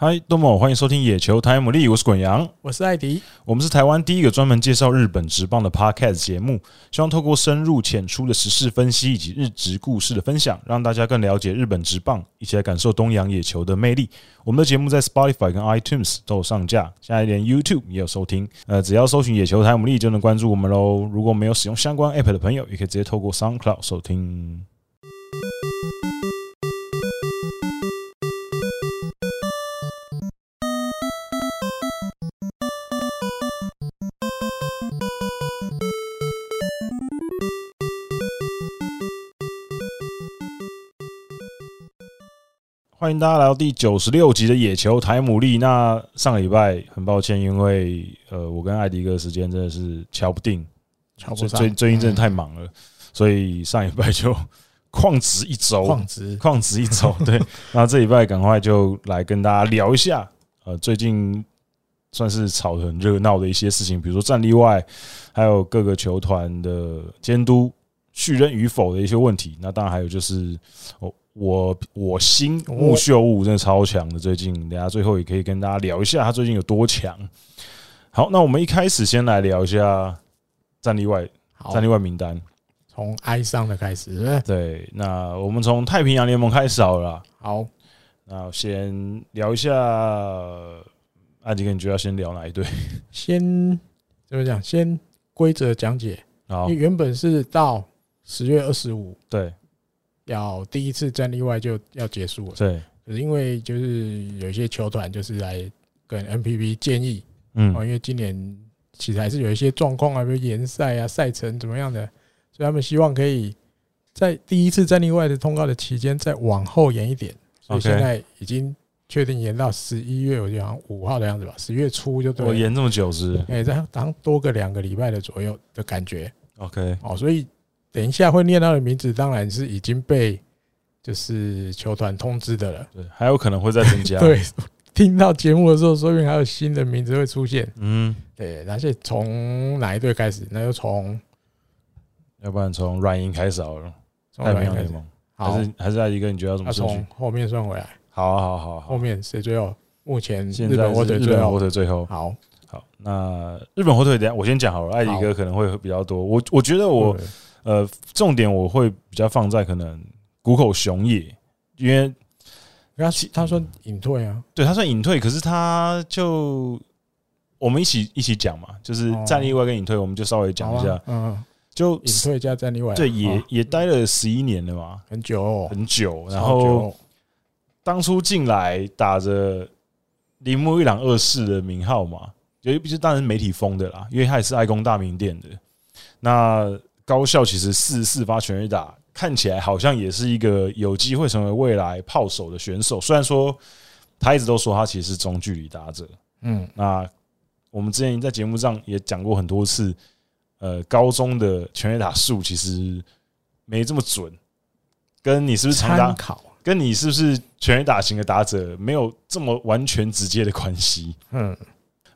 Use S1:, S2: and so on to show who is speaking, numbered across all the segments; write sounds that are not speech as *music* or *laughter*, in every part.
S1: 嗨，多么欢迎收听《野球台姆利》，我是滚羊，
S2: 我是艾迪。
S1: 我们是台湾第一个专门介绍日本职棒的 podcast 节目，希望透过深入浅出的时事分析以及日职故事的分享，让大家更了解日本职棒，一起来感受东洋野球的魅力。我们的节目在 Spotify 跟 iTunes 都有上架，现在连 YouTube 也有收听。呃，只要搜寻“野球台姆利”就能关注我们喽。如果没有使用相关 App 的朋友，也可以直接透过 SoundCloud 收听。欢迎大家来到第九十六集的野球台姆利。那上个礼拜很抱歉，因为呃，我跟艾迪哥时间真的是敲不嗯定，
S2: 乔
S1: 最
S2: 布
S1: 最最近真的太忙了，所以上礼拜就 *laughs* 旷职一周
S2: 旷，职，
S1: 旷职一周。 *laughs* 对，那这礼拜赶快就来跟大家聊一下，呃，最近算是吵得很热闹的一些事情，比如说战例外，还有各个球团的监督续任与否的一些问题。那当然还有就是，哦、我我心
S2: 哦
S1: 木秀悟真的超强的，最近等下最后也可以跟大家聊一下他最近有多强。好，那我们一开始先来聊一下战例外
S2: 好
S1: 战，例外名单。
S2: 从哀伤的开始。呃
S1: 对，那我们从太平洋联盟开始好了啦。
S2: 好，
S1: 那我先聊一下，艾迪哥，你觉得要先聊哪一
S2: *laughs*
S1: 队？
S2: 先怎么讲？先规则讲解，因
S1: 好
S2: 为，原本是到十月二十五
S1: 对
S2: 要第一次战例外就要结束了，
S1: 对，
S2: 可是因为就是有一些球团就是来跟 NPB 建议
S1: 嗯
S2: 哦，因为今年其实还是有一些状况啊，比如延赛啊、赛程怎么样的，所以他们希望可以在第一次战例外的通告的期间再往后延一点，所以
S1: OK
S2: 现在已经确定延到十一月，我记得好像五号的样子吧，十月初就对
S1: 我
S2: 了，
S1: 哦延这么久是
S2: 哎，这样好像多个两个礼拜的左右的感觉
S1: OK，
S2: 哦，所以等一下会念到的名字，当然是已经被就是球团通知的了，
S1: 对，还有可能会再增加。，
S2: 对。 *laughs* 听到节目的时候，说不定还有新的名字会出现。
S1: 嗯，
S2: 对，而且从哪一队开始？那就从
S1: 要不然从软银开始好了，
S2: 从
S1: 太
S2: 哪
S1: 平洋
S2: 一哦队开
S1: 联
S2: 始？
S1: 盟，
S2: 好
S1: 还，是还是艾迪哥，你觉得要怎
S2: 那
S1: 么顺
S2: 从
S1: 序？
S2: 后面算回来，
S1: 好啊好啊好啊好
S2: 后
S1: 啊，
S2: 面谁最后？目前
S1: 现
S2: 日
S1: 在
S2: 本火
S1: 是
S2: 腿
S1: 日
S2: 最
S1: 本火
S2: 后。
S1: 腿最后。
S2: 好，
S1: 好，那日本火腿，等一下我先讲好了，艾迪哥可能会比较多。我我觉得我
S2: 对
S1: 呃，重点我会比较放在可能谷口雄也，因为
S2: 他他说隐退啊，
S1: 对他算隐退，可是他就我们一起一起讲嘛，就是
S2: 哦
S1: 战例外跟隐退，我们就稍微讲一
S2: 好
S1: 下
S2: 啊，，嗯，
S1: 就
S2: 隐退加战例外，
S1: 对
S2: 哦
S1: 也也待了十一年了嘛，
S2: 很久哦，
S1: 很久。然
S2: 超久
S1: 后
S2: 哦
S1: 当初进来打着铃木一朗二世的名号嘛，就就当然是媒体封的啦，因为他也是爱工大名店的。那高校其实四十四发全垒打，看起来好像也是一个有机会成为未来炮手的选手。虽然说他一直都说他其实是中距离打者，
S2: 嗯，
S1: 那我们之前在节目上也讲过很多次，呃，高中的全垒打数其实没这么准，跟你是不是长
S2: 参
S1: 打，
S2: 考，
S1: 跟你是不是全垒打型的打者没有这么完全直接的关系。
S2: 嗯，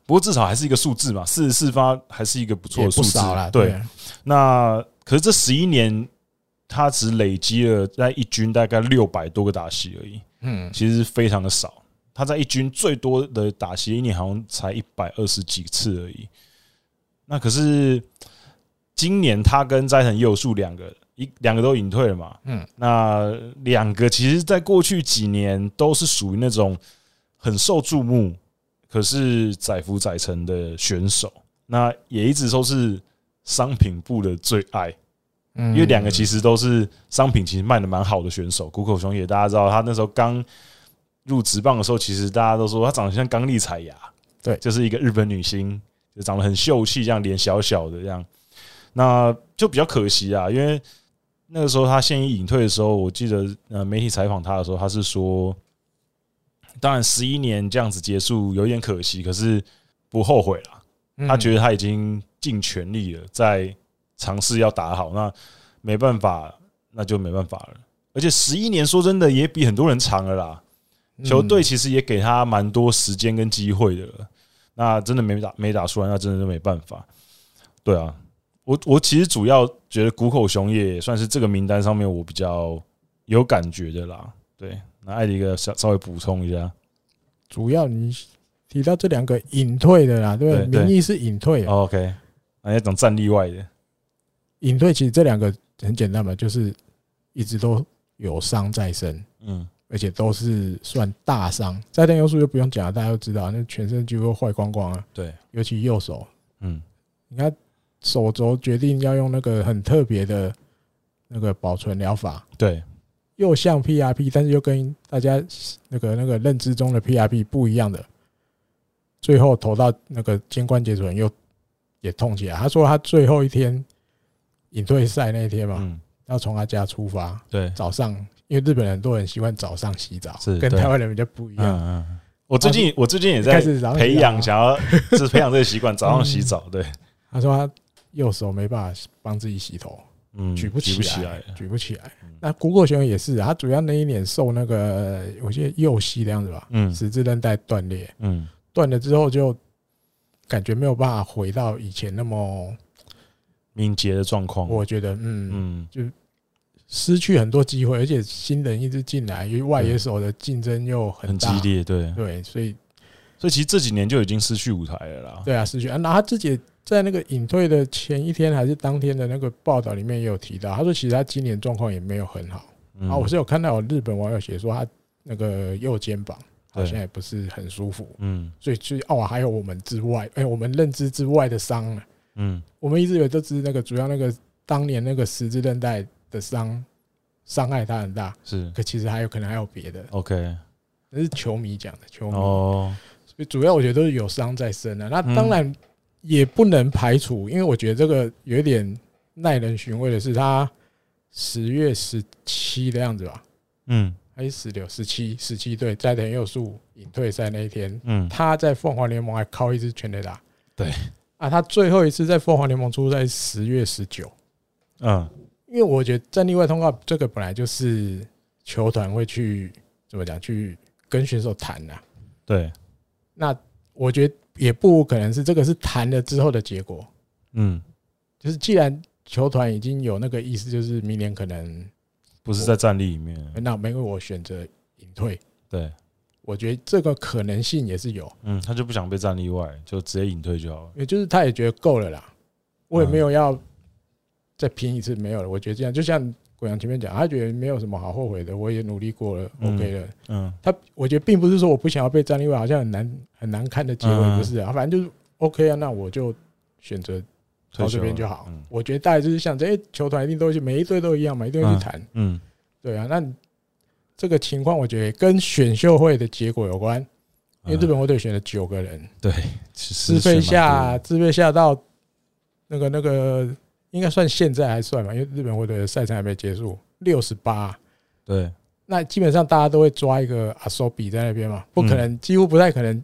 S1: 不过至少还是一个数字嘛，四十四发还是一个不错
S2: 也
S1: 的数
S2: 不
S1: 字
S2: 少啦，
S1: 对，，那可是这十一年，他只累积了在一军大概六百多个打席而已。
S2: 嗯，
S1: 其实非常的少。他在一军最多的打席一年好像才一百二十几次而已。那可是今年他跟斋藤佑树两个一两个都隐退了嘛？
S2: 嗯，
S1: 那两个其实在过去几年都是属于那种很受注目，可是载浮载沉的选手。那也一直都是商品部的最爱。
S2: 因
S1: 因为两个其实都是商品，其实卖的蛮好的选手。谷口雄也大家知道，他那时候刚入职棒的时候，其实大家都说他长得像刚力彩芽，
S2: 对
S1: 就是一个日本女星，就长得很秀气，这样脸小小的这样，那就比较可惜啊。因为那个时候他现役隐退的时候，我记得呃媒体采访他的时候，他是说，当然十一年这样子结束有点可惜，可是不后悔啦。他觉
S2: 得
S1: 得他已经尽全力了，在尝试要打好，那没办法，那就没办法了。而且十一年说真的也比很多人长了啦，
S2: 嗯
S1: 球队其实也给他蛮多时间跟机会的了。那真的没打没打出来，那真的就没办法。对啊，我我其实主要觉得谷口雄也算是这个名单上面我比较有感觉的啦。对，那艾迪哥稍稍微补充一下，
S2: 主要你提到这两个隐退的啦，对不对？
S1: 对对
S2: 民意是隐退啊，
S1: 哦 OK，那要讲战例外的，
S2: 隐退其实这两个很简单嘛，就是一直都有伤在身，
S1: 嗯，
S2: 而且都是算大伤。再天优术就不用讲了，大家都知道，那全身几乎都坏光光啊，
S1: 对，
S2: 尤其右手。
S1: 嗯，
S2: 你看手肘决定要用那个很特别的那个保存疗法，
S1: 对，
S2: 又像 PRP，但是又跟大家那个那个认知中的 PRP 不一样的。最后投到那个肩关节唇又也痛起来。他说他最后一天引退赛那一天嘛，
S1: 嗯，
S2: 要从他家出发，
S1: 对，
S2: 早上，因为日本人很多人习惯早上洗澡
S1: 是，
S2: 跟
S1: 对
S2: 台湾人比较不一
S1: 嗯
S2: 样。
S1: 嗯，嗯我最近我最近也
S2: 开
S1: 在
S2: 始早上洗
S1: 培
S2: 澡
S1: 养，想
S2: *laughs*
S1: 要就是培养这个习惯，早上洗澡，对，
S2: 他说他右手没办法帮自己洗头，
S1: 嗯，
S2: 举不
S1: 起
S2: 起
S1: 来，
S2: 举不起来
S1: 嗯。
S2: 那谷口雄也是，啊他主要那一年受那个我记得右膝的样子吧，
S1: 嗯
S2: 十字韧带断裂，
S1: 嗯，
S2: 断了之后就感觉没有办法回到以前那么，
S1: 敏捷的状况，
S2: 我觉得嗯，
S1: 哦嗯，
S2: 失去很多机会，而且新人一直进来，因为外野手的竞争又
S1: 很
S2: 很
S1: 激
S2: 大，
S1: 烈，对，
S2: 对，所以
S1: 所以其实这几年就已经失去舞台了啦，
S2: 对啊，失去啊。那他自己在那个隐退的前一天还是当天的那个报道里面也有提到，他说其实他今年状况也没有很好
S1: 嗯
S2: 啊。我是有看到有日本网友写说他那个右肩膀好
S1: 对
S2: 像也不是很舒服，
S1: 嗯
S2: 所以就哦还有我们之外，哎，我们认知之外的伤呢，
S1: 嗯，
S2: 我们一直以为这只那个主要那个当年那个十字韧带的伤伤害他很大，
S1: 是
S2: 可其实还有可能还有别的，
S1: OK，
S2: 那是球迷讲的，球迷
S1: 哦，
S2: 所以主要我觉得都是有伤在身啊。那
S1: 嗯
S2: 当然也不能排除，因为我觉得这个有一点耐人寻味的是，他十月十七的样子吧，
S1: 嗯
S2: 还是十六、十七、十七对斋藤佑树隐退赛那一天，
S1: 嗯，
S2: 他在凤凰联盟还靠一支全垒打。
S1: 对
S2: 啊，他最后一次在凤凰联盟出赛十月十九，
S1: 嗯，
S2: 因为我觉得战例外通告这个本来就是球团会去怎么讲去跟选手谈啊的、
S1: 对，
S2: 那我觉得也不无可能是这个是谈了之后的结果，
S1: 嗯，
S2: 就是既然球团已经有那个意思，就是明年可能
S1: 不是在战力里面，
S2: 那没有我选择隐退，
S1: 对，
S2: 我觉得这个可能性也是有，
S1: 嗯，他就不想被战力外，就直接隐退就好了，
S2: 也就是他也觉得够了啦，我也没有
S1: 嗯
S2: 要再拼一次，没有了，我觉得这样就像国阳前面讲，他觉得没有什么好后悔的，我也努力过了
S1: 嗯
S2: ，OK 了。
S1: 嗯
S2: 他我觉得并不是说我不想要被战例外，好像很难很难看的结
S1: 嗯
S2: 尾，不是啊，反正就是 OK 啊，那我就选择
S1: 退
S2: 到
S1: 休
S2: 这边
S1: 了
S2: 就好
S1: 嗯。
S2: 我觉得大概就是像这，哎，球团一定都会去，每一队都一样嘛，一定会去谈。
S1: 嗯
S2: 对啊，那你这个情况我觉得也跟选秀会的结果有关，因为日本国队选了九个人，
S1: 对嗯是
S2: 自费下
S1: 是
S2: 自费下到那个那个应该算现在还算吧，因为日本国队的赛程还没结束，六十八。
S1: 蛮多的
S2: 那基本上大家都会抓一个阿索比在那边嘛，不可
S1: 嗯
S2: 能，几乎不太可能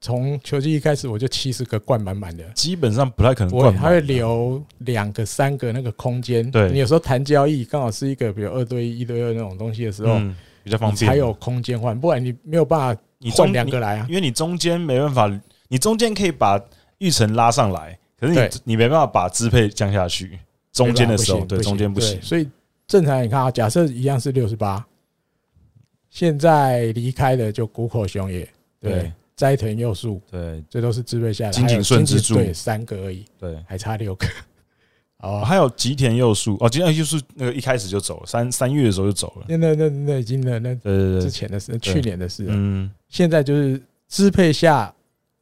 S2: 从球季一开始我就七十个灌满满的
S1: 对，，基本上不太可能
S2: 不会，
S1: 灌满，
S2: 它会留两个、三个那个空间。
S1: 对
S2: 你有时候谈交易，刚好是一个比如二对一、一对二那种东西的时候，
S1: 嗯，比较方
S2: 你
S1: 便，
S2: 才有空间换，不然你没有办法
S1: 你中
S2: 换两个来啊
S1: 因。为你中间没办法，你中间可以把玉成拉上来，可是
S2: 对
S1: 你你没办法把支配降下去，中间的时候，
S2: 没办法
S1: 对，中间不行
S2: 对，所以正常你看啊，假设一样是六十八，现在离开的就谷口雄也，对
S1: 对，
S2: 斋藤佑树，
S1: 对
S2: 这都是支配下来，
S1: 金井
S2: 还有
S1: 顺
S2: 金井
S1: 之助
S2: 对三个而已，
S1: 对。
S2: 还差六个。 *laughs* 哦，
S1: 还有吉田佑树哦，吉田佑树那个一开始就走了，三三月的时候就走了。
S2: 那那那那已经那那
S1: 对对
S2: 之
S1: 对，
S2: 前的事，去年的事了。
S1: 嗯，
S2: 现在就是支配下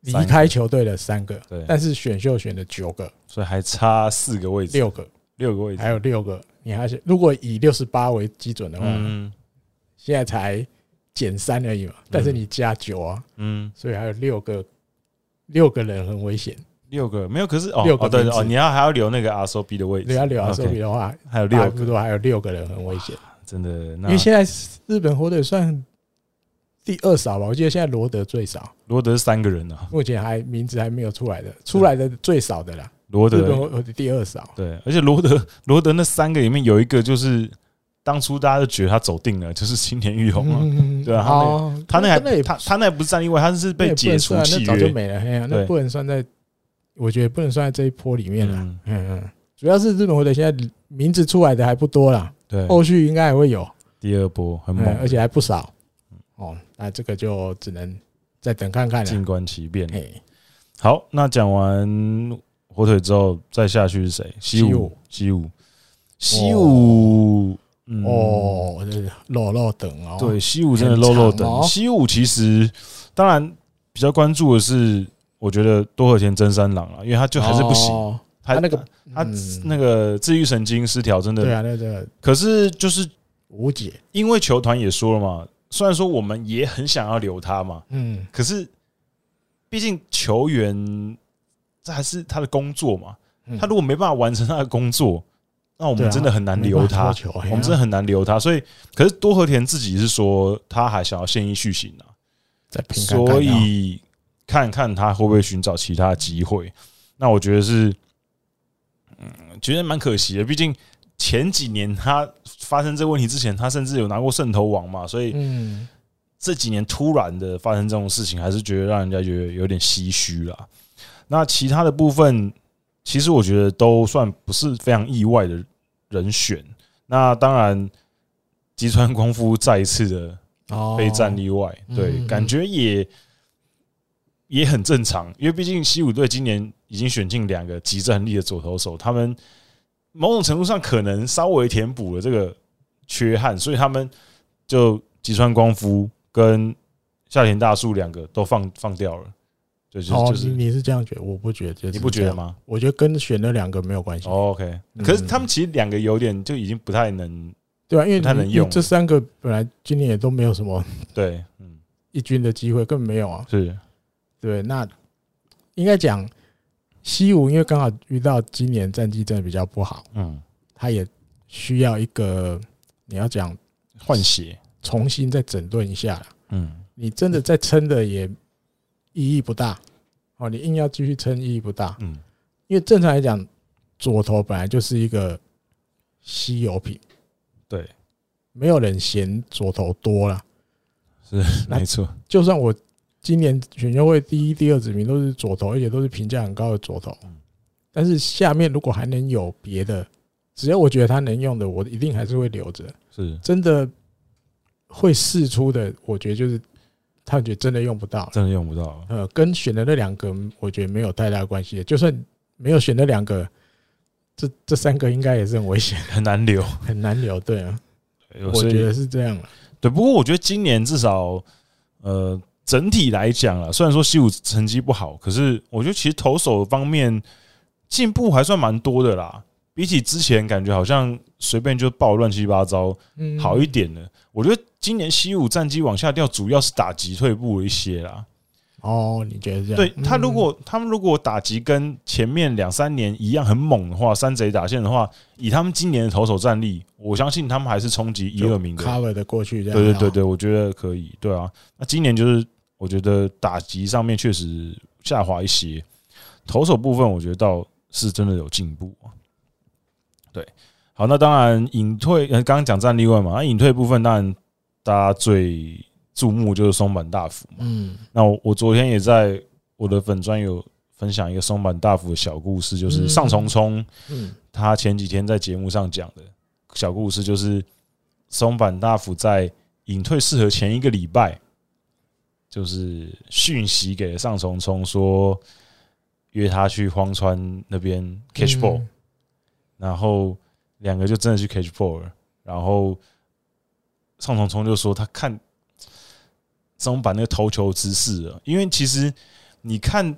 S2: 离
S1: 三个
S2: 开球队的三个，
S1: 对
S2: 但是选秀选的九个、
S1: 所以还差四个位置，
S2: 六个，
S1: 六个位置
S2: 还，有六个，你还是如果以六十八为基准的话，
S1: 嗯
S2: 现在才减三而已嘛，但是你加九啊，
S1: 嗯，
S2: 所以还有六个，六个人很危险。
S1: 六个没有，可是哦
S2: 六个
S1: 哦对对
S2: 名字
S1: 哦，你要还要留那个 R S O B 的位置，
S2: 你要留阿寿
S1: OK，
S2: 比的话，
S1: 还有
S2: 差
S1: 六
S2: 不
S1: 个，
S2: 多还有六个人很危险，
S1: 真的，
S2: 因
S1: 那
S2: 为现在日本火腿算第二少吧，我记得现在罗德最少，
S1: 罗德是三个人啊，
S2: 目前还名字还没有出来的，出来的最少的啦，
S1: 罗
S2: 日本
S1: 德
S2: 火腿第二少。
S1: 对，而且罗德罗德那三个里面有一个就是当初大家都觉得他走定了，就是青田玉红啊，
S2: 嗯
S1: 对啊他那
S2: 好，
S1: 他那
S2: 那
S1: 还
S2: 那也
S1: 他他那不是战例外，他是被解除契
S2: 那也不能算啊那早就
S1: 约，
S2: 没了，哎呀，
S1: 对
S2: 那不能算在，我觉得不能算在这一波里面了。
S1: 嗯
S2: 嗯嗯，主要是日本回的现在名字出来的还不多啦，
S1: 对，
S2: 后续应该还会有，
S1: 第二波很
S2: 哦嗯，而
S1: 猛，
S2: 且还不少。哦，那这个就只能再等看看啦
S1: 静。观其变。
S2: 嘿，
S1: 好，那讲完火腿之后，再下去是谁？西武，西武，西武，嗯，
S2: 哦，这是肉肉等哦，
S1: 对，西武真的漏漏
S2: 很长
S1: 等。
S2: 哦
S1: 西武其实当然比较关注的是，我觉得多和田真三郎了，因为他就还是不行，
S2: 哦
S1: 他
S2: 他那个
S1: 他
S2: 嗯
S1: 那个自愈神经失调真
S2: 对
S1: 的。
S2: 啊，那个
S1: 可是就是
S2: 无解，
S1: 因为球团也说了嘛，虽然说我们也很想要留他嘛，
S2: 嗯，
S1: 可是毕竟球员这还是他的工作嘛，
S2: 嗯
S1: 他如果没办法完成他的工作，那我
S2: 对
S1: 们
S2: 啊
S1: 真的很难
S2: 没
S1: 留
S2: 办法哎
S1: 他
S2: 脱。球，我
S1: 我们真的很难留他，所以可是多和田自己是说他还想要现役续行啊，
S2: 在平看哦看
S1: 所以看看他会不会寻找其他机会。那我觉得是，嗯，觉得蛮可惜的。毕竟前几年他发生这个问题之前，他甚至有拿过圣头王嘛，所以
S2: 嗯，
S1: 这几年突然的发生这种事情，还是觉得让人家觉得有点唏嘘啦。那其他的部分，其实我觉得都算不是非常意外的人选。那当然，吉川光夫再一次的
S2: 哦，
S1: 非战例外，
S2: 哦
S1: 对，
S2: 嗯嗯
S1: 感觉也也很正常，因为毕竟西武队今年已经选进两个极战力的左投手，他们某种程度上可能稍微填补了这个缺憾，所以他们就吉川光夫跟夏田大树两个都放放掉了，对，就是、
S2: 哦，
S1: 就是
S2: 你你是这样觉得，我不觉得，就是
S1: 你不觉
S2: 这
S1: 得
S2: 样？
S1: 吗、哦
S2: 我觉得跟选那两个没有关系，
S1: o k
S2: 嗯
S1: 可是他们其实两个有点就已经不太能
S2: 对啊，因为
S1: 不太
S2: 你
S1: 能
S2: 你
S1: 用
S2: 这三个本来今年也都没有什么
S1: 对，嗯，
S2: 一军的机会，根本没有啊。
S1: 是
S2: 对，那应该讲西武，因为刚好遇到今年战绩真的比较不好，
S1: 嗯
S2: 他也需要一个你要讲
S1: 换血，
S2: 重新再整顿一下啦
S1: 嗯
S2: 你真的再撑的也意义不大哦，你硬要继续撑意义不大，
S1: 嗯，
S2: 因为正常来讲，左投本来就是一个稀有品，
S1: 对，
S2: 没有人嫌左投多啦。
S1: 是
S2: 那
S1: 没错，
S2: 就算我今年选秀会第一、第二指名都是左投，而且都是评价很高的左投
S1: 嗯，
S2: 但是下面如果还能有别的，只要我觉得他能用的，我一定还是会留着。
S1: 是
S2: 真的会试出的，我觉得就是他们觉得真的用不到，
S1: 真的用不到了。
S2: 呃，跟选的那两个，我觉得没有太大关系。就算没有选那两个，这这三个应该也是很危险，
S1: 很难留。
S2: 很难留。对啊， *laughs* 我
S1: 所以
S2: 觉得是这样啊了。
S1: 对，不过我觉得今年至少，呃，整体来讲啊，虽然说西武成绩不好，可是我觉得其实投手方面进步还算蛮多的啦。比起之前，感觉好像随便就爆乱七八糟，
S2: 嗯，
S1: 好一点了。我觉得今年西武战绩往下掉，主要是打击退步了一些啦。
S2: 哦，你觉得这样？
S1: 对他，
S2: 嗯
S1: 如果他们如果打击跟前面两三年一样很猛的话，三贼打线的话，以他们今年的投手战力，我相信他们还是冲击一
S2: 就
S1: 二名的。
S2: 嗯 cover 的过去，这样哦
S1: 对对对
S2: 对，
S1: 对，我觉得可以，对啊。那今年就是我觉得打击上面确实下滑一些，投手部分我觉得倒是真的有进步啊。对，好，那当然隐退，呃，刚刚讲战例外嘛，那隐退部分当然大家最注目就是松坂大辅嘛。
S2: 嗯，
S1: 那我我昨天也在我的粉专有分享一个松坂大辅的小故事，就是
S2: 嗯
S1: 上重冲。
S2: 嗯，
S1: 他前几天在节目上讲的小故事，就是松坂大辅在隐退适合前一个礼拜，就是讯息给了上重聪说约他去荒川那边 catch ball，、
S2: 嗯
S1: 然后两个就真的去 catch ball 了，然后上重聪就说他看松坂那个投球姿势啊，因为其实你看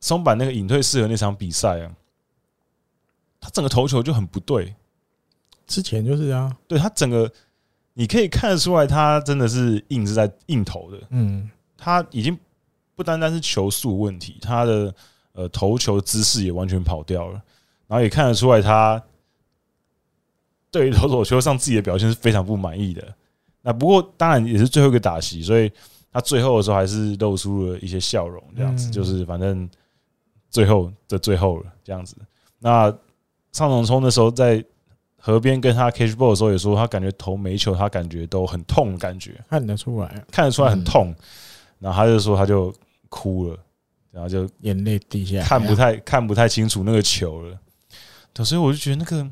S1: 松坂那个隐退适合那场比赛啊，他整个投球就很不对，
S2: 之前就是啊，
S1: 对他整个你可以看得出来，他真的是硬是在硬投的，
S2: 嗯，
S1: 他已经不单单是球速问题，他的呃投球姿势也完全跑掉了，然后也看得出来他对于投手球上自己的表现是非常不满意的。那不过当然也是最后一个打席，所以他最后的时候还是露出了一些笑容，这样子、
S2: 嗯
S1: 就是反正最后的最后了这样子。那上总聪那时候在河边跟他 catch ball 的时候也说，他感觉投每一球他感觉都很痛的感觉，
S2: 看得出来，
S1: 看得出来很
S2: 嗯
S1: 痛，然后他就说他就哭了，然后就
S2: 眼泪滴下来，啊
S1: 看不太看不太清楚那个球了，对，所以我就觉得那个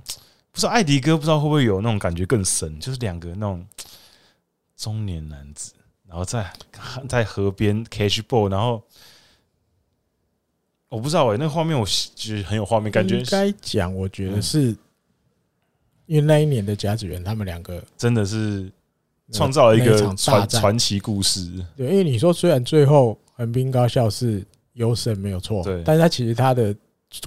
S1: 不知道艾迪哥不知道会不会有那种感觉更深，就是两个那种中年男子，然后在在河边 catch ball，然后我不知道哎、那个画面我就是很有画面感觉
S2: 应，该讲，我觉得
S1: 嗯
S2: 是因为那一年的甲子园他们两个呃
S1: 真的是创造了一
S2: 那
S1: 个
S2: 场大
S1: 传
S2: 战
S1: 传奇故事。
S2: 对，因为你说虽然最后横滨高校是优胜没有错，
S1: 对
S2: 但是他其实他的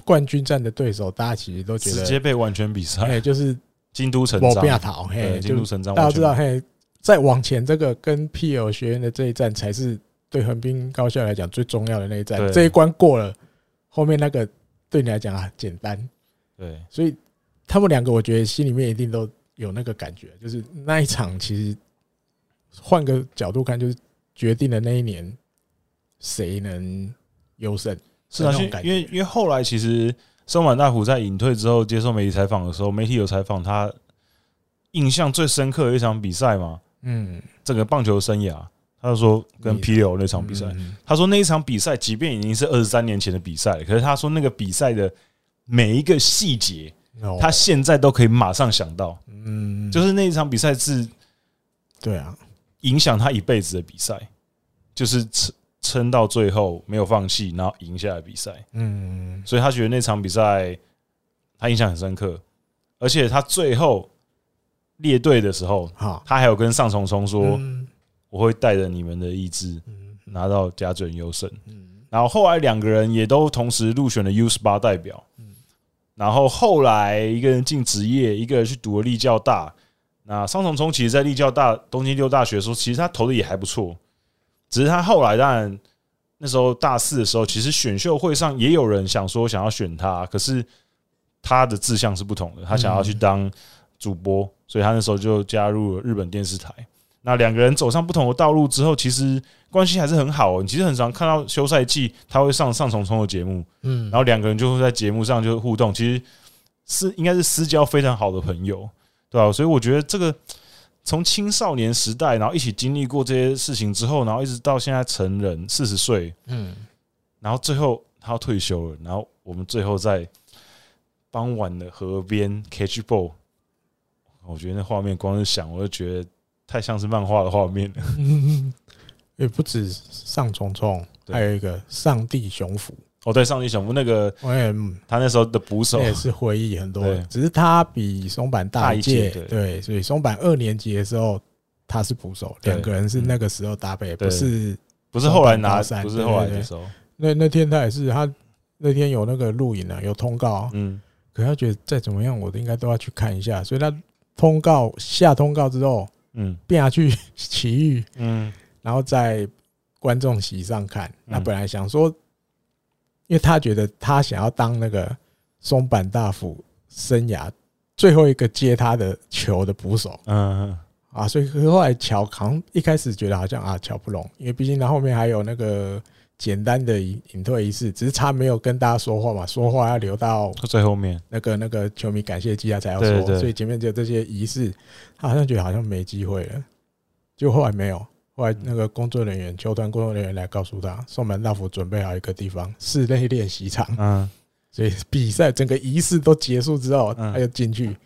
S2: 冠军战的对手，大家其实都觉
S1: 直
S2: 得，
S1: 接被完全比赛，
S2: 哎，就是
S1: 京都成
S2: 我不要
S1: 章，
S2: 逃，嘿，
S1: 对，
S2: 就
S1: 京都成章，
S2: 大家知道，，嘿，再往前这个跟 PL 学院的这一战才是对横滨高校来讲最重要的那一战
S1: 对，
S2: 这一关过了，后面那个对你来讲啊简单，
S1: 对，
S2: 所以他们两个我觉得心里面一定都有那个感觉，就是那一场其实换个角度看，就是决定了那一年谁能优胜。
S1: 是啊，
S2: 那
S1: 因
S2: 种
S1: 为
S2: 感
S1: 因
S2: 觉
S1: 为因为后来其实松坂大辅在隐退之后接受媒体采访的时候，媒体有采访他印象最深刻的一场比赛嘛，
S2: 嗯，
S1: 整个棒球生涯，他就说跟
S2: 你
S1: P 六那场比赛，
S2: 嗯
S1: 他说那一场比赛即便已经是二十三年前的比赛了，可是他说那个比赛的每一个细节，
S2: 哦
S1: 他现在都可以马上想到，
S2: 嗯，
S1: 就是那一场比赛是
S2: 对啊，
S1: 影响他一辈子的比赛，就是撑撑到最后没有放弃，然后赢下来比赛。
S2: 嗯，
S1: 所以他觉得那场比赛他印象很深刻，而且他最后列队的时候，
S2: 好，
S1: 他还有跟上重松说
S2: 嗯：“
S1: 我会带着你们的意志
S2: 嗯
S1: 拿到甲准优胜。
S2: 嗯”
S1: 然后后来两个人也都同时入选了 U 十八代表
S2: 嗯，
S1: 然后后来一个人进职业，一个人去读了立教大。那上重聪其实，在立教大东京六大学的时候，其实他投的也还不错，只是他后来当然那时候大四的时候，其实选秀会上也有人想说想要选他，可是他的志向是不同的，他想要去当主播，所以他那时候就加入了日本电视台。那两个人走上不同的道路之后，其实关系还是很好、哦。你其实很常看到休赛季他会上上重聪的节目，
S2: 嗯，
S1: 然后两个人就会在节目上就互动，其实是应该是私交非常好的朋友，对吧、所以我觉得这个从青少年时代，然后一起经历过这些事情之后，然后一直到现在成人四十岁，
S2: 嗯，
S1: 然后最后他要退休了，然后我们最后在傍晚的河边 catch ball，我觉得那画面光是想我就觉得太像是漫画的画面了。
S2: 也不止上重重，
S1: 对
S2: 还有一个上帝雄虎，
S1: 哦，对，上帝小夫那个
S2: 我也嗯
S1: 他那时候的捕手
S2: 那，也是回忆很多
S1: 对，
S2: 只是他比松坂大一届
S1: 大一届对，
S2: 对，所以松坂二年级的时候他是捕手，
S1: 对
S2: 两个人是那个时候搭配，
S1: 对
S2: 不是
S1: 不是后来
S2: 松
S1: 拿
S2: 坂大，三
S1: 不是后来
S2: 对对
S1: 的
S2: 对
S1: 时候，
S2: 那那天他也是他那天有那个录影啊，有通告，
S1: 嗯，
S2: 可他觉得再怎么样我都应该都要去看一下，所以他通告下通告之后
S1: 嗯
S2: 变下去 *laughs* 奇遇，
S1: 嗯，
S2: 然后在观众席上看，那
S1: 嗯
S2: 本来想说，因为他觉得他想要当那个松坂大辅生涯最后一个接他的球的捕手
S1: 嗯，
S2: 啊，所以后来乔扛一开始觉得好像啊乔不拢，因为毕竟他后面还有那个简单的隐隐退仪式，只是他没有跟大家说话嘛，说话要留到
S1: 到最后面，
S2: 那个那个球迷感谢祭他才要
S1: 对对
S2: 说，所以前面就这些仪式，他好像觉得好像没机会了，就后来没有，后
S1: 嗯
S2: 来那个工作人员球团工作人员来告诉他，松坂大辅准备好一个地方室内练习场，
S1: 嗯，
S2: 所以比赛整个仪式都结束之后，
S1: 嗯
S2: 他就进去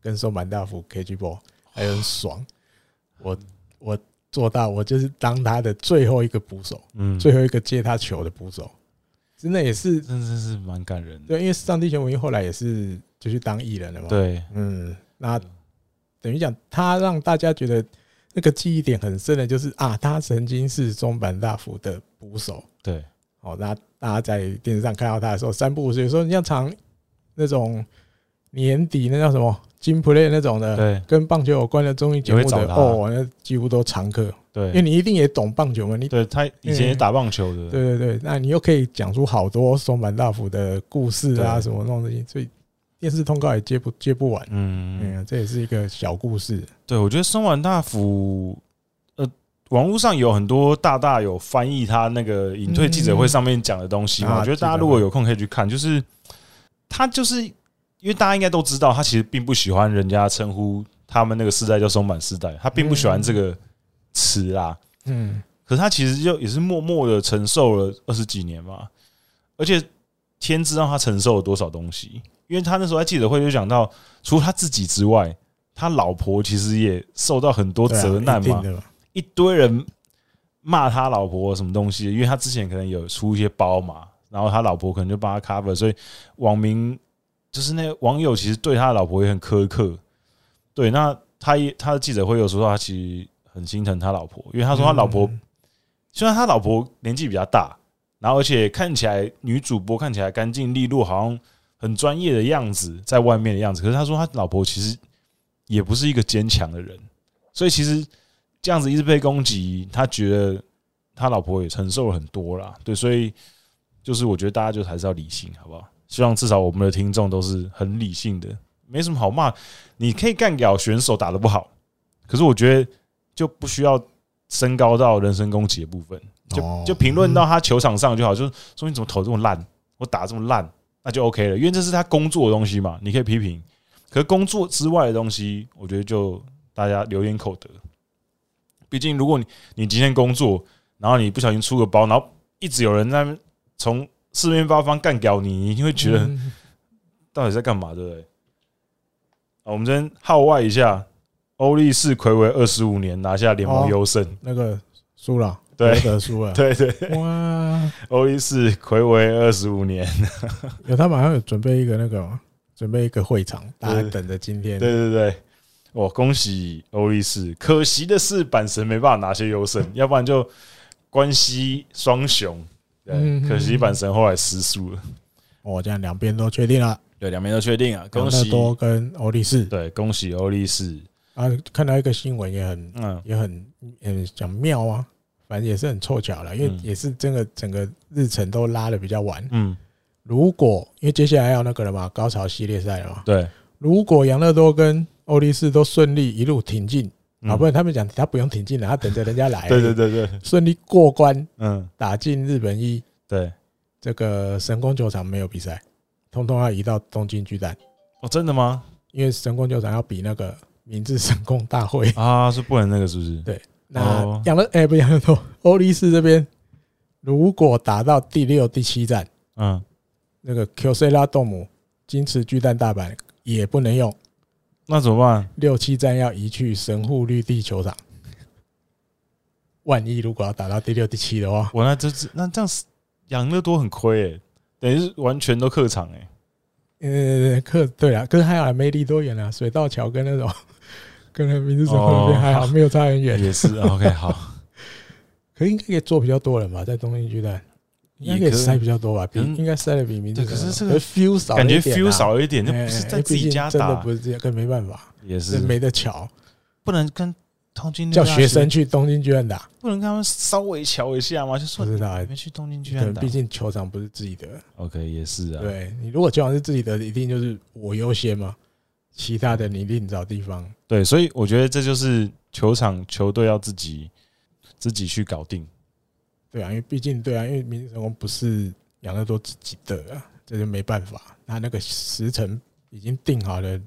S2: 跟松坂大辅 KG ball，还有很爽，我我做到，我就是当他的最后一个捕手，
S1: 嗯，
S2: 最后一个接他球的捕手，真的也是
S1: 真的是蛮感人的，
S2: 对，因为上帝前文英后来也是就去当艺人了嘛。，
S1: 对，
S2: 嗯，那等于讲他让大家觉得那个记忆点很深的，就是啊，他曾经是中坂大辅的捕手。
S1: 对，
S2: 哦，那大家在电视上看到他的时候，三不五时，有时候你像常那种年底那叫什么金 play 那种的，
S1: 对，
S2: 跟棒球有关的综艺节目
S1: 也会
S2: 的
S1: 找他
S2: 哦，那几乎都常客，因为
S1: 对，
S2: 你一定也懂棒球嘛，你
S1: 对他以前也打棒球的，
S2: 对对对，那你又可以讲出好多松坂大辅的故事啊，
S1: 对
S2: 什么那种东西，所以电视通告也接不接不完。
S1: 嗯，
S2: 嗯，这也是一个小故事。
S1: 对，我觉得松丸大辅，呃，网络上有很多大大有翻译他那个隐退记者会上面讲的东西嘛，
S2: 嗯啊
S1: 我觉得大家如果有空可以去看，就是他就是因为大家应该都知道，他其实并不喜欢人家称呼他们那个世代叫松坂世代，他并不喜欢这个词啦。
S2: 嗯，
S1: 可是他其实就也是默默的承受了二十几年嘛，而且天知道他承受了多少东西，因为他那时候在记者会就讲到，除了他自己之外，他老婆其实也受到很多
S2: 对啊
S1: 责难
S2: 一定
S1: 嘛，
S2: 的嘛。
S1: 一堆人骂他老婆什么东西，因为他之前可能有出一些包嘛，然后他老婆可能就帮他 cover，所以网民就是那网友其实对他的老婆也很苛刻。对，那他也他的记者会有说到，他其实很心疼他老婆，因为他说他老婆、
S2: 嗯
S1: 虽然他老婆年纪比较大，然后而且看起来女主播看起来干净利落，好像很专业的样子，在外面的样子。可是他说他老婆其实也不是一个坚强的人，所以其实这样子一直被攻击，他觉得他老婆也承受了很多啦。对，所以就是我觉得大家就还是要理性，好不好？希望至少我们的听众都是很理性的，没什么好骂。你可以干掉选手打得不好，可是我觉得就不需要升高到人身攻击的部分。
S2: 哦
S1: 就就评论到他球场上就好，就是说你怎么投这么烂，我打这么烂，那就 OK 了，因为这是他工作的东西嘛，你可以批评。可是工作之外的东西，我觉得就大家留言口德。毕竟如果你你今天工作，然后你不小心出个包，然后一直有人在那边从四面八方干掉你，你就会觉得
S2: 嗯
S1: 到底在干嘛，对不对？啊，我们先号外一下，欧力士魁违二十五年拿下联盟优胜，
S2: 那个输了，
S1: 对
S2: 罗德输了，
S1: 哦对对
S2: 哇，
S1: 欧力士魁违二十五年，
S2: 有他们好像有准备一个那个嘛，准备一个会场，大家
S1: 对
S2: 等着今天。
S1: 对对对，我恭喜欧力士。可惜的是，阪神没办法拿些优 *laughs* 胜，要不然就关西双雄。对
S2: 嗯，哼
S1: 可惜阪神后来失速了。
S2: 哦，这样两边都确定了，
S1: 对，两边都确定啊，恭
S2: 杨
S1: 喜
S2: 乐。多跟欧力士
S1: 对，恭喜欧力士。
S2: 啊。看到一个新闻也很
S1: 嗯，
S2: 也很嗯讲妙啊，反正也是很凑巧了，因为
S1: 嗯
S2: 也是这个整个日程都拉的比较晚。
S1: 嗯，
S2: 如果因为接下来要那个了嘛，高潮系列赛了嘛，
S1: 对，
S2: 如果杨乐多跟欧力士都顺利一路挺进，
S1: 嗯
S2: 啊，不然他们讲他不用挺进了，他等着人家来，
S1: *laughs* 对对，对对，
S2: 顺利过关
S1: 嗯，
S2: 打进日本一，
S1: 对。
S2: 这个神宫球场没有比赛，通通要移到东京巨蛋，
S1: 哦，真的吗？
S2: 因为神宫球场要比那个明治神宫大会。
S1: *laughs* 啊，是不能那个是不是？哦
S2: 那养乐哎，不是养乐多，欧力士这边如果打到第六、第七站，
S1: 嗯，
S2: 那个 Q C 拉动姆、金池巨蛋大阪也不能用，
S1: 那怎么办？
S2: 六七站要移去神户绿地球场。万一如果要打到第六、第七的话，
S1: 我那这那这样是养乐多很亏诶、等于是完全都客场诶、
S2: 呃，客对啊，可是还好没离多远啊，水道桥跟那种 *laughs* 跟那明治神宫那边还好，
S1: 哦
S2: 没有差很远。
S1: 也 *laughs* 是哦 OK 好，
S2: 可应该可以做比较多人吧，在东京巨蛋应该可以塞比较多吧，比
S1: 可是
S2: 应该塞的比明治
S1: 对可是这
S2: 神
S1: 个
S2: 宫。feel 少了
S1: 感
S2: 一点啊，
S1: 觉 feel 少一点，
S2: 哎，
S1: 那不是在
S2: 哎
S1: 自己
S2: 毕竟
S1: 家
S2: 真的
S1: 打
S2: 不，是这样，跟没办法，
S1: 也
S2: 这
S1: 是
S2: 没得巧，
S1: 不能跟东京
S2: 叫
S1: 那边啊
S2: 学生去东京巨蛋打，
S1: 不能跟他们稍微瞧一下吗？就说
S2: 不知道哎
S1: 你们去东京居
S2: 可
S1: 然
S2: 能
S1: 打
S2: 毕竟球场不是自己的，
S1: ，OK 也是啊，
S2: 对你如果球场是自己的，一定就是我优先嘛，其他的你另找地方。
S1: 对，所以我觉得这就是球场球队要自己自己去搞定，
S2: 对啊，因为毕竟对啊，因为民治神宫不是养乐多自己的、啊，这就没办法。他那个时辰已经定好了，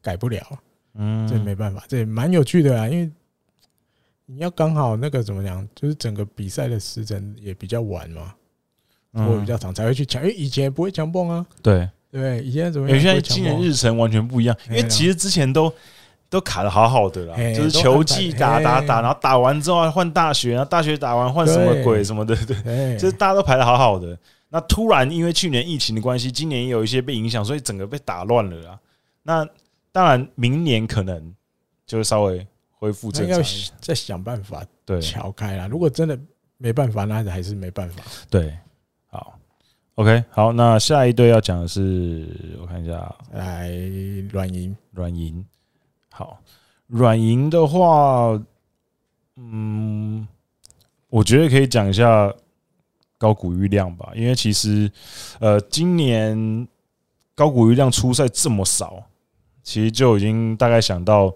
S2: 改不了，
S1: 嗯，
S2: 这没办法。这也蛮有趣的啊，因为你要刚好那个怎么讲，就是整个比赛的时辰也比较晚嘛，我
S1: 嗯
S2: 比较长才会去抢，因为以前不会强蹦啊，
S1: 对，
S2: 对不对？以前怎么
S1: 有
S2: 样
S1: 些
S2: 不会强
S1: 今年
S2: 蹦啊
S1: 日程完全不一样，因
S2: 哎
S1: 为其实之前都。都卡的好好的啦，
S2: 哎
S1: 就是
S2: 都安
S1: 球
S2: 排
S1: 季
S2: 哎
S1: 打打打，然后打完之后还换大学，然后大学打完换什么
S2: 对
S1: 鬼什么的，对，
S2: 哎，
S1: 就是大家都排的好好的，那突然因为去年疫情的关系，今年也有一些被影响，所以整个被打乱了啦。那当然，明年可能就会稍微恢复
S2: 那
S1: 正
S2: 要
S1: 常。
S2: 再想办法
S1: 对
S2: 撬开啦。如果真的没办法，那还是没办法。
S1: 对，好，OK，好，那下一队要讲的是，我看一下啊
S2: 来软银，
S1: 软银。好，软银的话，嗯，我觉得可以讲一下高谷玉亮吧，因为其实呃，今年高谷玉亮出赛这么少，其实就已经大概想到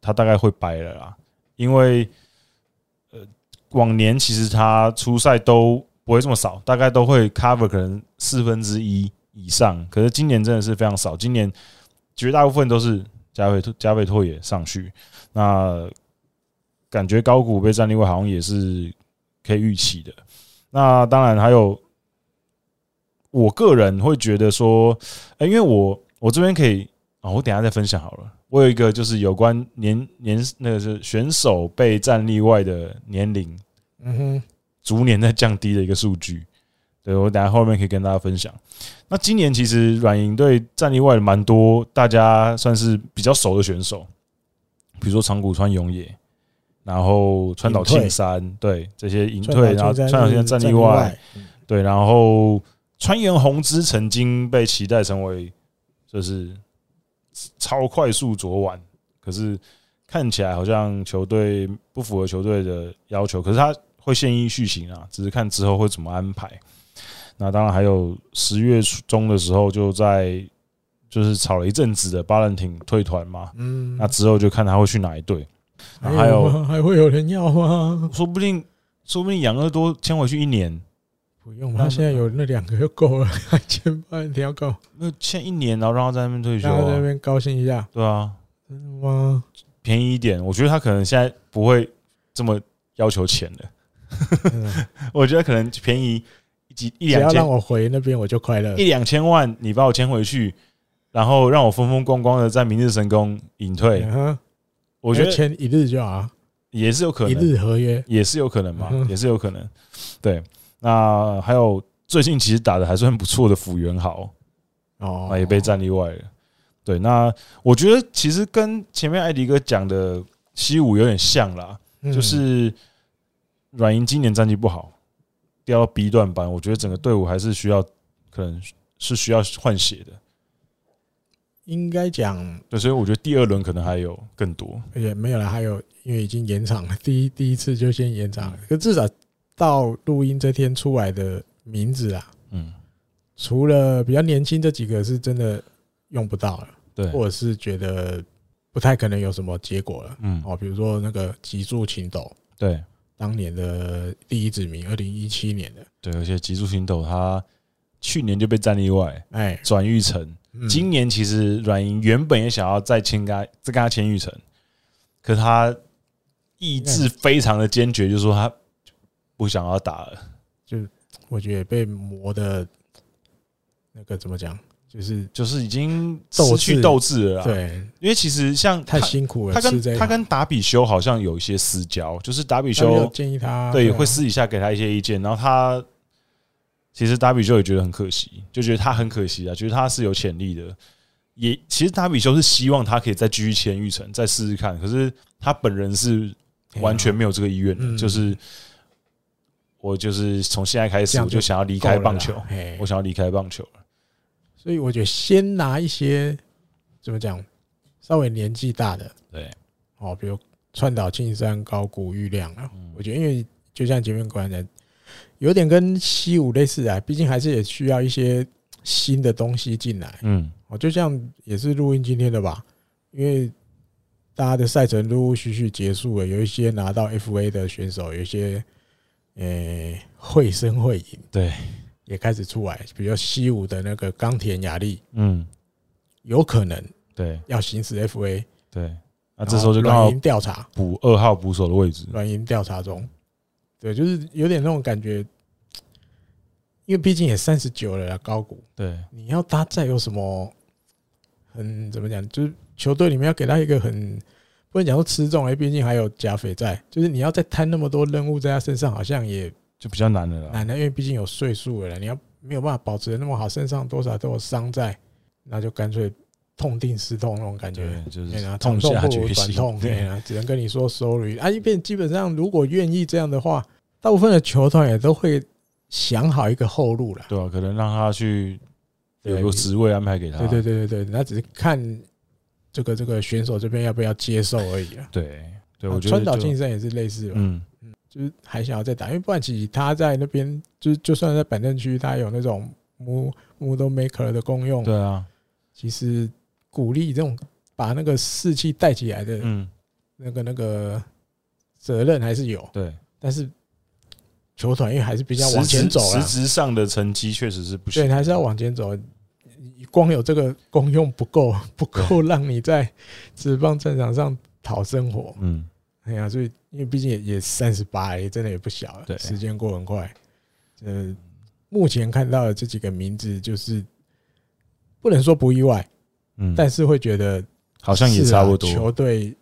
S1: 他大概会掰了啦，因为呃，往年其实他出赛都不会这么少，大概都会 cover 可能四分之一以上，可是今年真的是非常少，今年绝大部分都是加倍加倍拓也上去，那感觉高谷被战力位好像也是可以预期的。那当然还有，我个人会觉得说，哎、因为我我这边可以啊、我等一下再分享好了。我有一个就是有关年年那个是选手被战例外的年龄
S2: 嗯哼，
S1: 逐年在降低的一个数据。对我等下后面可以跟大家分享。那今年其实软银队战力外蛮多，大家算是比较熟的选手，比如说长谷川勇也，然后川岛庆三，对这些隐退，然后川岛庆三战力外，，
S2: 嗯
S1: 对，然后川原弘之曾经被期待成为就是超快速左腕，可是看起来好像球队不符合球队的要求，可是他会现役续行啊，只是看之后会怎么安排。那当然还有十月中的时候就在就是炒了一阵子的巴兰廷退团嘛，
S2: 嗯，
S1: 那之后就看他会去哪一队，然后还有
S2: 吗还会有人要吗？
S1: 说不定说不定养乐多签回去一年，
S2: 不用
S1: 那
S2: 吧，他现在有那两个就够了， *laughs* 还前半条够，
S1: 那签一年然后让他在那边退休、
S2: 然后在那
S1: 啊，
S2: 边高兴一下，
S1: 对啊，
S2: 真
S1: *laughs*
S2: 的吗？
S1: 便宜一点，我觉得他可能现在不会这么要求钱了。
S2: 真的
S1: *laughs* 我觉得可能便宜几一
S2: 只
S1: 两
S2: 要让
S1: 千
S2: 我回那边，我就快乐
S1: 一。两千万，你把我签回去，然后让我风风光光的在明日神宫隐退，
S2: 嗯哼，
S1: 我觉
S2: 就
S1: 得
S2: 哎签一日就好啊，
S1: 也是有可
S2: 一
S1: 能，
S2: 日合约。
S1: 也是有可能嘛
S2: 嗯，哼
S1: 也是有可能。对，那还有最近其实打的还算不错的辅元豪，
S2: 哦
S1: 啊，也被战例外了。对，那我觉得其实跟前面艾迪哥讲的西武有点像啦，
S2: 嗯
S1: 就是软银今年战绩不好，掉到 B 段班，我觉得整个队伍还是需要，可能是需要换血的。
S2: 应该讲
S1: 对，所以我觉得第二轮可能还有更多。
S2: 也没有了，还有因为已经延长了， *laughs* 第一第一次就先延长
S1: 嗯
S2: 了，可至少到录音这天出来的名字啊，
S1: 嗯，
S2: 除了比较年轻这几个是真的用不到了，
S1: 对，
S2: 或者是觉得不太可能有什么结果了。
S1: 嗯，
S2: 哦，比如说那个极速琴斗，
S1: 对
S2: 当年的第一指名，二零一七年的，
S1: 对，而且极速行斗他去年就被战例外
S2: 哎，
S1: 转玉成，
S2: 嗯
S1: 今年其实软银原本也想要再签跟他再跟他签玉成，可是他意志非常的坚决，就说他不想要打了。
S2: 我觉得被磨的，那个怎么讲，就是
S1: 就是已经失
S2: 斗
S1: 去
S2: 志
S1: 斗志了啦，
S2: 对，
S1: 因为其实像
S2: 太
S1: 他
S2: 辛苦
S1: 啊
S2: 了。
S1: 他
S2: 吃
S1: 跟
S2: 这一
S1: 他
S2: 行
S1: 跟达比修好像有一些私交，就是达比
S2: 他没有
S1: 修
S2: 建议他，
S1: 对
S2: 啊
S1: 会私底下给他一些意见，然后他其实达比修也觉得很可惜，就觉得他很可惜啊，觉得他是有潜力的。也其实达比修是希望他可以再继续签玉成，再试试看，可是他本人是完全没有这个意愿的，
S2: 嗯
S1: 就是我就是从现在开
S2: 这
S1: 始
S2: 样
S1: 我
S2: 就
S1: 就想要离
S2: 离
S1: 开棒球，
S2: 哎
S1: 我，想要离开棒球了。
S2: 所以我觉得先拿一些怎么讲，稍微年纪大的
S1: 对，
S2: 哦，比如川岛庆山、高谷裕亮啊，
S1: 嗯
S2: 我觉得因为就像前面讲的，有点跟西武类似啊，毕竟还是也需要一些新的东西进来。
S1: 嗯，
S2: 哦，就像也是录音今天的吧，因为大家的赛程陆陆续续结束了，有一些拿到 FA 的选手，有一些呃会声会影，
S1: 对，
S2: 也开始出来，比如西武的那个冈田雅丽，
S1: 嗯，
S2: 有可能
S1: 对
S2: 要行使 FA，
S1: 对。那、
S2: 那
S1: 这时候就刚好嗯
S2: 软银调查，
S1: 补二号捕手的位置。
S2: 软银调查中，对，就是有点那种感觉，因为毕竟也三十九了啦，高谷，
S1: 对，
S2: 你要他再有什么很怎么讲，就是球队里面要给他一个很不能讲说吃重，因为毕竟还有加肥在，就是你要再摊那么多任务在他身上，好像也
S1: 就比较难了啦。
S2: 难了，啊因为毕竟有岁数了啦，你要没有办法保持的那么好，身上多少都有伤在，那就干脆痛定思痛那种感觉
S1: 对。，就
S2: 对啊，
S1: 是
S2: 长
S1: 痛
S2: 痛
S1: 下
S2: 不如
S1: 决
S2: 短
S1: 心。
S2: 痛，
S1: *laughs*
S2: 对
S1: 对
S2: 啊，只能跟你说 sorry。啊，一边基本上如果愿意这样的话，大部分的球团也都会想好一个后路啦。
S1: 对啊，可能让他去有
S2: 对
S1: 个职位安排给他。
S2: 对对对对对，那只是看这个这个选手这边要不要接受而已啊。
S1: 对对，
S2: 啊
S1: 我觉
S2: 川
S1: 得
S2: 岛
S1: 就
S2: 晋生也是类似吧，
S1: 嗯，
S2: 就是还想要再打，因为不然其实他在那边，就是就算在板凳区，他有那种 mo- model maker 的功用，
S1: 对啊，
S2: 其实鼓励这种把那个士气带起来的
S1: 嗯，
S2: 那个那个责任还是有，
S1: 对，
S2: 但是球团因为还是比较往
S1: 实质
S2: 前走
S1: 实
S2: 了，
S1: 质上的成绩确实是不
S2: 对，
S1: 行。
S2: 你还是要往前走。啊光有这个功用不够， *laughs* 不够让你在职棒战场上讨生活。
S1: 嗯，
S2: 哎呀，所以因为毕竟也也三十八，也真的也不小
S1: 对
S2: 了，时间过很快。呃，目前看到的这几个名字，就是不能说不意外，
S1: 嗯，
S2: 但是会觉得
S1: 好像也
S2: 是啊
S1: 差不
S2: 球
S1: 多。
S2: 队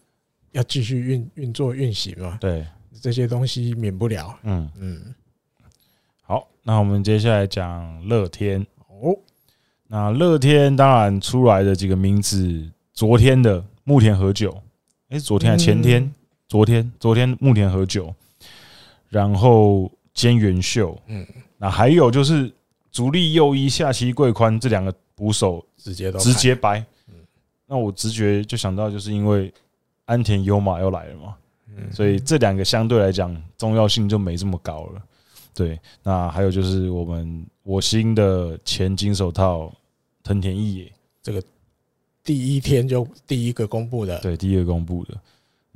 S2: 要继续运运作运行嘛，
S1: 对，
S2: 这些东西免不了。
S1: 嗯，
S2: 嗯，
S1: 好，那我们接下来讲乐天。
S2: 哦，
S1: 那乐天当然出来的几个名字，昨天的木田和久，诶，昨天还前天，
S2: 嗯
S1: 昨天昨天木田和久，然后菅原秀，嗯
S2: 嗯，
S1: 那还有就是足利右一、下崎贵宽这两个捕手
S2: 直接都
S1: 直接白
S2: 嗯。
S1: 那我直觉就想到，就是因为安田优马要来了嘛，
S2: 看，嗯
S1: 所以这两个相对来讲重要性就没这么高了。对，那还有就是我们我新的前金手套藤田义也，
S2: 第一天就第一个公布的，
S1: 对，第一个公布的。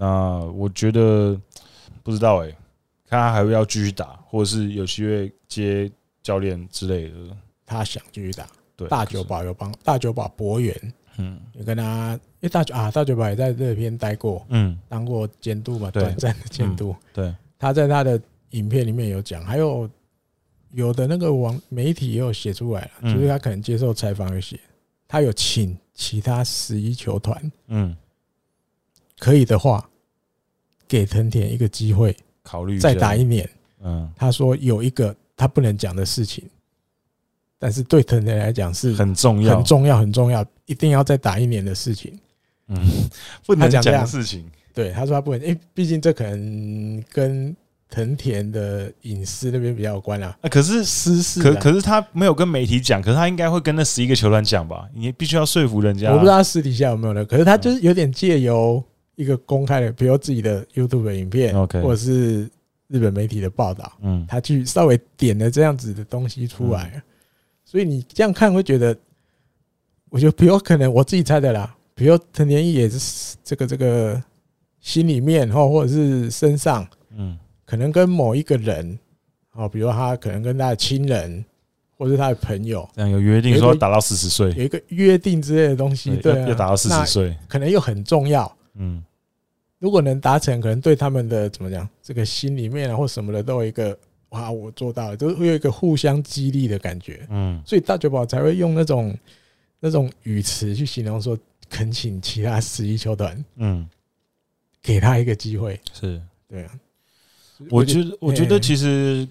S1: 那我觉得不知道哎、看他还会要继续打，或者是有机会接教练之类的。
S2: 他想继续打。
S1: 对，
S2: 大久，保有帮大久保博远
S1: 嗯
S2: 也跟他，因为大久啊大久保也在这边待过，
S1: 嗯，
S2: 当过监督嘛，
S1: 对嗯
S2: 短暂的监督。
S1: 对，
S2: 他在他的影片里面有讲，还有有的那个网媒体也有写出来了，
S1: 嗯
S2: 就是他可能接受采访有写，他有请其他十一球团，
S1: 嗯，
S2: 可以的话，给藤田一个机会，
S1: 考虑一
S2: 再
S1: 下
S2: 打一，年。
S1: 嗯，
S2: 他说有一个他不能讲的事情，但是对藤田来讲是
S1: 很重要，
S2: 很重要、很重要，一定要再打一年的事情。
S1: 嗯，不能
S2: 他
S1: 讲
S2: 讲这
S1: 的
S2: 样
S1: 事情，
S2: 对，他说他不能，因为毕竟这可能跟藤田的隐私那边比较有关啦、
S1: 啊，可是
S2: 私事
S1: 可
S2: 啦
S1: 可是他没有跟媒体讲，可是他应该会跟那十一个球团讲吧？你必须要说服人家。啊
S2: 我不知道他私底下有没有的，可是他就是有点借由一个公开的，比如自己的 YouTube 的影片
S1: 嗯 OK
S2: 或者是日本媒体的报道，
S1: 嗯，
S2: 他去稍微点了这样子的东西出来，所以你这样看会觉得，我觉得比如可能我自己猜的啦，比如藤田一也是这个这个心里面哦或或者是身上，
S1: 嗯
S2: 可能跟某一个人哦，比如他可能跟他的亲人或是他的朋友
S1: 这样有约定说要打到四十岁，
S2: 有一个约定之类的东西，对、
S1: 要
S2: 啊，
S1: 要打到四
S2: 那
S1: 十岁。
S2: 可能又很重要。
S1: 嗯
S2: 如果能达成，可能对他们的怎么讲，这个心里面啊或什么的，都有一个哇，我做到了，就是会有一个互相激励的感觉。
S1: 嗯
S2: 所以大久保才会用那种那种语词去形容说，恳请其他十一球团
S1: 嗯，
S2: 给他一个机会。
S1: 是。
S2: 对啊，
S1: 我觉得，我觉得
S2: 嘿
S1: 其实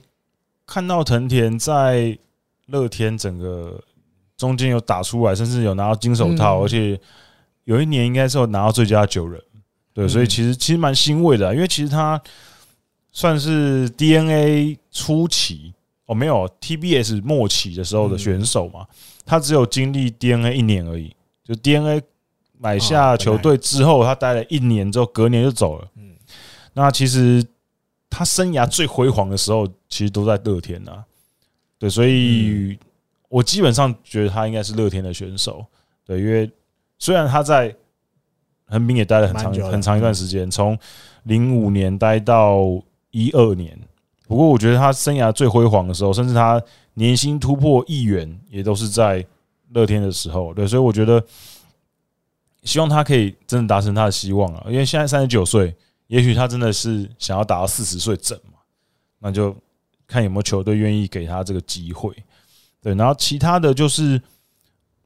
S1: 看到藤田在乐天整个中间有打出来，甚至有拿到金手套，
S2: 嗯
S1: 而且有一年应该是有拿到最佳九人，对，
S2: 嗯
S1: 所以其实其实蛮欣慰的啊，因为其实他算是 DNA 初期哦，没有 TBS 末期的时候的
S2: 嗯
S1: 选手嘛，他只有经历 DNA 一年而已，就 DNA 买
S2: 啊
S1: 下
S2: 本
S1: 球
S2: 来
S1: 队之后，他待了一年之后，隔年就走了。
S2: 嗯，
S1: 那其实他生涯最辉煌的时候，其实都在乐天啊。对，所以我基本上觉得他应该是乐天的选手。对，因为虽然他在横滨也待了很长
S2: 蛮久的
S1: 很长一段时间，从零五年待到一二年，不过我觉得他生涯最辉煌的时候，甚至他年薪突破亿元，也都是在乐天的时候。对，所以我觉得希望他可以真的达成他的希望啊，因为现在三十九岁，也许他真的是想要打到四十岁整嘛，那就看有没有球队愿意给他这个机会。对，然后其他的就是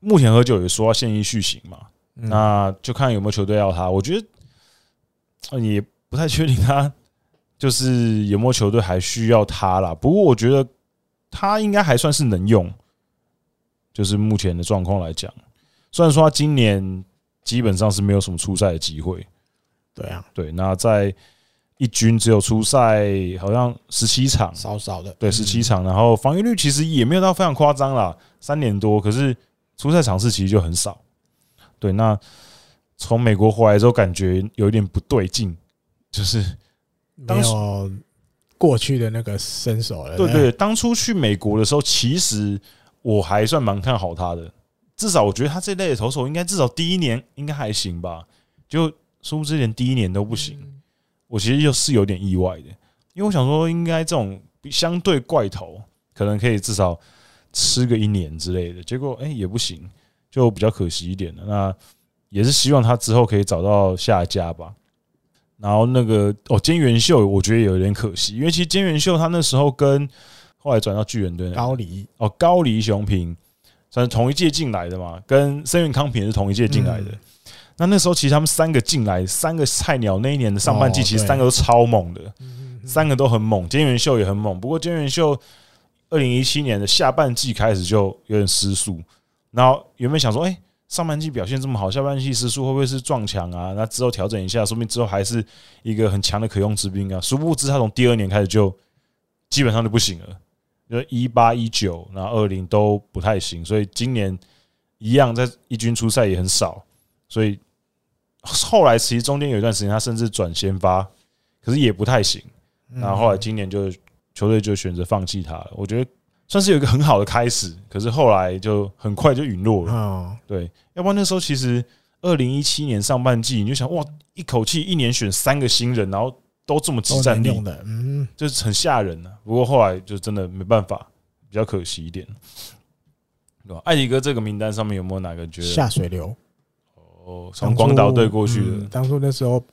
S1: 目前何久也说要现役续行嘛，
S2: 嗯
S1: 那就看有没有球队要他。我觉得呃也不太确定他就是有没有球队还需要他啦。不过我觉得他应该还算是能用，就是目前的状况来讲，虽然说他今年基本上是没有什么出赛的机会，
S2: 对啊，
S1: 对，那在一军只有出赛好像十七场，
S2: 少少的，
S1: 对，
S2: 嗯
S1: 十七，场，然后防御率其实也没有到非常夸张啦，三点多，可是出赛场次其实就很少。对，那从美国回来之后，感觉有一点不对劲，就是
S2: 嗯没
S1: 当时
S2: 有过去的那个身手了。
S1: 对对，当初去美国的时候，其实我还算蛮看好他的，至少我觉得他这类的投手应该至少第一年应该还行吧，就殊不知连第一年都不
S2: 嗯
S1: 行。我其实就是有点意外的，因为我想说，应该这种相对怪头，可能可以至少吃个一年之类的，结果哎、也不行，就比较可惜一点的。那也是希望他之后可以找到下家吧。然后那个哦，菅原秀我觉得有点可惜，因为其实菅原秀他那时候跟后来转到巨人队那个
S2: 高梨
S1: 哦，高梨雄平算是同一届进来的嘛，跟森原康平也是同一届进来的。
S2: 嗯
S1: 那那时候其实他们三个进来，三个菜鸟那一年的上半季
S2: 哦
S1: 其实三个都超猛的，
S2: 嗯
S1: 三个都很猛，菅原秀也很猛。不过菅原秀二零一七年的下半季开始就有点失速，然后原本想说，哎、上半季表现这么好，下半季失速会不会是撞墙啊？那之后调整一下，说明之后还是一个很强的可用之兵啊。殊不知他从第二年开始就基本上就不行了，就是一八一九，然后二零都不太行，所以今年一样在一军出赛也很少，所以后来其实中间有一段时间他甚至转先发，可是也不太行。嗯
S2: 嗯
S1: 然后后来今年就球队就选择放弃他了。我觉得算是有一个很好的开始，可是后来就很快就陨落了。
S2: 啊，
S1: 对，要不然那时候其实二零一七年上半季你就想哇，一口气一年选三个新人，然后都这么
S2: 都
S1: 集战
S2: 能
S1: 力
S2: 用，的，嗯，
S1: 就是很吓人啊。不过后来就真的没办法，比较可惜一点，对吧？艾迪哥这个名单上面有没有哪个觉得
S2: 下水流
S1: 哦，从广岛队过去
S2: 嗯
S1: 的
S2: 当初那时候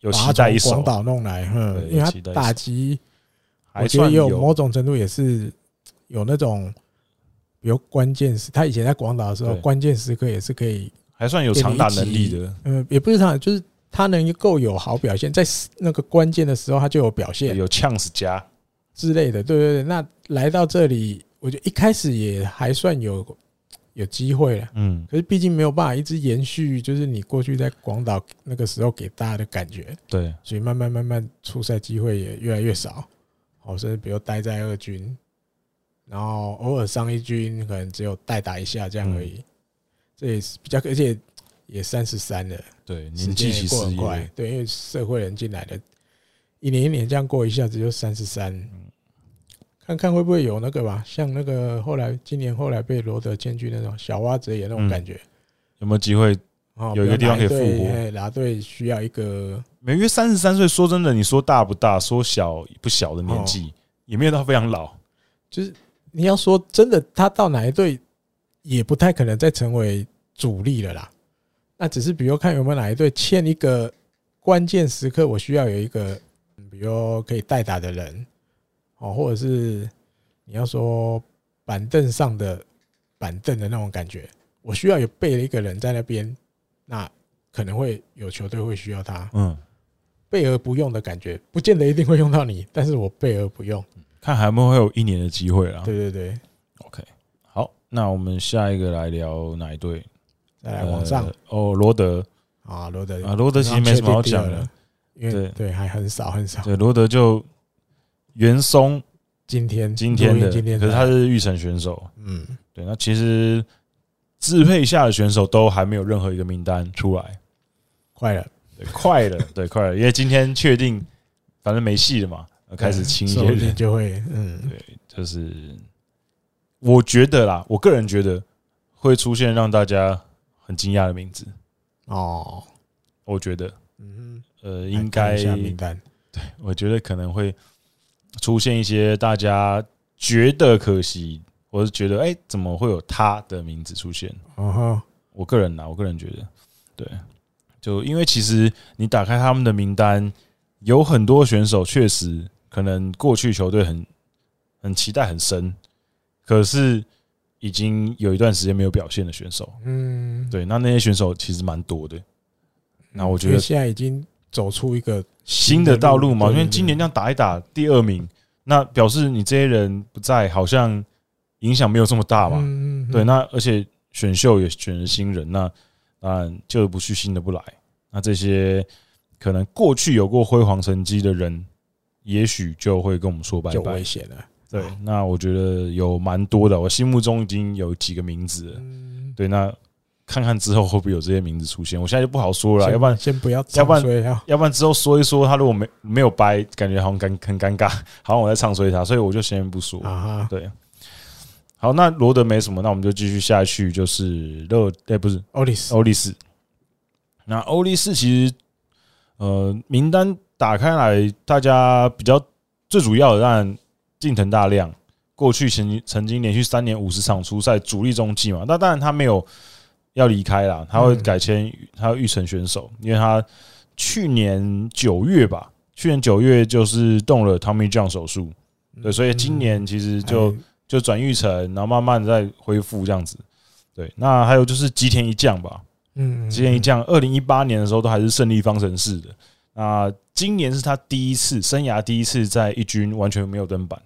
S1: 有
S2: 把
S1: 期
S2: 他
S1: 待一
S2: 从
S1: 手
S2: 广，岛弄来，
S1: 对
S2: 嗯，因为
S1: 有
S2: 他
S1: 期待一手
S2: 打击，
S1: 还
S2: 我觉得
S1: 算
S2: 也有
S1: 有
S2: 某种程度也是有那种，比如关键时，他以前在广岛的时候，
S1: 对
S2: 关键时刻也是可以，
S1: 还算有
S2: 给你
S1: 长打
S2: 一
S1: 能力
S2: 集
S1: 的，
S2: 嗯，也不是他，就是他能够有好表现，在那个关键的时候他就有表现，
S1: 有呛死加。
S2: 之类的，对对对。那来到这里，我觉得一开始也还算有有机会了，
S1: 嗯，
S2: 可是毕竟没有办法一直延续，就是你过去在广岛那个时候给大家的感觉，
S1: 对，
S2: 所以慢慢慢慢出赛机会也越来越少。哦，甚至比如待在二军，然后偶尔上一军，可能只有代打一下这样而
S1: 嗯
S2: 已。这也是比较，而且也三十三了，
S1: 对，
S2: 时
S1: 年
S2: 间
S1: 纪
S2: 也
S1: 其
S2: 过
S1: 实
S2: 很快
S1: 也，
S2: 对，因为社会人进来的，一年一年这样过，一下子就三十三，
S1: 嗯
S2: 看看会不会有那个吧，像那个后来今年后来被罗德签去那种小蛙子也那种
S1: 嗯
S2: 感觉，
S1: 有没有机会？
S2: 哦，
S1: 有一个地方可以复活
S2: 拿队需要一个
S1: 每月三十三岁，说真的，你说大不大，说小不小的年
S2: 哦
S1: 纪，也没有到非常老。
S2: 就是你要说真的，他到哪一队也不太可能再成为主力了啦。那只是比如看有没有哪一队欠一个关键时刻，我需要有一个，嗯比如可以代打的人，哦，或者是你要说板凳上的板凳的那种感觉，我需要有备了一个人在那边，那可能会有球队会需要他
S1: 嗯，
S2: 备而不用的感觉，不见得一定会用到你，但是我备而不用，
S1: 看还有没有会有一年的机会啦。
S2: 对对对，
S1: OK，好，那我们下一个来聊哪一队？
S2: 再来往上
S1: 呃。哦，罗德
S2: 啊，罗德
S1: 啊，罗德其实没什么好讲的。，
S2: 因
S1: 对
S2: 为对还很少很少。
S1: 对，罗德就袁松
S2: 今天
S1: 今天
S2: 录
S1: 的，
S2: 音今天
S1: 可是
S2: 才
S1: 他是预成选手。
S2: 嗯，
S1: 对，那其实支配下的选手都还没有任何一个名单出来。
S2: 快了，
S1: 对，快了， *laughs* 对，快了，因为今天确定，反正没戏了嘛，开始清一些
S2: 说不定
S1: 人，
S2: 就会嗯
S1: 就是我觉得啦，我个人觉得会出现让大家很惊讶的名字，
S2: 哦
S1: 我觉得，
S2: 嗯哼，
S1: 呃，
S2: 来
S1: 应
S2: 看
S1: 该
S2: 一，下名单
S1: 我觉得可能会出现一些大家觉得可惜，或是觉得哎、怎么会有他的名字出现？
S2: 哦哈，
S1: 我个人啦，我个人觉得，对，就因为其实你打开他们的名单，有很多选手确实可能过去球队很很期待很深，可是已经有一段时间没有表现的选手，
S2: 嗯，
S1: 对，那那些选手其实蛮多的。那我觉
S2: 因
S1: 得
S2: 为现在已经走出一个
S1: 新的道路嘛，
S2: 对
S1: 因
S2: 对对
S1: 为今年这样打一打第二名，那表示你这些人不在，好像影响没有这么大嘛。
S2: 嗯，嗯
S1: 对，
S2: 嗯
S1: 那而且选秀也选了新人，那当然旧的不去，新的不来。那这些可能过去有过辉煌成绩的人，也许就会跟我们说拜
S2: 嗯就
S1: 拜
S2: 危。险了，
S1: 对，那我觉得有蛮多的，我心目中已经有几个名字了。
S2: 嗯，
S1: 对，那看看之后会不会有这些名字出现，我现在就不好说了，
S2: 先
S1: 要不然。
S2: 先不要唱衰，
S1: 要不然
S2: 要
S1: 要不然之后说一说，他如果没没有掰，感觉好像尴很尴尬，好像我在唱衰他，所以我就先不说。
S2: 啊哈，
S1: 对，好，那罗德没什么，那我们就继续下去，就是热，哎、不是
S2: 奥利斯
S1: 欧力士。那欧力士其实，呃，名单打开来，大家比较最主要的，当然近藤大亮过去曾曾经连续三年五十场出赛，主力中继嘛。那当然他没有要离开啦，他会
S2: 嗯
S1: 改签他会预成选手，因为他去年九月吧，去年九月就是动了 Tommy John 手术，对，所以
S2: 嗯
S1: 今年其
S2: 哎
S1: 实就就转育成，然后慢慢地在恢复这样子。对，那还有就是吉田一将吧，
S2: 嗯
S1: 吉田一将，二零一八年的时候都还是胜利方程式的，那今年是他第一次生涯第一次在一军完全没有登板，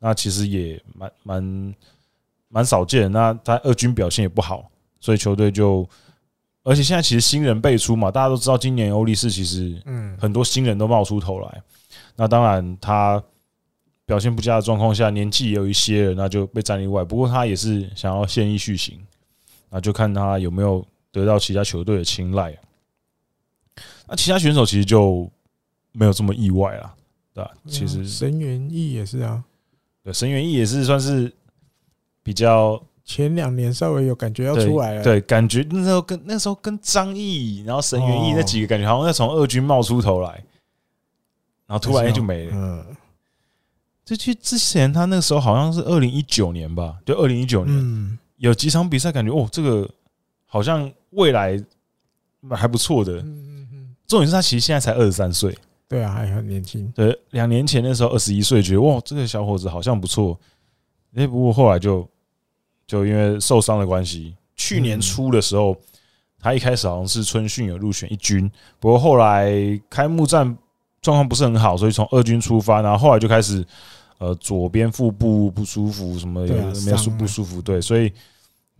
S1: 那其实也蛮蛮蛮少见的。那他二军表现也不好，所以球队就，而且现在其实新人辈出嘛，大家都知道今年欧力士其实
S2: 嗯，
S1: 很多新人都冒出头来。那当然，他表现不佳的状况下，年纪也有一些了，那就被战例外。不过他也是想要现役续行，那就看他有没有得到其他球队的青睐。那其他选手其实就没有这么意外啦，对吧？其
S2: 嗯
S1: 实
S2: 神元义也是啊，
S1: 对神原一也是算是比较
S2: 前两年稍微有感觉要
S1: 对
S2: 出来了，，
S1: 对，感觉那时候跟那时候跟张毅，然后神原毅那几个感觉好像在从二军冒出头来，然后突然间就没了。
S2: 嗯
S1: 这去之前，他那个时候好像是二零一九年吧，就二零一九年、
S2: 嗯，
S1: 有几场比赛，感觉哦，这个好像未来还不错的
S2: 嗯。嗯嗯，
S1: 重点是他其实现在才二十三岁，
S2: 对啊，还很年轻，
S1: 对，两年前那时候二十一岁，觉得哇，这个小伙子好像不错。哎，不过后来就就因为受伤的关系，去
S2: 嗯
S1: 年初的时候，他一开始好像是春训有入选一军，不过后来开幕战状况不是很好，所以从二军出发，然后后来就开始呃左边腹部不舒服，什么有
S2: 对啊
S1: 没有舒
S2: 伤啊
S1: 不舒服？对，所以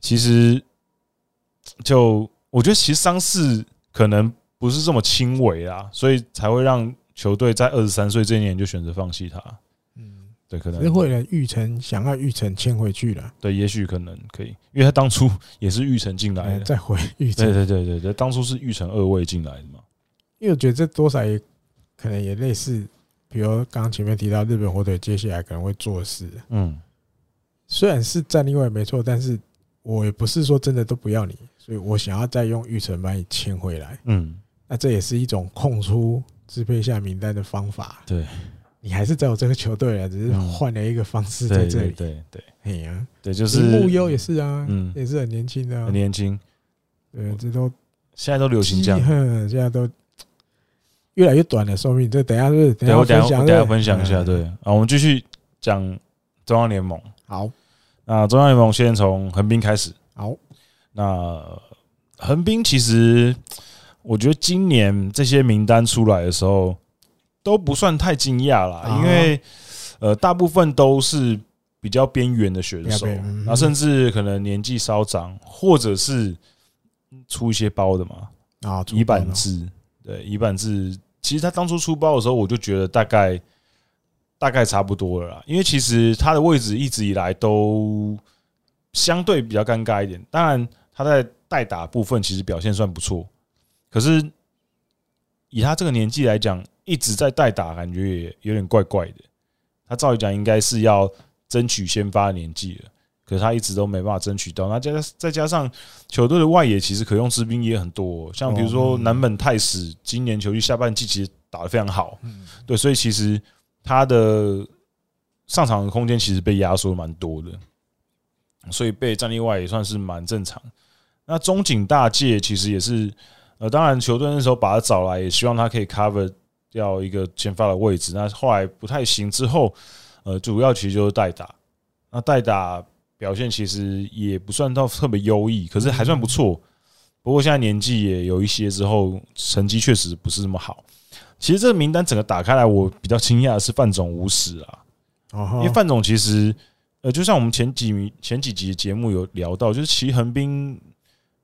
S1: 其实就我觉得其实伤势可能不是这么轻微啦，所以才会让球队在二十三岁这一年就选择放弃他。
S2: 嗯，
S1: 对，可
S2: 只是
S1: 能
S2: 会了玉成想要玉成签回去了，
S1: 对，也许可能可以，因为他当初也是玉成进来
S2: 嗯
S1: 的。
S2: 再回玉成
S1: 啊对，对对对对，当初是玉成二位进来的嘛。
S2: 因为我觉得这多少也可能也类似，比如刚刚前面提到日本火腿接下来可能会做事，
S1: 嗯，
S2: 虽然是战例外没错，但是我也不是说真的都不要你，所以我想要再用玉成把你签回来，
S1: 嗯，
S2: 那这也是一种空出支配下名单的方法。
S1: 对，
S2: 你还是在我这个球队了，只是
S1: 嗯
S2: 换了一个方式在
S1: 对
S2: 这
S1: 对
S2: 里。
S1: 对对
S2: 哎呀，
S1: 对，就
S2: 铃
S1: 是
S2: 木优也是啊，
S1: 嗯
S2: 也是很年轻的啊
S1: 很，年轻，
S2: 对，这都
S1: 现在都流行这样。
S2: 哼 *laughs* 现在都越来越短了寿命。这等一下是
S1: 对，
S2: 等一下
S1: 我
S2: 会
S1: 等
S2: 分
S1: 一下
S2: 享，
S1: 我等一下分享一下。
S2: 嗯
S1: 对，啊，我们继续讲中央联盟。
S2: 好，
S1: 那中央联盟先从横滨开始。
S2: 好，
S1: 那横滨其实，我觉得今年这些名单出来的时候，都不算太惊讶啦，
S2: 啊
S1: 因为呃，大部分都是比较边缘的选手
S2: 比较边缘，嗯
S1: 那甚至可能年纪稍长，或者是出一些包的嘛，
S2: 啊，主
S1: 乙板
S2: 攻哦
S1: 制，对，乙板制。其实他当初出包的时候，我就觉得大概大概差不多了啦，因为其实他的位置一直以来都相对比较尴尬一点。当然，他在代打部分其实表现算不错，可是以他这个年纪来讲，一直在代打，感觉也有点怪怪的。他照理讲应该是要争取先发的年纪了，可是他一直都没办法争取到。那加再加上球队的外野其实可用之兵也很多、像比如说
S2: 哦嗯
S1: 南本泰史，今年球季下半季其实打得非常好，
S2: 嗯
S1: 对，所以其实他的上场的空间其实被压缩蛮多的，所以被战力外也算是蛮正常。那中井大介其实也是，呃，当然球队那时候把他找来，也希望他可以 cover 掉一个先发的位置。那后来不太行之后，呃，主要其实就是代打。那代打表现其实也不算到特别优异，可是还算不错。不过现在年纪也有一些之后，成绩确实不是那么好。其实这个名单整个打开来，我比较惊讶的是范总无死啊，
S2: 哦
S1: 因
S2: 吼，
S1: 为范总其实呃，就像我们前几名前几集的节目有聊到，就是其实横滨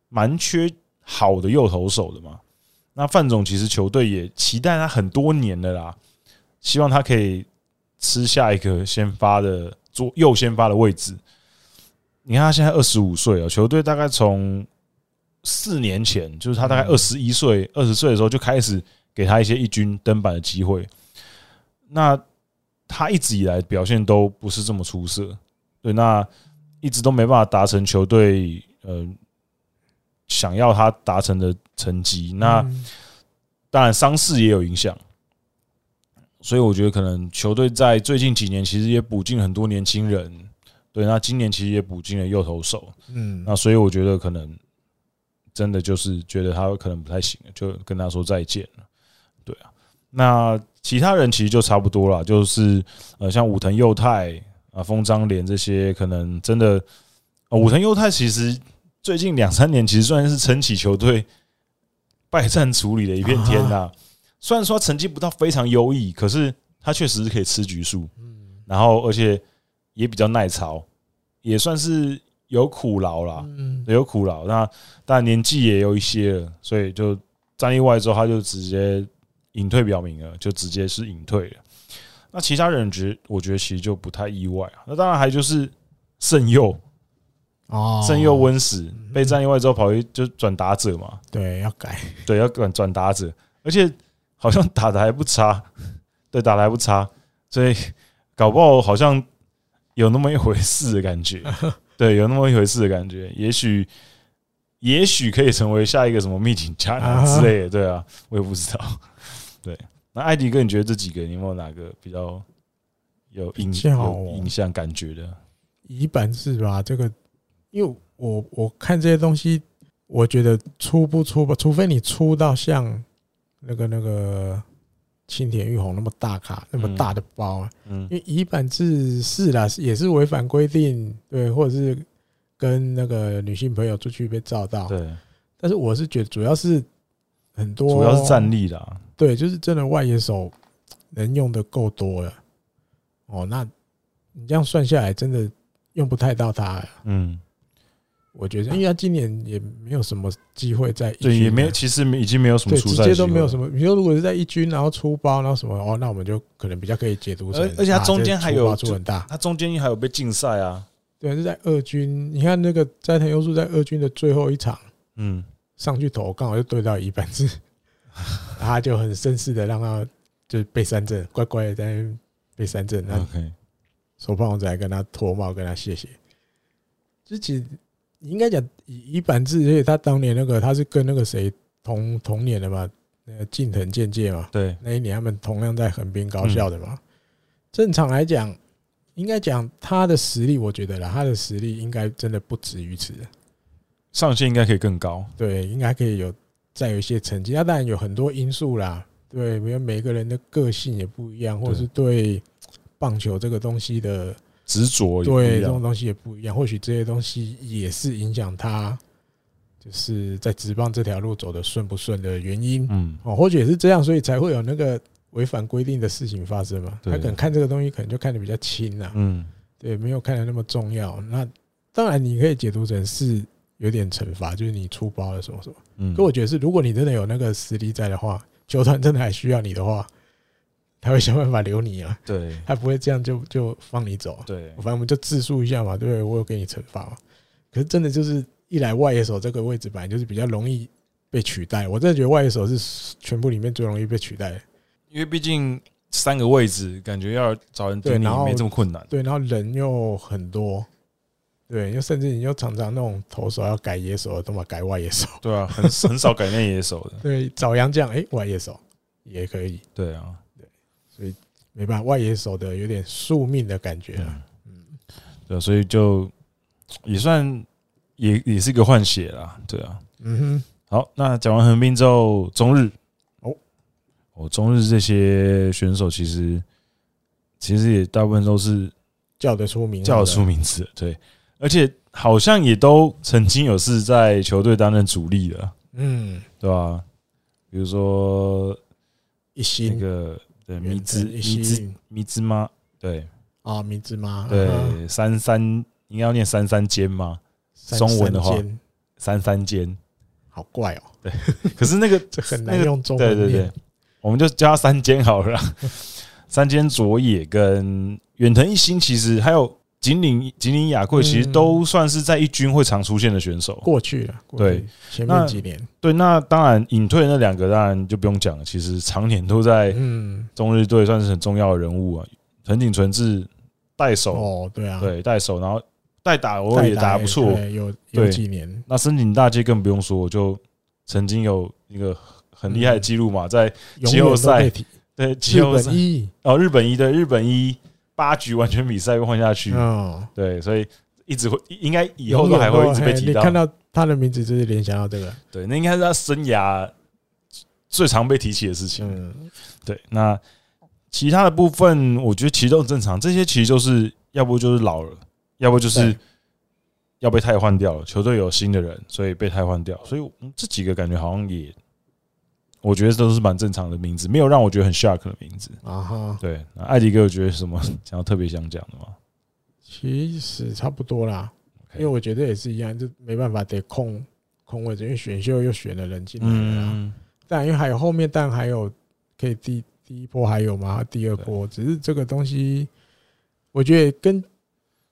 S1: 蛮缺好的右投手的嘛。那范总其实球队也期待他很多年了啦，希望他可以吃下一个先发的左右先发的位置。你看他现在二十五岁哦，球队大概从四年前，就是他大概
S2: 嗯
S1: 二十一岁、二十岁的时候就开始给他一些一军登板的机会。那他一直以来表现都不是这么出色，对，那一直都没办法达成球队呃想要他达成的成绩。那、
S2: 嗯
S1: 当然伤势也有影响，所以我觉得可能球队在最近几年其实也补进很多年轻人，对，那今年其实也补进了右投手，
S2: 嗯
S1: 那所以我觉得可能真的就是觉得他可能不太行了，就跟他说再见了，对啊。那其他人其实就差不多了，就是呃，像武藤佑太啊、风张莲这些，可能真的，呃，武藤佑太其实最 *laughs* 近两三年其实算是撑起球队败战处理的一片天呐、 *laughs* 虽然说成绩不到非常优异，可是他确实是可以吃局数，然后而且也比较耐操，也算是有苦劳啦，
S2: 嗯，
S1: 有苦劳。那但年纪也有一些了，所以就战意外之后，他就直接隐退表明了，就直接是隐退了。那其他人觉，我觉得其实就不太意外啊。那当然还就是圣佑，
S2: 哦，
S1: 圣佑温死
S2: 嗯
S1: 被战意外之后跑去就转打者嘛，
S2: 对要改，
S1: 对，要转转打者，而且好像打的还不差， *laughs* 对，打的还不差，所以搞不好好像有那么一回事的感
S2: *laughs*
S1: 觉，对，有那么一回事的感觉，也许也许可以成为下一个什么秘境家
S2: 啊
S1: 之类的，对啊，我也不知道，对，那艾迪哥，你觉得这几个你有没有哪个比较有印
S2: 比较哦
S1: 有印象感觉的？
S2: 以本是吧？这个，因为我我看这些东西，我觉得出不出吧，除非你出到像那个那个青田玉红那么大卡那么大的包啊，
S1: 嗯
S2: 因为乙板制是啦，是也是违反规定，对，或者是跟那个女性朋友出去被照到，
S1: 对，
S2: 但是我是觉得主要是很多，
S1: 主要是战力啦，
S2: 对，就是真的外野手能用的够多了。哦，那你这样算下来，真的用不太到他。
S1: 嗯，
S2: 我觉得，因为他今年也没有什么机会在一军
S1: 对，
S2: 了，
S1: 也没有，其实没已经没有什么
S2: 对
S1: 出
S2: 直
S1: 赛
S2: 接
S1: 机
S2: 都没有
S1: 会
S2: 什么。你说如果是在一军，然后出包，然后什么哦，那我们就可能比较可以解读成
S1: 而，而且他
S2: 啊
S1: 中
S2: 这
S1: 间还
S2: 出
S1: 有
S2: 包
S1: 就
S2: 出很大，
S1: 他中间还有被禁赛啊，
S2: 对，是在二军。你看那个斋藤优树在二军的最后一场
S1: 嗯，
S2: 上去投，刚好就对到一板子， *laughs* 他就很绅士的让他就是被三振，乖乖的在那边被三振，
S1: 嗯
S2: 那
S1: OK，
S2: 手胖王子还跟他脱帽，跟他谢谢。就其实你应该讲以以板制，而且他当年那个他是跟那个谁同同年的嘛，那个近藤健介嘛，
S1: 对，
S2: 那一年他们同样在横滨高校的嘛。正常来讲，应该讲他的实力，我觉得啦，他的实力应该真的不止于此。
S1: 上限应该可以更高，
S2: 对，应该可以有再有一些成绩。那当然有很多因素啦，对，因为每个人的个性也不一样，或者是对棒球这个东西的
S1: 执着也不
S2: 对
S1: 一
S2: 这种
S1: 样，
S2: 东西也不一样，或许这些东西也是影响他就是在职棒这条路走的顺不顺的原因
S1: 嗯，
S2: 哦，或许也是这样，所以才会有那个违反规定的事情发生嘛。他
S1: 对啊
S2: 可能看这个东西，可能就看得比较轻啦、
S1: 嗯，
S2: 对，没有看得那么重要。那当然你可以解读成是有点惩罚，就是你出包了什么什么。
S1: 嗯，
S2: 可我觉得是，如果你真的有那个实力在的话，球团真的还需要你的话，他会想办法留你啊，
S1: 对
S2: 他不会这样就就放你走。啊
S1: 对
S2: 反正我们就自述一下嘛，对不对？我有给你惩罚嘛。可是真的就是一来外野手这个位置本来就是比较容易被取代，我真的觉得外野手是全部里面最容易被取代的。
S1: 因为毕竟三个位置，感觉要找人
S2: 对
S1: 顶你
S2: 然后
S1: 没这么困难，
S2: 对，然后人又很多，对，又甚至你又常常那种投手要改野手，都嘛改外野手，
S1: 对啊，很 *laughs* 很少改内野手的，
S2: 对，找洋将哎外野手也可以，
S1: 对啊，
S2: 没办法，外野手的有点宿命的感觉啊。嗯，
S1: 对啊，所以就也算也也是一个换血啦，对啊。
S2: 嗯哼，
S1: 好，那讲完横滨之后，中日
S2: 哦
S1: 哦，中日这些选手其实其实也大部分都是
S2: 叫得出名，
S1: 叫得出，名字的，对，而且好像也都曾经有是在球队担任主力的，
S2: 嗯，
S1: 对吧、比如说
S2: 一
S1: 那
S2: 星
S1: 个对
S2: 远
S1: 迷之
S2: 藤一
S1: 迷之
S2: 星
S1: 迷之吗？对
S2: 啊，名字吗？嗯，
S1: 对，三三应该要念三三间吗？
S2: 三
S1: 中文的话
S2: 三间
S1: 三三间， *laughs*
S2: 好怪哦，
S1: 可是那个
S2: 这很
S1: 那
S2: 难
S1: 个
S2: 用中
S1: 对
S2: 文念。
S1: 对对，我们就叫他三间好了
S2: *laughs*
S1: 啦。三间佐野跟远藤一心，其实还有锦岭锦岭雅贵，其实
S2: 嗯
S1: 都算是在一军会常出现的选手。
S2: 过去了，过去
S1: 对，
S2: 前
S1: 那
S2: 面几年，
S1: 对，那当然隐退的那两个当然就不用讲了，其实常年都在
S2: 嗯，
S1: 中日队算是很重要的人物啊。藤井纯志带手，
S2: 哦，对啊，
S1: 对带手，然后带打偶尔
S2: 代打，
S1: 也打得不错。
S2: 对有有
S1: 对
S2: 几年，
S1: 那深井大介更不用说，就曾经有一个很厉害的记录嘛，在
S2: 永
S1: 季
S2: 远
S1: 后
S2: 都
S1: 赛
S2: 被提
S1: 对季
S2: 嗯日
S1: 后赛
S2: 本一，
S1: 哦，日本一对日本一八局完全比赛被换下去，
S2: 嗯，
S1: 对，所以一直会应该以后都还会一直被
S2: 永远都
S1: 提
S2: 嘿你看
S1: 到，
S2: 到他的名字就是联想到这个，
S1: 对，那应该是他生涯最常被提起的事情。
S2: 嗯，
S1: 对，那其他的部分，我觉得其实都很正常。这些其实就是要不就是老了，要不就是
S2: 对
S1: 要被汰换掉了。球队有新的人，所以被汰换掉。所以嗯这几个感觉好像也我觉得都是蛮正常的名字，没有让我觉得很 shock 的名字。
S2: 啊哈，
S1: 对，那艾迪哥有觉得什么 *laughs* 想要特别想讲的吗？
S2: 其实差不多啦，因
S1: OK
S2: 为我觉得也是一样，就没办法得空空位置，因为选秀又选了人啊进来了啦。
S1: 嗯，
S2: 但因为还有后面，但还有可以第第一波还有嘛，第二波，只是这个东西，我觉得跟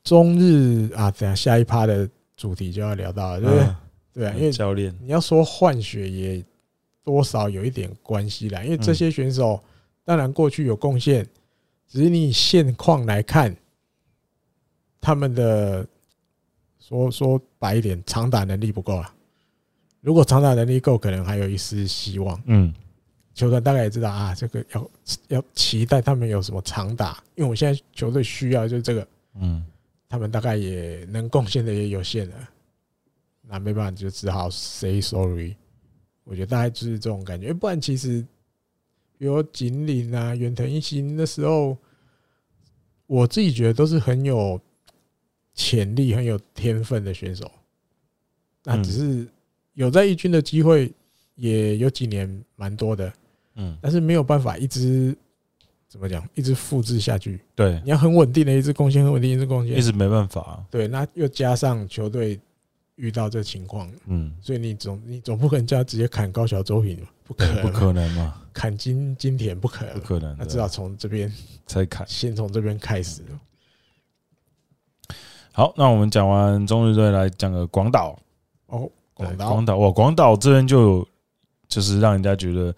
S2: 中日啊，等下下一趴的主题就要聊到了，对不对？
S1: 嗯
S2: 对啊，因为
S1: 教练，
S2: 你要说换血也多少有一点关系啦，因为这些选手当然过去有贡献，只是你以现况来看，他们的说说白一点，长打能力不够啊。如果长打能力够，可能还有一丝希望。
S1: 嗯
S2: 球团大概也知道啊，这个要要期待他们有什么长打，因为我现在球队需要就是这个，
S1: 嗯，
S2: 他们大概也能贡献的也有限了，那没办法，就只好 say sorry。我觉得大概就是这种感觉，不然其实比如锦鲤啊、远藤一心那时候，我自己觉得都是很有潜力、很有天分的选手，那只是有在一军的机会，也有几年蛮多的，
S1: 嗯，
S2: 但是没有办法一直怎么讲，一直复制下去。
S1: 对，
S2: 你要很稳定的一支贡献，很稳定的一支贡献
S1: 一，直没办法，啊
S2: 对，那又加上球队遇到这情况，
S1: 嗯，
S2: 所以你总你总不可能叫他直接砍高桥周平嘛，不可能，
S1: 不可能嘛，
S2: 砍金金田不可
S1: 不
S2: 能，
S1: 可能
S2: 那
S1: 的，
S2: 至少从这边
S1: 才砍。
S2: 先从这边开始。
S1: 好，那我们讲完中日队，来讲个广岛。
S2: 哦，
S1: 对
S2: 广
S1: 广
S2: 岛
S1: 岛哇，广岛这边就有，就是让人家觉得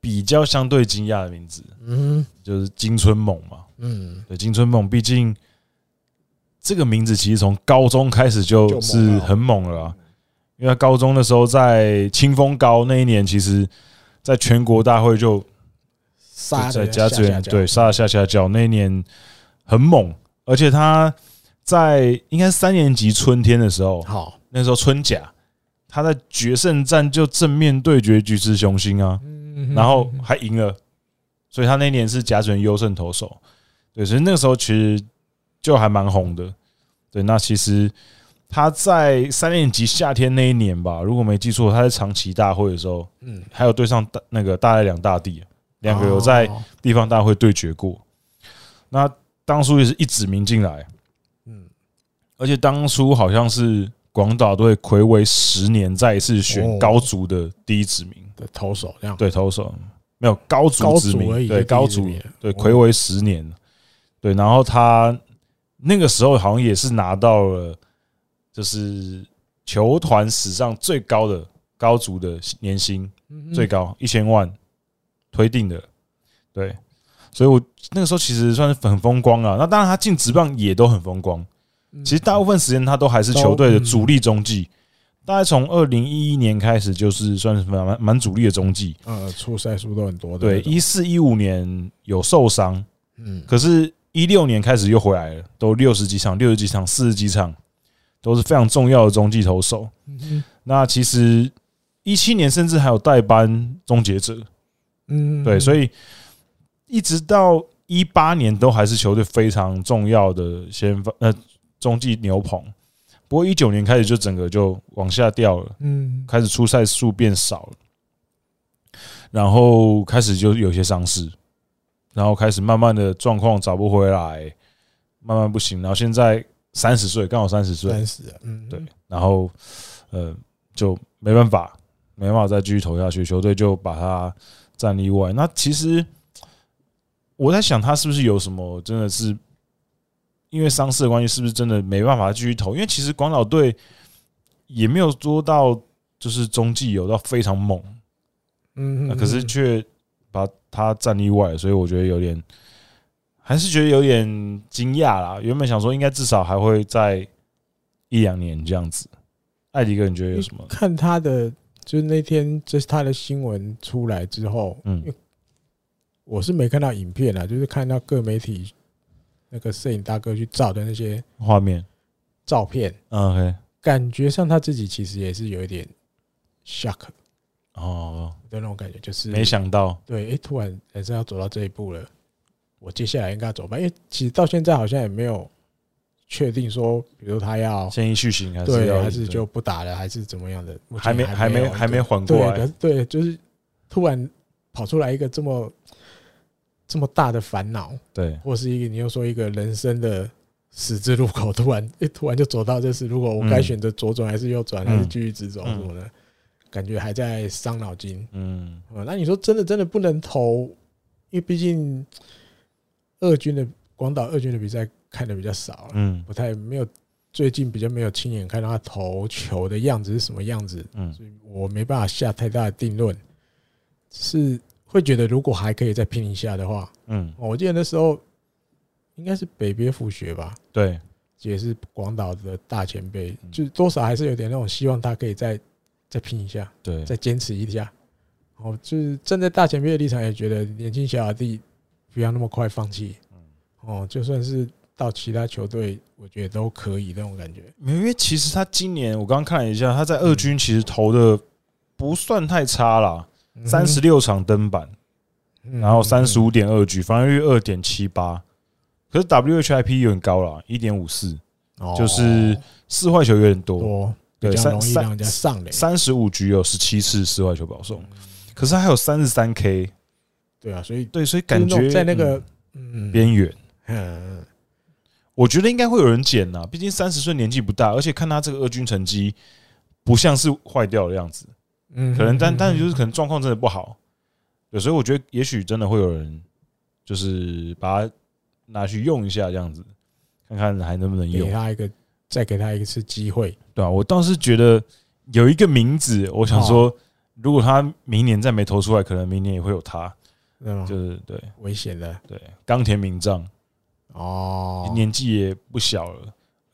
S1: 比较相对惊讶的名字，
S2: 嗯
S1: 就是金春猛嘛。
S2: 嗯，
S1: 对，金春猛，毕竟这个名字其实从高中开始就
S2: 就猛
S1: 是
S2: 了嗯
S1: 很猛了啊。因为他高中的时候在清风高那一年，其实在全国大会就
S2: 杀
S1: 在
S2: 的
S1: 加
S2: 下
S1: 志
S2: 下
S1: 远
S2: 脚
S1: 对杀了下下脚那一年很猛，而且他在应该是三年级春天的时候，
S2: 好，
S1: 那时候春甲，他在决胜战就正面对决菊池雄心啊，
S2: 嗯
S1: 然后还赢了，所以他那年是甲准优胜投手。对，所以那个时候其实就还蛮红的。对，那其实他在三年级夏天那一年吧，如果没记错，他在长崎大会的时候，
S2: 嗯，
S1: 还有对上大那个大爱两大帝，两个有在
S2: 哦
S1: 地方大会对决过。那当初也是一指名进来，
S2: 嗯
S1: 而且当初好像是广岛队魁违十年再一次选
S2: 哦
S1: 高足的第一指名，
S2: 的投手这样，
S1: 对投手没有高
S2: 高
S1: 足指
S2: 足
S1: 名
S2: 而已，
S1: 对
S2: 就
S1: 高
S2: 第一
S1: 足
S2: 名了
S1: 对
S2: 哦
S1: 魁违十年，对，然后他那个时候好像也是拿到了就是球团史上最高的高足的年薪，
S2: 嗯
S1: 最高一千万推定的，对，所以我那个时候其实算是很风光啊。那当然，他进职棒也都很风光。
S2: 嗯
S1: 其实大部分时间他都还是球队的主力中继，大概从二零一一年开始就是算是蛮蛮蛮主力的中继。
S2: 呃出赛数都很多的
S1: 对，
S2: 那种，
S1: 一四一五年有受伤，
S2: 嗯
S1: 可是，一六年开始又回来了，都六十几场、六十几场、四十几场，都是非常重要的中继投手。
S2: 嗯
S1: 那其实一七年甚至还有代班终结者，
S2: 嗯
S1: 对，所
S2: 以
S1: 以一直到一八年都还是球队非常重要的先发呃中继牛棚。不过一九年开始就整个就往下掉了，
S2: 嗯
S1: 开始出赛数变少了，然后开始就有一些伤势，然后开始慢慢的状况找不回来，慢慢不行，然后现在三十岁，刚好三十岁，
S2: 三十了，嗯
S1: 对然后呃就没办法，没办法再继续投下去，球队就把他战例外。那其实我在想，他是不是有什么真的是因为伤势的关系，是不是真的没办法继续投？因为其实广岛队也没有做到，就是中继有到非常猛，
S2: 嗯，
S1: 那啊
S2: 嗯
S1: 可是
S2: 嗯
S1: 却把他战例外，所以我觉得有点，还是觉得有点惊讶啦。原本想说应该至少还会在一两年这样子。艾迪哥，你觉得有什么？
S2: 看他的，就是那天就是他的新闻出来之后，
S1: 嗯
S2: 我是没看到影片啊，就是看到各媒体那个摄影大哥去照的那些
S1: 画面
S2: 照片，
S1: 嗯，OK，
S2: 感觉上他自己其实也是有一点 shock 的
S1: 哦，
S2: 那种感觉，就是
S1: 没想到，
S2: 对，哎、突然人生要走到这一步了，我接下来应该怎么办？因为其实到现在好像也没有确定说，比如他要
S1: 现役续行还是
S2: 对
S1: 要
S2: 还是就不打了，还是怎么样的，目前
S1: 还没还
S2: 没
S1: 没
S2: 有
S1: 还没缓过
S2: 对，可
S1: 来
S2: 是，对，就是突然跑出来一个这么这么大的烦恼，
S1: 对，
S2: 或是一个你又说一个人生的十字路口，突然诶突然就走到这是如果我该
S1: 嗯
S2: 选择左转还是右转，
S1: 嗯
S2: 还是继续直走
S1: 嗯
S2: 什么的，感觉还在伤脑筋。
S1: 嗯
S2: 啊，那你说真的真的不能投，因为毕竟二军的广岛二军的比赛看的比较少了，
S1: 嗯
S2: 不太没有最近比较没有亲眼看到他投球的样子是什么样子，
S1: 嗯
S2: 所以我没办法下太大的定论，是会觉得如果还可以再拼一下的话，
S1: 嗯，
S2: 哦我记得那时候应该是北边复学吧，
S1: 对，
S2: 也是广岛的大前辈
S1: 嗯，
S2: 就是多少还是有点那种希望他可以再再拼一下。
S1: 对，
S2: 再坚持一下。哦，就是站在大前辈的立场，也觉得年轻小弟不要那么快放弃。哦，就算是到其他球队，我觉得都可以那种感觉。
S1: 没有因为其实他今年我刚刚看了一下，他在二军其实投的不算太差啦，三十六场登板，
S2: 嗯，
S1: 然后三十五点二局，防御率二点七八，可是 WHIP 有点高啦，一点五四，
S2: 哦
S1: 就是四坏球有点多，
S2: 多比
S1: 对，
S2: 较
S1: 三
S2: 容易让
S1: 三
S2: 人家嗯上垒。
S1: 三十五局有十七次四坏球保送，可是他还有三十三 K，
S2: 对啊，所以
S1: 对，所以感
S2: 就是
S1: 觉
S2: 种在那个
S1: 嗯
S2: 嗯
S1: 边缘。
S2: 嗯
S1: 我觉得应该会有人捡呐，毕竟三十岁年纪不大，而且看他这个二军成绩，不像是坏掉的样子，*laughs*
S2: 嗯
S1: 可能但但
S2: 是 *laughs*
S1: 就是可能状况真的不好，有时候我觉得也许真的会有人就是把它拿去用一下这样子，看看还能不能用
S2: 嗯给，他一个再给他一次机会。
S1: 对吧、啊我倒是觉得有一个名字，我想说，如果他明年再没投出来，可能明年也会有他，
S2: 知道吗？
S1: 就是对
S2: 危险的
S1: 对，冈田明丈
S2: 哦，
S1: 年纪也不小了，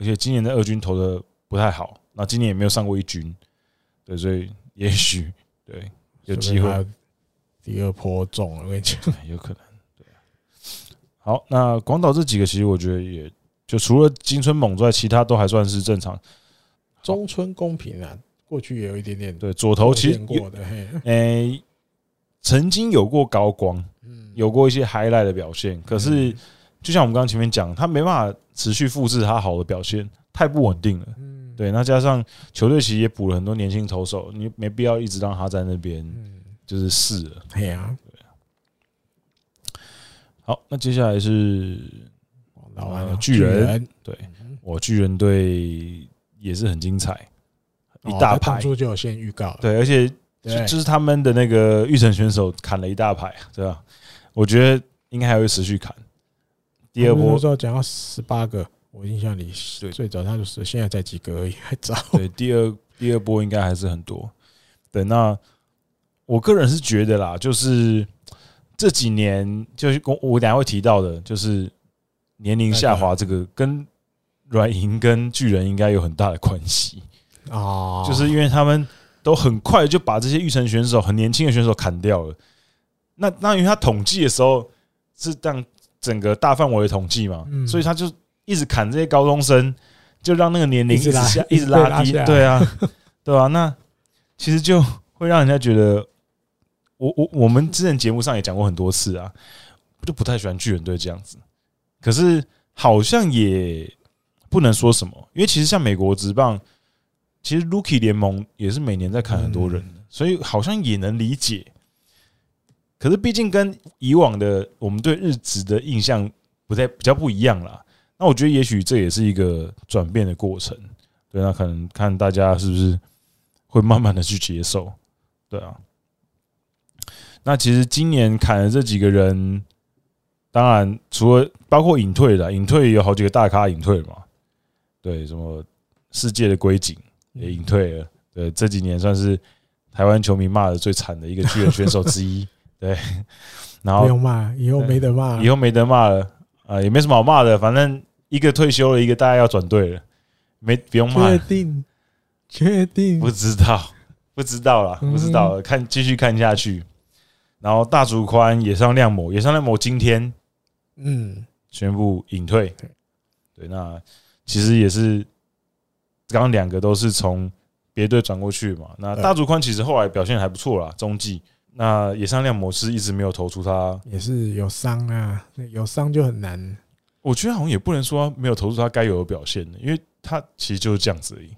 S1: 而且今年在二军投的不太好，那今年也没有上过一军，对，所以也许对有机会，
S2: 第二波中了，我跟你讲，
S1: 有可能。对，啊好，那广岛这几个其实我觉得也就除了金春猛之外，其他都还算是正常。
S2: 中村公平啊，过去也有一点点
S1: 对，左投其实
S2: 见
S1: 有
S2: 过的，嘿，
S1: *laughs* 诶、曾经有过高光，
S2: 嗯
S1: 有过一些 highlight 的表现，可是就像我们刚刚前面讲，他没办法持续复制他好的表现，太不稳定了。
S2: 嗯，
S1: 对，那加上球队其实也补了很多年轻投手，你没必要一直让他在那边
S2: 嗯，
S1: 就是试了。
S2: 嘿呀，
S1: 好，那接下来是
S2: 哦老完
S1: 呃
S2: 了
S1: 巨人
S2: 人
S1: 对
S2: 嗯
S1: 我巨人队也是很精彩，一
S2: 哦
S1: 大
S2: 他
S1: 排
S2: 当初就有先预告了，
S1: 对，而且就
S2: 对，
S1: 就是他们的那个预选选手砍了一大排，对吧？我觉得应该还会持续砍。第二
S2: 他们那
S1: 波
S2: 时候讲到十八个，我印象里
S1: 对
S2: 最早他就是现在才几个而已， *laughs* 还早，
S1: 对，第二第二波应该还是很多。对，那我个人是觉得啦，就是这几年，就是我我等一下会提到的，就是年龄下滑这个跟软银跟巨人应该有很大的关系，
S2: 哦，
S1: 啊就是因为他们都很快就把这些育成选手、很年轻的选手砍掉了。那那因为他统计的时候是让整个大范围的统计嘛，
S2: 嗯
S1: 所以他就一直砍这些高中生，就让那个年龄
S2: 一直拉
S1: 下
S2: 一
S1: 一
S2: 直
S1: 直
S2: 被
S1: 拉
S2: 拉
S1: 低
S2: 下，来
S1: 对啊，对啊，那其实就会让人家觉得，我我我们之前节目上也讲过很多次啊，就不太喜欢巨人队这样子，可是好像也不能说什么，因为其实像美国职棒，其实 Rookie 联盟也是每年在砍很多人的，所以好像也能理解。可是毕竟跟以往的我们对日职的印象不太比较不一样啦。那我觉得也许这也是一个转变的过程，对，那可能看大家是不是会慢慢的去接受，对啊。那其实今年砍的这几个人，当然除了包括隐退的啊，隐退有好几个大咖隐退了嘛，对，什么世界的龟井
S2: 嗯
S1: 也隐退了，对，这几年算是台湾球迷骂的最惨的一个巨人选手之
S2: *laughs*
S1: 一，对，然后
S2: 不用骂，以后没得骂了，
S1: 以后没得骂了啊、也没什么好骂的，反正一个退休了，一个大概要转队了，没不用骂
S2: 确，定，确定
S1: 不，知道， *laughs* 不知道啦，
S2: 嗯
S1: 不知道了，看继续看下去。然后大竹宽也上亮某，也上亮某今天
S2: 嗯，
S1: 宣布隐退
S2: 对。
S1: 对，那其实也是刚刚两个都是从别队转过去嘛。那
S2: 对
S1: 大竹宽其实后来表现还不错啦，中继。那野上亮某是一直没有投出他，
S2: 也是有伤啊，有伤就很难，
S1: 嗯我觉得好像也不能说没有投出他该有的表现的，因为他其实就是这样子而已。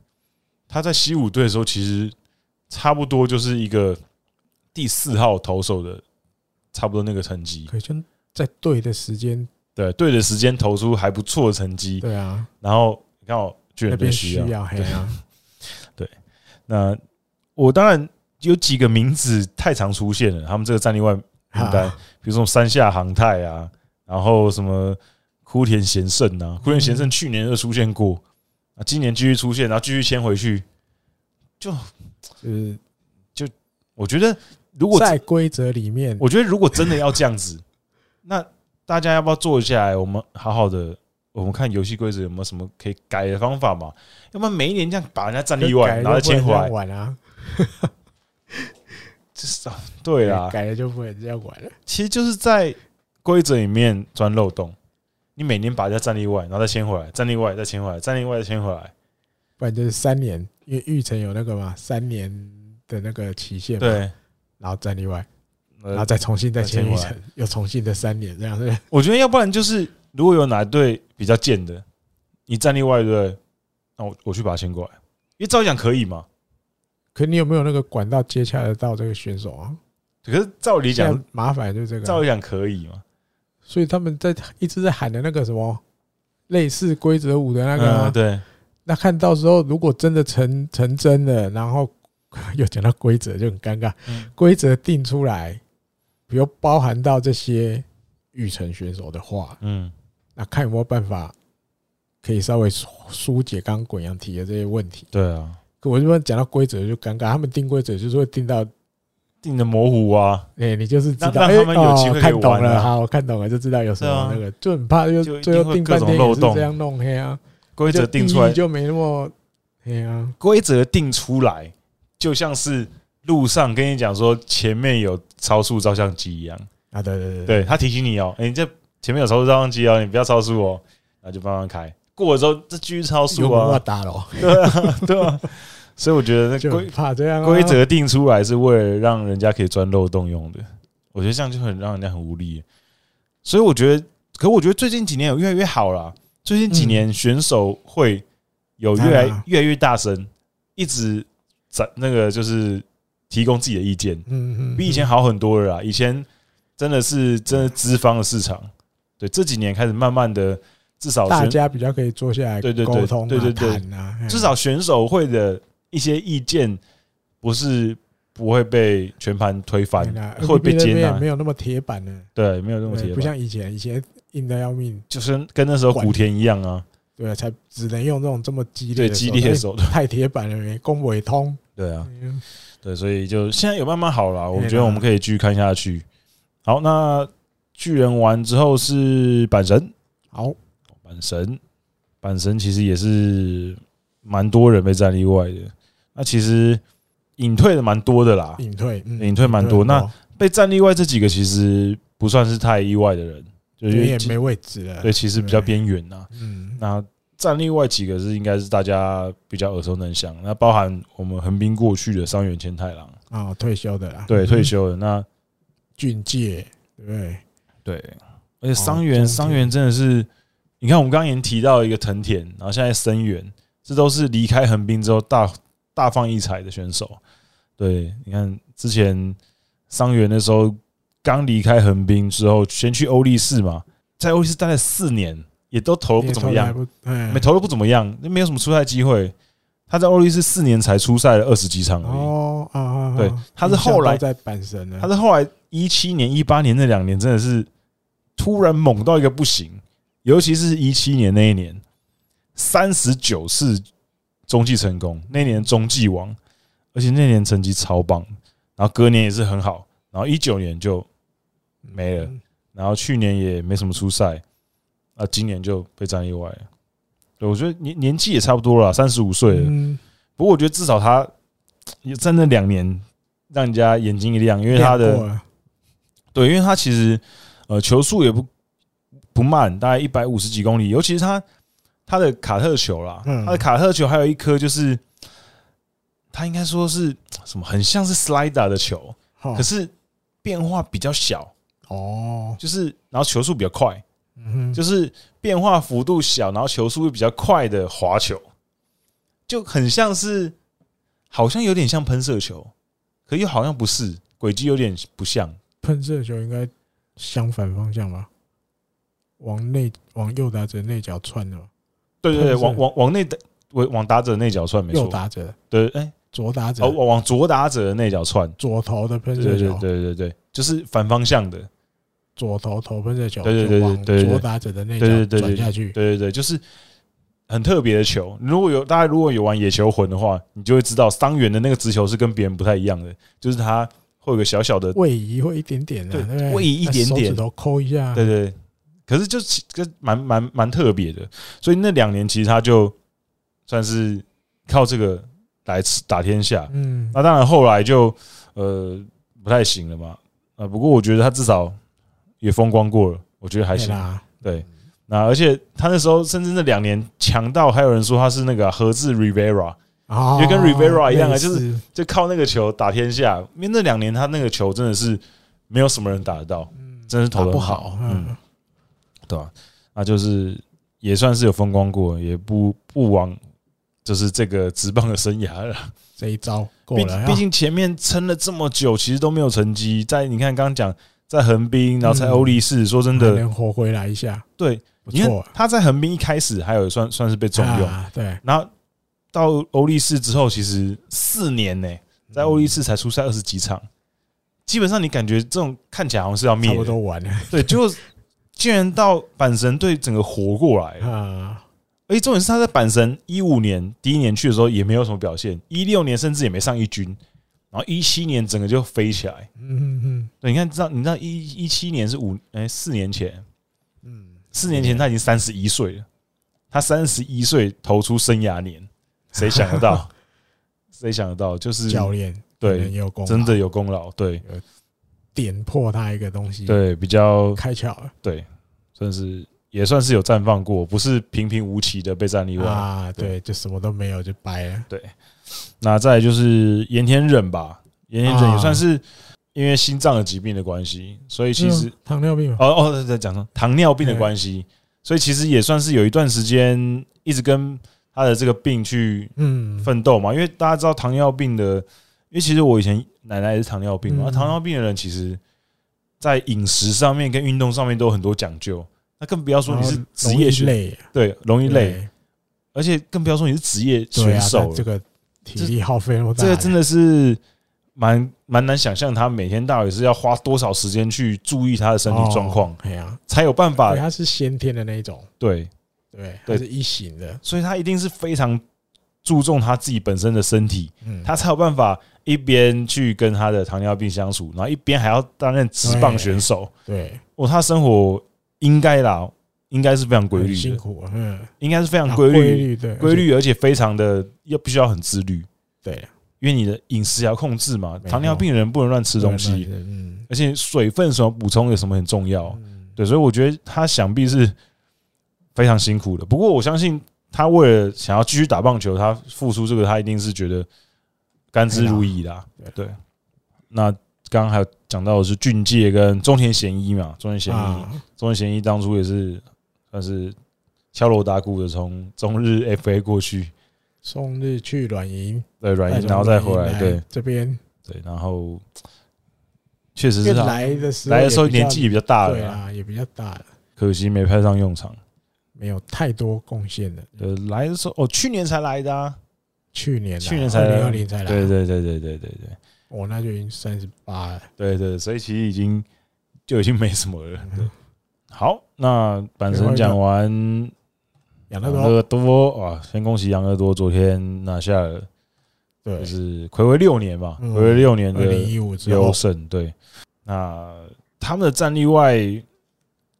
S1: 他在西武队的时候，其实差不多就是一个第四号投手的差不多那个成绩，
S2: 可就在对的时间，
S1: 对对的时间投出还不错的成绩，
S2: 对啊，
S1: 然后你看我巨
S2: 那
S1: 人队
S2: 边
S1: 需
S2: 需
S1: 要，
S2: 要嘿啊，
S1: 那我当然有几个名字太常出现了，他们这个战力外名单，
S2: 啊
S1: 比如说山下航太啊，然后什么枯田贤胜啊，枯田贤胜去年就出现过，啊，今年继续出现，然后继续签回去。
S2: 就是
S1: 我觉得如果
S2: 在规则里面，
S1: 我觉得如果真的要这样子，那大家要不要坐下来，我们好好的，我们看游戏规则有没有什么可以改的方法嘛？要不然每一年这样把人家战力外，然后再签回来，
S2: 玩啊，
S1: 这是啊对啦，
S2: 改了就不能这样玩了，
S1: 其实就是在规则里面钻漏洞。你每年把人家战力外，然后再签回来，战力外再签回来，战力外再签回来，
S2: 不然就是三年，因为玉成有那个嘛，三年的那个期限嘛，
S1: 对，
S2: 然后战例外，然后
S1: 呃，
S2: 再重新再签
S1: 再
S2: 一
S1: 签回来
S2: 层，又重新的三年这样子，
S1: 我觉得要不然就是如果有哪队比较贱的，你战力外对不对？那我我去把他签过来，因为照理讲可以嘛。
S2: 可你有没有那个管道接洽得到这个选手啊？
S1: 可是照理
S2: 这
S1: 讲
S2: 样麻烦就是这个
S1: 照
S2: 啊，
S1: 理讲可以嘛？
S2: 所以他们在一直在喊的那个什么类似规则五的那个啊、
S1: 嗯、对，
S2: 那看到时候如果真的成成真了，然后又讲到规则就很尴尬
S1: 嗯，
S2: 规则定出来，比如包含到这些育成选手的话，
S1: 嗯，
S2: 那看有没有办法可以稍微疏疏解刚刚滚阳提的这些问题。
S1: 对啊，
S2: 可我这边讲到规则就尴尬，他们定规则就是会定到，
S1: 定的模糊啊，
S2: 哎、你就是知道，
S1: 让
S2: 哎、
S1: 让他们有机会
S2: 哦
S1: 可以
S2: 看懂
S1: 玩啊
S2: 了，好，我看懂了，就知道有什
S1: 对
S2: 么
S1: 啊
S2: 那个，就很怕又
S1: 就一定
S2: 最后
S1: 会
S2: 定
S1: 各
S2: 半
S1: 种
S2: 天
S1: 漏
S2: 也是
S1: 洞
S2: 这样弄，嘿啊，
S1: 规则
S2: 就
S1: 定
S2: 意
S1: 出来
S2: 义，就没那么，嘿啊，
S1: 规则定出来，就像是路上跟你讲说前面有超速照相机一样，
S2: 啊，对对对
S1: 对他提醒你哦，哎，你这前面有超速照相机哦，你不要超速哦，然后就慢慢开，过了之后这继续超
S2: 有
S1: 速
S2: 文化
S1: 啊，
S2: 打咯，
S1: *laughs* 对啊，对啊，所以我觉得那
S2: 就
S1: 规
S2: 很怕这样啊
S1: 规。则定出来是为了让人家可以钻漏洞用的，我觉得这样就很让人家很无力。所以我觉得，可我觉得最近几年有越来越好啦。最近几年选手会有越来、
S2: 嗯当然啊
S1: 越来越大声，一直在那个就是提供自己的意见，
S2: 嗯嗯，
S1: 比以前
S2: 好。
S1: 好很多了啦。以前真的是真的资方的市场，对这几年开始慢慢的，至少
S2: 大
S1: 选
S2: 家比较可以坐下来
S1: 对对对
S2: 沟通啊、
S1: 对对对
S2: 谈啊，
S1: 至少选手会的一些意见不是不会被全盘推翻
S2: 嗯啊，
S1: 会被
S2: NBB 那
S1: 接
S2: 边也
S1: 纳
S2: 没。有那么铁板了，
S1: 对，没有那么
S2: 对
S1: 铁
S2: 不
S1: 板，
S2: 像以前，以前硬的要命，
S1: 就是跟那时候古田一样啊，
S2: 对啊，才只能用这种这么激烈
S1: 对
S2: 的哎
S1: 激
S2: 手
S1: 烈的
S2: 段
S1: 手段，
S2: 太铁板了，攻不通。
S1: *laughs* 对啊，
S2: 嗯
S1: 对，所以就现在有慢慢好了，我
S2: 对啦
S1: 觉得我们可以继续看下去。好，那巨人完之后是阪神，
S2: 好，
S1: 阪神，阪神其实也是蛮多人被战例外的，那其实隐退的蛮多的啦，
S2: 隐退，嗯
S1: 隐退蛮多那被战例外这几个其实不算是太意外的人，就因
S2: 因为
S1: 为
S2: 也
S1: 其
S2: 没位置了。
S1: 对，其实比较边缘呐。
S2: 嗯，
S1: 那战例外几个是应该是大家比较耳熟能详，那包含我们横滨过去的伤员千太郎，
S2: 啊，退休的啦，
S1: 对，
S2: 嗯
S1: 退，休了。那
S2: 俊介，对不对？
S1: 对，哦而且伤员
S2: 中田
S1: 伤员真的是，你看我们刚刚已经提到一个藤田，然后现在森原，这都是离开横滨之后大大放异彩的选手。对，你看之前伤员那时候刚离开横滨之后，先去欧力士嘛，在欧力士待了四年，也都投的不怎么样，
S2: 也投得还不，哎
S1: 没
S2: 没
S1: 投的不怎么样，那没有什么出赛机会。他在欧力士四年才出赛了二十几场而已，
S2: 哦啊啊，啊
S1: 对他是后来
S2: 印象都在阪神呢，
S1: 他是后来一七年、一八年那两年真的是突然猛到一个不行，尤其是一七年那一年，三十九次中继成功，那年中继王，而且那年成绩超棒，然后隔年也是很好，然后一九年就，没了
S2: 嗯
S1: 然后去年也没什么出赛，啊，今年就被战意外了。对，我觉得年年纪也差不多了，三十五岁了，
S2: 嗯，
S1: 不过我觉得至少他也在那两年让人家眼睛一亮，因为他的
S2: 练过了
S1: 对，因为他其实呃球速也不不慢，大概一百五十几公里，尤其是他他的卡特球啦，
S2: 嗯
S1: 他的卡特球还有一颗就是他应该说是什么，很像是 slider 的球，
S2: 好
S1: 可是变化比较小，
S2: 哦，
S1: 就是然后球速比较快，
S2: 嗯哼
S1: 就是变化幅度小，然后球速又比较快的滑球，就很像是好像有点像喷射球，可又好像不是，轨迹有点不像，
S2: 喷射球应该相反方向吧？往内往右打者内角窜的吧，
S1: 对对对，
S2: 喷射
S1: 往往往内打，往往打者内角窜没
S2: 右
S1: 错，
S2: 打者、
S1: 对，哎、
S2: 左打者、
S1: 哦，往往左打者的内角窜，
S2: 左投的喷
S1: 对
S2: 射
S1: 对对
S2: 球，
S1: 对对对，就是反方向的，
S2: 左投投喷射球，
S1: 对对对
S2: 就往
S1: 对对对
S2: 左打者的内
S1: 对对
S2: 角
S1: 对
S2: 转
S1: 对
S2: 下去。
S1: 对对对，就是很特别的球。如果有大家如果有玩野球魂的话，你就会知道桑园的那个直球是跟别人不太一样的，就是它会有个小小的，
S2: 位移会一点点的、
S1: 对
S2: 对不对
S1: 位移一点
S2: 手
S1: 点
S2: 指头抠一下，
S1: 对对。对可是就其跟蛮蛮蛮特别的，所以那两年其实他就算是靠这个来吃打天下。
S2: 嗯，
S1: 那当然后来就呃不太行了嘛，呃，不过我觉得他至少也风光过了，我觉得还
S2: 对
S1: 行。
S2: 啦，
S1: 对，那而且他那时候甚至那两年强到还有人说他是那个合资 Rivera，
S2: 哦，
S1: 就跟 Rivera 一样啊
S2: 类
S1: 就是
S2: 似
S1: 就靠那个球打天下。因为那两年他那个球真的是没有什么人打得到，
S2: 嗯
S1: 真的是投
S2: 打
S1: 的
S2: 不好，
S1: 嗯
S2: 嗯，，
S1: 对吧、那就是也算是有风光过，也不不枉就是这个职棒的生涯了。
S2: 这一招够
S1: 毕
S2: 了，啊
S1: 毕竟前面撑了这么久，其实都没有成绩。在你看刚刚讲，在横滨，然后在
S2: 嗯
S1: 欧力士，说真
S2: 还
S1: 的，
S2: 能活回来一下，
S1: 对，
S2: 不
S1: 你看
S2: 错，
S1: 他在横滨一开始还有算算是被重用，
S2: 啊，对，
S1: 然后到欧力士之后，其实四年呢、
S2: 嗯
S1: 在欧力士才出赛二十几场，基本上你感觉这种看起来好像是要
S2: 差
S1: 灭
S2: 不
S1: 了，
S2: 多完了
S1: 对，结果竟然到阪神队整个活过来了，
S2: 啊，
S1: 而且重点是他在阪神一五年第一年去的时候也没有什么表现，一六年甚至也没上一军，然后一七年整个就飞起来。
S2: 嗯嗯
S1: 对，你看，知道你知道一一七年是五哎四年前，
S2: 嗯，
S1: 四年前他已经三十一岁了，他三十一岁投出生涯年，谁想得到？谁想得到？就是
S2: 教练可能
S1: 对
S2: 也，有功，
S1: 真的有功劳，对
S2: 点破他一个东西，，
S1: 对，比较
S2: 开窍了啊
S1: 对，算是也算是有绽放过，不是平平无奇的被战力外。
S2: 啊，对，就什么都没有就掰了，
S1: 那再来就是盐田忍吧，盐田忍也
S2: 啊
S1: 算是因为心脏的疾病的关系，所以其实
S2: 嗯糖尿病嘛，
S1: 哦哦，对对，讲错，糖尿病的关系，所以其实也算是有一段时间一直跟他的这个病去
S2: 嗯，
S1: 奋斗嘛。因为大家知道糖尿病的，因为其实我以前奶奶也是糖尿病嘛，啊
S2: 嗯
S1: 那糖尿病的人其实在饮食上面跟运动上面都有很多讲究，那更不要说你是
S2: 然后
S1: 职业
S2: 容易
S1: 选
S2: 累，啊
S1: 对容易累，
S2: 对，
S1: 而且更不要说你是职业
S2: 对
S1: 选
S2: 啊
S1: 手
S2: 但
S1: 了
S2: 这，个体力耗费那么大，
S1: 这个真的是。蛮蛮难想象，他每天到底是要花多少时间去注意他的身体状况
S2: 哦，，哎呀，
S1: 才有办法
S2: 对，它啊是先天的那一种，
S1: 对
S2: 对，
S1: 对
S2: 它是一型的，
S1: 所以他一定是非常注重他自己本身的身体，
S2: 嗯，
S1: 他才有办法一边去跟他的糖尿病相处，然后一边还要担任职棒选手。
S2: 对，
S1: 哦，他生活应该啦，应该是非常规
S2: 很
S1: 律
S2: 辛
S1: 的，
S2: 苦，嗯，
S1: 应该是非常
S2: 啊
S1: 规
S2: 规
S1: 律、
S2: 律，对，
S1: 规律，而且非常的要必须要很自律，
S2: 而且，对，
S1: 因为你的饮食要控制嘛。
S2: 没错
S1: 糖尿病人不能乱吃东西，
S2: 对，嗯，
S1: 而且水分什么补充有什么很重要。
S2: 嗯，
S1: 对，所以我觉得他想必是非常辛苦的。不过我相信他为了想要继续打棒球，他付出这个，他一定是觉得甘之如饴啦。
S2: 哎
S1: 对，那刚刚还有讲到的是俊介跟中田贤一嘛，中田贤一，
S2: 啊，
S1: 中田贤一当初也是算是敲锣打鼓的从中日 FA 过去，
S2: 送日去软银，
S1: 对，软
S2: 带
S1: 银
S2: 着
S1: 然后再回来，
S2: 软银
S1: 对
S2: 这边，
S1: 对，然后确实
S2: 因为
S1: 是他
S2: 来的时候
S1: 来的时候
S2: 也比较
S1: 年纪也比较大
S2: 对
S1: 了啦，
S2: 啊，也比较大了，
S1: 可惜没派上用场。
S2: 没有太多贡献的，
S1: 呃，来的时候哦，去年才来的啊。
S2: 去年
S1: 去年才
S2: 零二零才来，啊
S1: 对，对对对对对对
S2: 我那就已经三十八了，
S1: 对对，所以其实已经就已经没什么了。对，好，那板神讲完
S2: *laughs* 养乐
S1: 杨
S2: 多，
S1: 乐多啊，先恭喜杨乐多昨天拿下了，
S2: 对
S1: 就，是暌违六年嘛，暌
S2: 嗯
S1: 违六年
S2: 二零
S1: 的
S2: 一五之后
S1: 优，胜。对，那他们的战力外，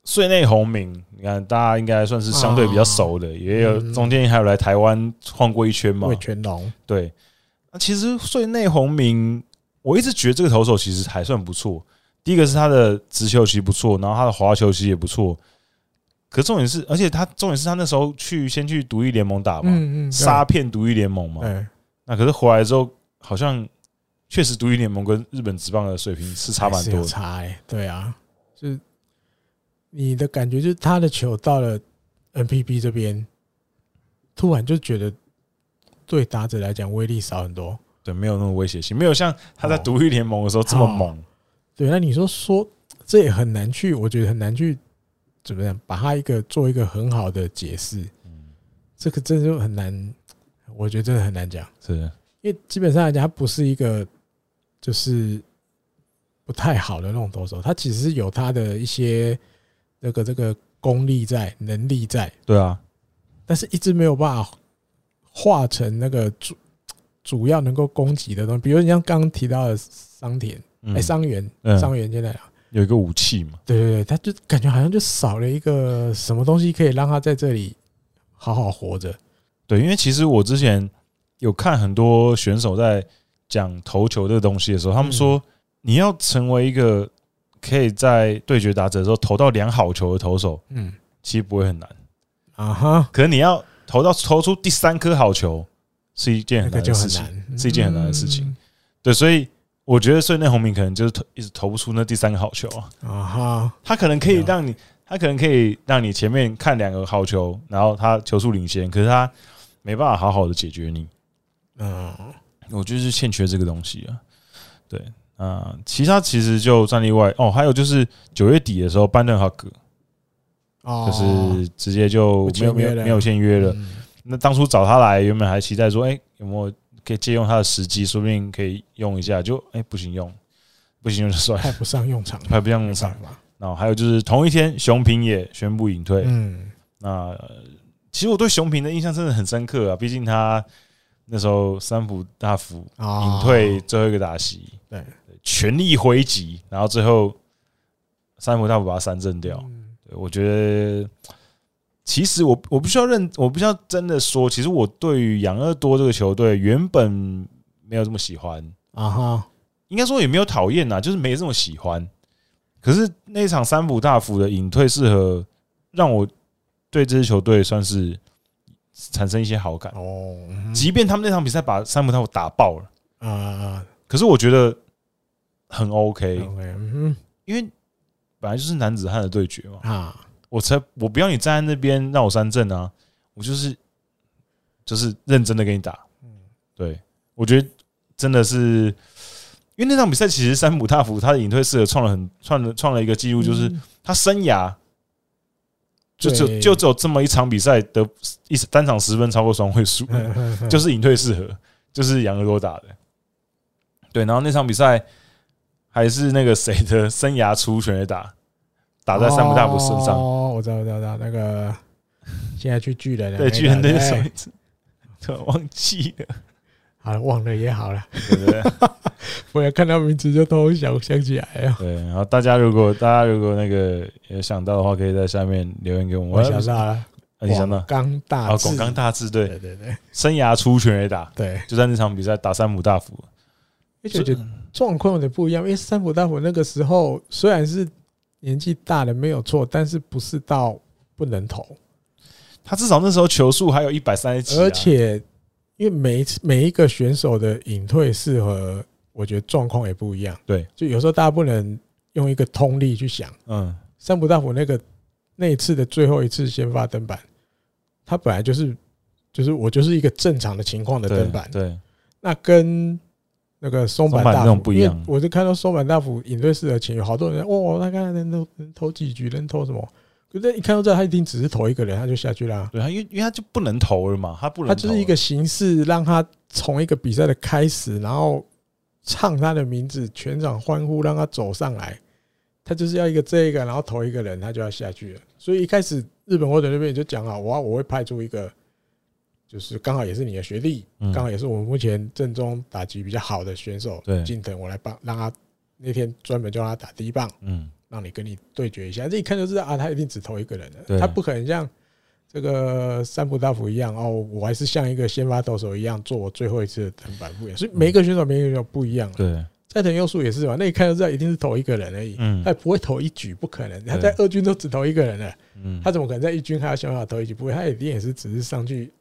S1: 穗内宏明，你看大家应该算是相对比较熟的，也有
S2: 嗯
S1: 中间还有来台湾晃过一圈嘛
S2: 魏，全龙，
S1: 对，那其实穗内宏明，我一直觉得这个投手其实还算不错。第一个是他的直球其实不错，然后他的滑球其实也不错。可重点是，而且他重点是他那时候去先去独立联盟打嘛，
S2: 嗯嗯，
S1: 杀骗独立联盟嘛。
S2: 对，
S1: 那可是回来之后，好像确实独立联盟跟日本职棒的水平是差蛮
S2: 还是
S1: 多
S2: 有
S1: 的。
S2: 差哎、对啊，就是你的感觉就是他的球到了 NPB 这边，突然就觉得对打者来讲威力少很多，
S1: 对，没有那么威胁性，没有像他
S2: 哦
S1: 在独立联盟的时候这么猛。
S2: 对，那你说说这也很难去，我觉得很难去怎么样把它一个做一个很好的解释，
S1: 嗯，
S2: 这个真的就很难，我觉得真的很难讲，
S1: 是，
S2: 因为基本上来讲，它不是一个就是不太好的那种投手，它其实是有它的一些这个这个功力在、能力在，
S1: 对啊，
S2: 但是一直没有办法化成那个主主要能够攻击的东西，比如你像刚刚提到的桑田，
S1: 嗯
S2: 哎，桑园，
S1: 嗯
S2: 桑园现在啊，
S1: 有一个武器嘛，
S2: 对对对，他就感觉好像就少了一个什么东西可以让他在这里好好活着。
S1: 对，因为其实我之前有看很多选手在讲投球这个东西的时候，他
S2: 嗯
S1: 们说你要成为一个可以在对决打者的时候投到两好球的投手，
S2: 嗯，
S1: 其实不会很难。
S2: 啊哈，
S1: 可是你要投到投出第三颗好球，是一件
S2: 那
S1: 很
S2: 个
S1: 难
S2: 就
S1: 的事
S2: 很
S1: 情。
S2: 难，
S1: 是一件很难的事情
S2: 嗯。
S1: 对，所以我觉得所以那红明可能就是投一直投不出那第三个好球啊。
S2: 啊哈，
S1: 他可能可以
S2: 对啊
S1: 让你，他可能可以让你前面看两个好球，然后他球速领先，可是他没办法好好的解决你。
S2: 嗯，
S1: 我觉得是欠缺这个东西啊。对，啊、其他其实就战例外哦，还有就是九月底的时候，班顿哈格
S2: 哦，
S1: 就是直接就
S2: 不
S1: 没有
S2: 签
S1: 没
S2: 约
S1: 有
S2: 了
S1: 没有签约了。
S2: 嗯
S1: 那当初找他来，原本还期待说，哎、有没有可以借用他的时机，说不定可以用一下。就哎、不行用，不行用就算
S2: 派
S1: 了，
S2: 不上用场，
S1: 派不上
S2: 不
S1: 用场。
S2: 吧？
S1: 然后还有就是同一天，熊平也宣布隐退。
S2: 嗯，
S1: 那呃其实我对熊平的印象真的很深刻啊，毕竟他那时候三浦大辅
S2: 啊，
S1: 隐退最后一个打席，
S2: 对，
S1: 全力挥击，然后最后三浦大辅把他三振掉。
S2: 嗯
S1: 对，我觉得其实我我不需要认，我不需要真的说，其实我对于养乐多这个球队原本没有这么喜欢，
S2: 啊哈，
S1: 应该说也没有讨厌啊呐，就是没这么喜欢。可是那场三浦大辅的隐退适合让我对这支球队算是产生一些好感，
S2: 哦，嗯
S1: 即便他们那场比赛把三浦大辅打爆了，
S2: 啊
S1: 可是我觉得很 OK，
S2: ，OK，嗯
S1: 因为本来就是男子汉的对决嘛。
S2: 啊，
S1: 我才我不要你站在那边让我三振啊，我就是就是认真的给你打。
S2: 嗯
S1: 对，我觉得真的是，因为那场比赛其实山姆大福他的隐退适合创了很创了创了一个记录，就是
S2: 嗯
S1: 他生涯就只
S2: 对
S1: 有就只有这么一场比赛得一单场十分超过双位
S2: *laughs*
S1: 数，
S2: 嗯嗯嗯
S1: 就是隐退适合，就是杨乐多打的。对，然后那场比赛还是那个谁的生涯出拳的打，打在山姆大福身上。
S2: 哦，我知道，我知道，我知道那个现在去巨人了，
S1: 对，
S2: 没
S1: 巨人
S2: 打
S1: 队
S2: 哎
S1: 手一次，对，忘记了，
S2: 好了，忘了也好了，
S1: 对不对？ *laughs*
S2: 我也看到名字就都想想起来啊了。
S1: 对，然后大家如果大家如果那个有想到的话，可以在下面留言给我们。
S2: 我想到了，
S1: 啊，你想到？
S2: 刚大
S1: 啊，
S2: 志
S1: 广冈大志队
S2: 对对对
S1: 生涯出拳也打，
S2: 对，
S1: 就在那场比赛打山姆大辅，
S2: 而且我觉得状况有点不一样，因为三浦大辅那个时候虽然是年纪大了没有错，但是不是到不能投，
S1: 他至少那时候球速还有一百三十几啊，
S2: 而且因为每一次每一个选手的隐退适合，我觉得状况也不一样。
S1: 对，
S2: 就有时候大家不能用一个通力去想。
S1: 嗯，
S2: 三浦大辅那个那一次的最后一次先发登板，他本来就是就是我就是一个正常的情况的
S1: 对
S2: 登板，
S1: 对，
S2: 那跟那个松坂
S1: 松坂
S2: 大
S1: 那
S2: 辅
S1: 种不一样
S2: 因为我就看到松坂大辅引队式的前有好多人哦，他刚才能投能投几局，能投什么？可是一看到这，他一定只是投一个人，他就下去啦。
S1: 对，他因为因为他就不能投了嘛，他不能
S2: 他
S1: 投了，
S2: 就是一个形式，让他从一个比赛的开始，然后唱他的名字，全场欢呼，让他走上来。他就是要一个这个，然后投一个人，他就要下去了。所以一开始日本火腿那边也就讲好，我要我会派出一个，就是刚好也是你的学弟，
S1: 嗯
S2: 刚好也是我们目前正中打击比较好的选手
S1: 对
S2: 近藤，我来帮让他那天专门叫他打第一棒，
S1: 嗯，
S2: 让你跟你对决一下。这一看就知道啊，他一定只投一个人
S1: 对
S2: 的，他不可能像这个三浦大辅一样哦，我还是像一个先发投手一样做我最后一次的登板不一样。所以每一个选手每一个选手不一样啊。
S1: 对，
S2: 斋藤佑树也是嘛，那一看就知道一定是投一个人而已，
S1: 嗯
S2: 他也不会投一局，不可能。他在二军都只投一个人了，
S1: 嗯
S2: 他，怎么可能在一军还要想办法投一局？不会，他一定也是只是上去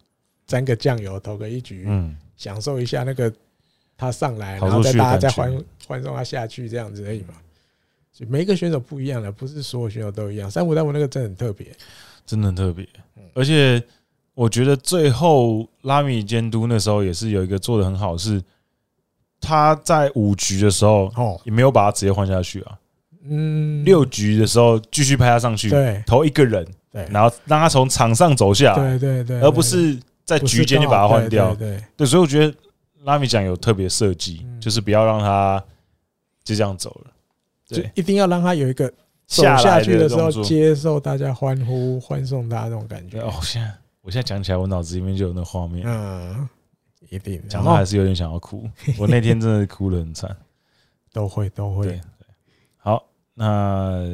S2: 沾个酱油，投个一局，
S1: 嗯，
S2: 享受一下那个他上来，
S1: 跑
S2: 然后
S1: 出
S2: 再
S1: 去的
S2: 大家再
S1: 感觉
S2: 欢欢送他下去这样子而已嘛。所以每一个选手不一样的，不是所有选手都一样。三五三五那个真的很特别，
S1: 真的很特别
S2: 嗯。
S1: 而且我觉得最后拉米监督那时候也是有一个做的很好，是他在五局的时候
S2: 哦，
S1: 也没有把他直接换下去啊，
S2: 嗯，
S1: 六局的时候继续派他上去，
S2: 对
S1: 投一个人，
S2: 对
S1: 然后让他从场上走下来，
S2: 对对对，
S1: 啊而不是在
S2: 对
S1: 局间就把他换掉。
S2: 对，对
S1: 对，所以我觉得拉米讲有特别设计，
S2: 嗯
S1: 就是不要让他就这样走了。
S2: 对
S1: 对
S2: 就一定要让他有一个走
S1: 下
S2: 下
S1: 来
S2: 去的时候
S1: 动作
S2: 接受大家欢呼欢送他那种感觉
S1: 对。哦，现在我现在讲起来，我脑子里面就有那画面，
S2: 嗯，哦一定，然
S1: 讲到
S2: 后
S1: 还是有点想要哭。我那天真的哭得很惨。
S2: 都会都会
S1: 对，好，那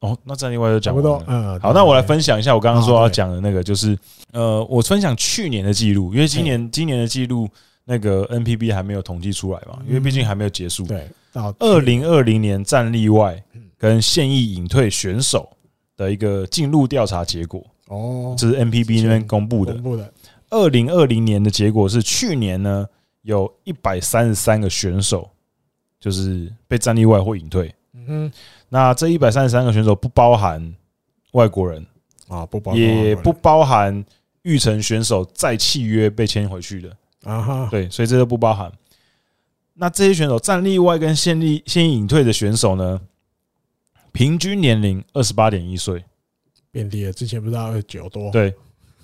S1: 哦，那这样另外就
S2: 差
S1: 讲
S2: 不
S1: 完
S2: 多
S1: 了。
S2: 嗯。
S1: 好，
S2: 对
S1: 那我来。分享一下我刚刚说
S2: 哦
S1: 要
S2: 对
S1: 讲的那个，就是呃，我分享去年的记录，因为今年今年的记录那个 NPB 还没有统计出来嘛，因为毕
S2: 嗯
S1: 竟还没有结束。
S2: 对，到
S1: 二零二零年战例外
S2: 嗯
S1: 跟现役隐退选手的一个进入调查结果，
S2: 哦，
S1: 这是 NPB 那边公布的
S2: 公。布的
S1: 二零二零年的结果是，去年呢有一百三十三个选手就是被战例外或隐退，
S2: 嗯
S1: 那这一百三十三个选手不包含外国人，
S2: 哼，啊，不包括
S1: 也不包含育成选手在契约被签回去的。
S2: 啊哈，
S1: 对，所以这都不包含。那这些选手战例外跟现役现役隐退的选手呢，平均年龄二十八点一岁，
S2: 变低了。之前不知道二九多，，
S1: 对，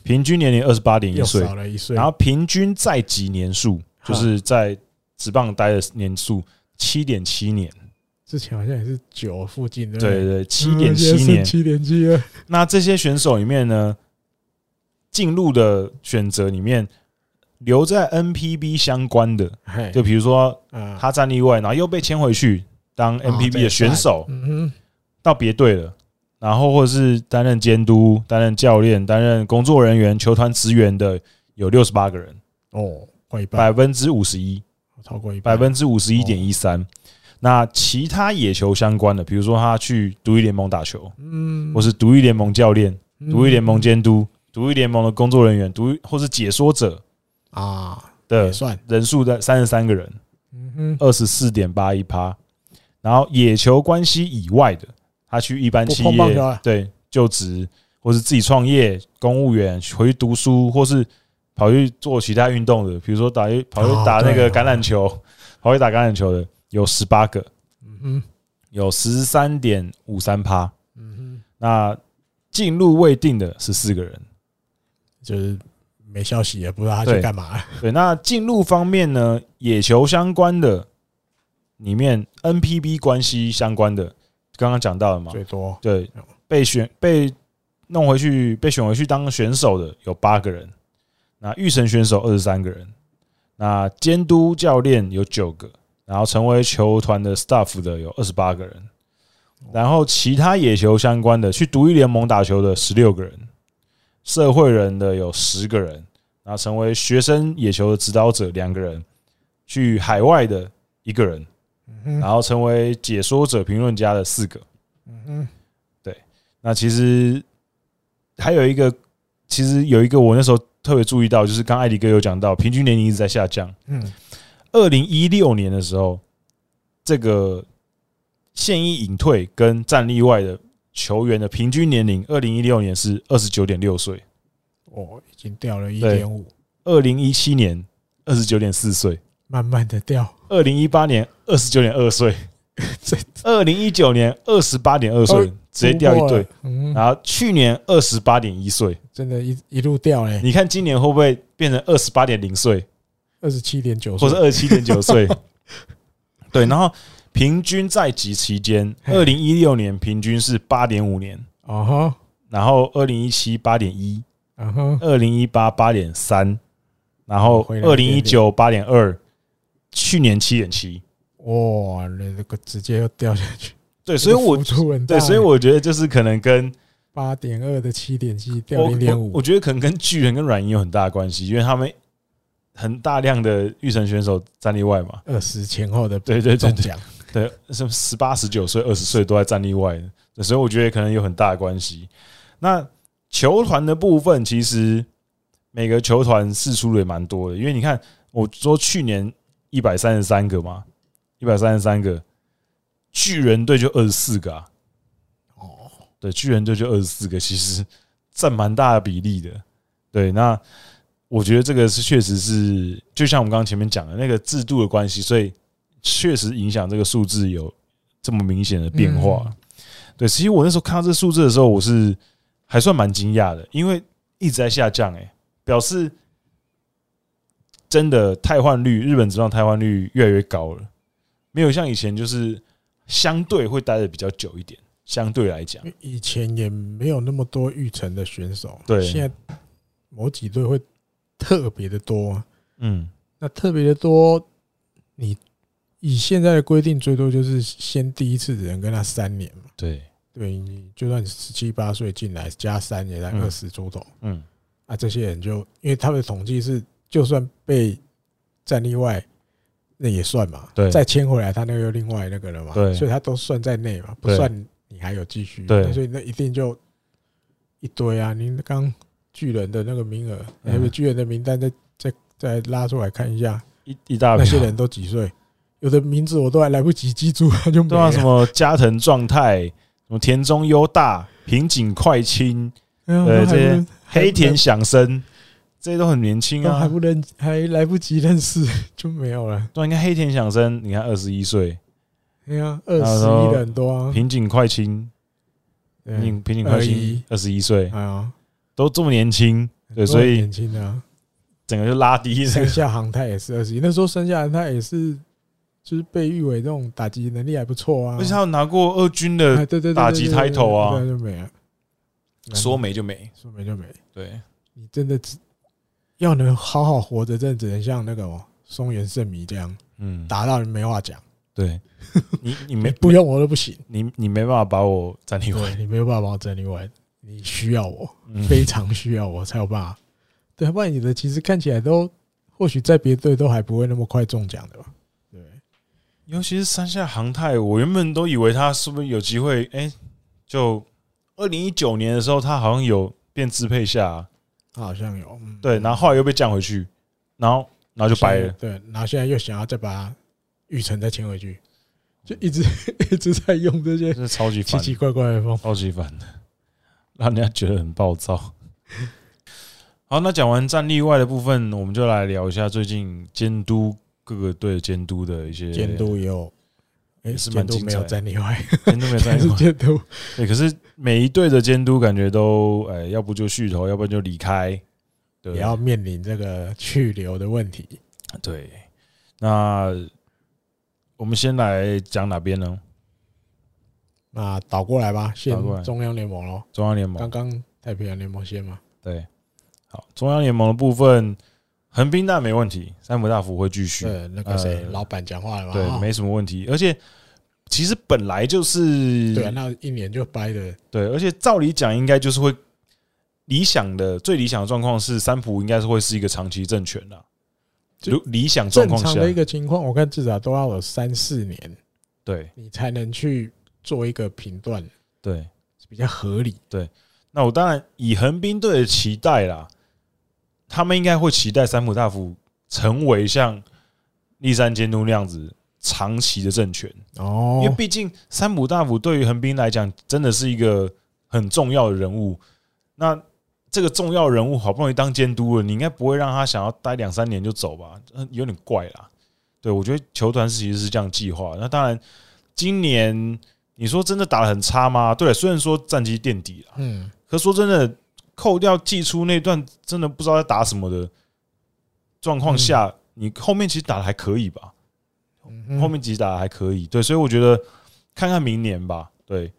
S1: 平均年龄二十八点一
S2: 哦又
S1: 岁，
S2: 少了一岁。
S1: 然后平均在籍年数就是在职棒待的年数七点七年，
S2: 之前好像也是九附近的，
S1: 对对对，七点七年。
S2: 嗯七点七了。
S1: 那这些选手里面呢，进入的选择里面，留在 NPB 相关的，
S2: 嘿，
S1: 就比如说
S2: 啊，
S1: 他战例外，然后又被签回去
S2: 哦
S1: 当 NPB 的选手，
S2: 嗯哼，
S1: 到别队了，然后或者是担任监督、担任教练、担任工作人员、球团职员的有六十八个人，
S2: 哦，过一半，
S1: 百分之五十一，
S2: 超过一
S1: 百
S2: 半，
S1: 分之五十一点一三。那其他野球相关的，比如说他去独立联盟打球，
S2: 嗯，
S1: 或是独立联盟教练、独立联盟
S2: 嗯
S1: 监督、独立联盟的工作人员、独立或是解说者
S2: 啊，也
S1: 的
S2: 算，
S1: 人数在三十三个人。
S2: 嗯哼，
S1: 二十四点八一趴，然后野球关系以外的，他去一般企
S2: 不碰棒球
S1: 业
S2: 啊
S1: 对就职，或是自己创业、公务员回去读书，或是跑去做其他运动的，比如说打一跑
S2: 哦
S1: 去打那
S2: 对
S1: 个
S2: 哦
S1: 橄榄球，跑去打橄榄球的有十八个，
S2: 嗯哼，
S1: 有十三点五三趴。
S2: 嗯哼，
S1: 那进入未定的十四个人，
S2: 就是没消息，也不知道他去
S1: 对啊
S2: 干嘛。
S1: 对，那进入方面呢，野球相关的里面 NPB 关系相关的，刚刚讲到了嘛，
S2: 最多
S1: 对，被选被弄回去被选回去当选手的有八个人，那预审选手二十三个人，那监督教练有九个，然后成为球团的 staff 的有二十八个人，然后其他野球相关的去独立联盟打球的十六个人，社会人的有十个人，然后成为学生野球的指导者两个人，去海外的一个人，
S2: 嗯哼，
S1: 然后成为解说者、评论家的四个。
S2: 嗯哼，
S1: 那其实还有一个，其实有一个我那时候特别注意到，就是刚艾迪哥有讲到，平均年龄一直在下降。
S2: 嗯，
S1: 二零一六年的时候，这个现役隐退跟战例外的球员的平均年龄，二零一六年是二十九点六岁，
S2: 哦，已经掉了一
S1: 对
S2: 点五，
S1: 二零一七年二十九点四岁，
S2: 慢慢的掉， *laughs*
S1: 二零一八年二十九点二岁
S2: 这，
S1: 二零一九年二十八点二
S2: 哦
S1: 岁，直接掉
S2: 突
S1: 一
S2: 破了
S1: 对。，
S2: 嗯哼，
S1: 然后去年二十八点一岁，
S2: 真的一一路掉嘞，
S1: 你看今年会不会变成二十八点零岁，
S2: 二十七点九，
S1: 或是二七点九
S2: *laughs*
S1: 岁？对，然后平均在籍期间，
S2: 嘿
S1: 二零一六年平均是八点五年，
S2: 哦哈，啊
S1: 然后二零一七八点一，
S2: 然后
S1: 二零一八八点三，然后
S2: 回来
S1: 二
S2: 一
S1: 零一
S2: 点
S1: 九八点二，去年七点七。
S2: 哇，那这个直接又掉下去，
S1: 对，所以我
S2: 这个幅度很大欸
S1: 对，所以我觉得就是可能跟
S2: 八点二的七点七 *laughs* 掉
S1: 我
S2: 零
S1: 我
S2: 点五
S1: 我，觉得可能跟巨人跟软银有很大的关系，因为他们很大量的预选选手战例外嘛。
S2: 二十前后的
S1: 对对对
S2: 中
S1: 对
S2: 奖，
S1: 对，是十八、十九岁、二十岁都在战力外，对所以我觉得可能有很大的关系。那球团的部分，其实每个球团试出的也蛮多的，因为你看，我说去年一百三十三个嘛，一百三十三个，巨人队就二十四个啊，
S2: 哦，
S1: 对，巨人队就二十四个，其实占蛮大的比例的。对，那我觉得这个是确实是，就像我们刚刚前面讲的那个制度的关系，所以确实影响这个数字有这么明显的变化。
S2: 嗯
S1: 对，其实我那时候看到这数字的时候，我是还算蛮惊讶的，因为一直在下降、欸，哎，表示真的汰换率，日本职棒汰换率越来越高了，没有像以前就是相对会待的比较久一点，相对来讲
S2: 因，为以前也没有那么多育成的选手，
S1: 对
S2: 现在某几队会特别的多，啊
S1: 嗯，
S2: 那特别的多，你以现在的规定，最多就是先第一次只能跟他三年嘛，
S1: 对，
S2: 对你就算你十七八岁进来加三年，才
S1: 嗯
S2: 二十出头、
S1: 嗯，
S2: 啊，这些人就因为他们的统计是，就算被战例外。那也算嘛，
S1: 对
S2: 再签回来，他那个又另外那个了嘛，
S1: 对
S2: 所以他都算在内嘛，不
S1: 对
S2: 算你还有继续，
S1: 对
S2: 那所以那一定就一堆啊！您刚巨人的那个名额，
S1: 嗯
S2: 那个巨人的名单再再再拉出来看一下，
S1: 一一大票
S2: 那些人都几岁？有的名字我都还来不及记住，他就没
S1: 对啊，
S2: 了。
S1: 什么加藤状态，什么田中优大、平井快清、
S2: 哎呀
S1: 对
S2: 都还不
S1: 这些
S2: 还不
S1: 黑田响生，这些都很年轻
S2: 都还
S1: 啊。
S2: 不认，还来不及认识就没有了。
S1: 对啊，你看黑田响生，你看二十一岁，
S2: 哎呀，二
S1: 然
S2: 十
S1: 后
S2: 一的很多啊，
S1: 平井快清，
S2: 对
S1: 平井平井快清二十一岁，
S2: 哎呀，
S1: 都这么年轻，对，
S2: 很多
S1: 所
S2: 很
S1: 以
S2: 年轻的啊，
S1: 整个就拉低这
S2: 生
S1: 个。
S2: 下航太也是二十一，那时候生下航太也是，就是被誉为这种打击能力还不错啊。
S1: 而且他有拿过二军的
S2: 哎，对对对对
S1: 打击
S2: 对对
S1: title 啊
S2: 对就没了。
S1: 说没就没，
S2: 说没就没，
S1: 对，
S2: 你真的只要能好好活着，真的只能像那个哦松原圣弥这样
S1: 嗯，
S2: 打到你没话讲，
S1: *laughs* 对，你你
S2: 你
S1: *laughs* 没
S2: 不用我都不行。
S1: 你你没办法把我占领
S2: 对
S1: 完，
S2: 你没有办法帮我整理完，你需要我，
S1: 嗯
S2: 非常需要我才有办法。对，要不然你的其实看起来都，或许在别队都还不会那么快中奖的吧？对，
S1: 尤其是山下航太，我原本都以为他是不是有机会？哎、就二零一九年的时候，他好像有变支配下、
S2: 他好像有，嗯
S1: 对，然后后来又被降回去，然后然后就掰了。
S2: 对，然后现在又想要再把玉成再签回去，就一直 *laughs* 一直在用这些
S1: 真的超级
S2: 奇
S1: 烦，
S2: 奇怪怪的方法。
S1: 超级烦的，让人家觉得很暴躁。好，那讲完战例外的部分，我们就来聊一下最近监督各个队监督的一些
S2: 监督也有，哎，
S1: 也是
S2: 监
S1: 蛮
S2: 督
S1: 精
S2: 没
S1: 彩
S2: 有
S1: 的
S2: 在例
S1: *laughs*
S2: 外，
S1: 监督没有战
S2: 但
S1: 例
S2: 是
S1: 外，
S2: 监督
S1: 对，可是每一队的监督感觉都，哎、要不就续头，要不然就离开，对，
S2: 也要面临这个去留的问题。
S1: 对，那我们先来讲哪边呢？
S2: 那倒过来吧，先
S1: 倒过来
S2: 中央联盟喽。
S1: 中央联
S2: 刚
S1: 盟。
S2: 刚太平洋联盟先嘛，
S1: 对，好，中央联盟的部分，横滨那没问题，山姆大辅会继续，
S2: 对，那个谁，
S1: 呃
S2: 老板讲话了嘛，
S1: 对，
S2: 哦
S1: 没什么问题。而且其实本来就是
S2: 对啊，那一年就掰的，
S1: 对，而且照理讲应该就是会理想的最理想的状况是三浦应该是会是一个长期政权啦。
S2: 就
S1: 如理想状
S2: 正
S1: 况
S2: 常
S1: 下
S2: 的，一个情况，我看至少都要有三四年，
S1: 对
S2: 你才能去做一个评断，
S1: 对，
S2: 是比较合理。
S1: 那我当然以横滨队的期待啦，他们应该会期待山浦大辅成为像立山监督那样子长期的政权，因为
S2: 哦，
S1: 毕竟山浦大辅对于横滨来讲真的是一个很重要的人物。那这个重要人物好不容易当监督了，你应该不会让他想要待两三年就走吧？嗯，有点怪啦。对，我觉得球团是其实是这样计划。那当然，今年你说真的打得很差吗？对，虽然说战绩垫底啦，
S2: 嗯，
S1: 可说真的，扣掉季初那段真的不知道在打什么的状况下，你后面其实打的还可以吧？
S2: 嗯哼
S1: 后面几打得还可以，对，所以我觉得看看明年吧，对，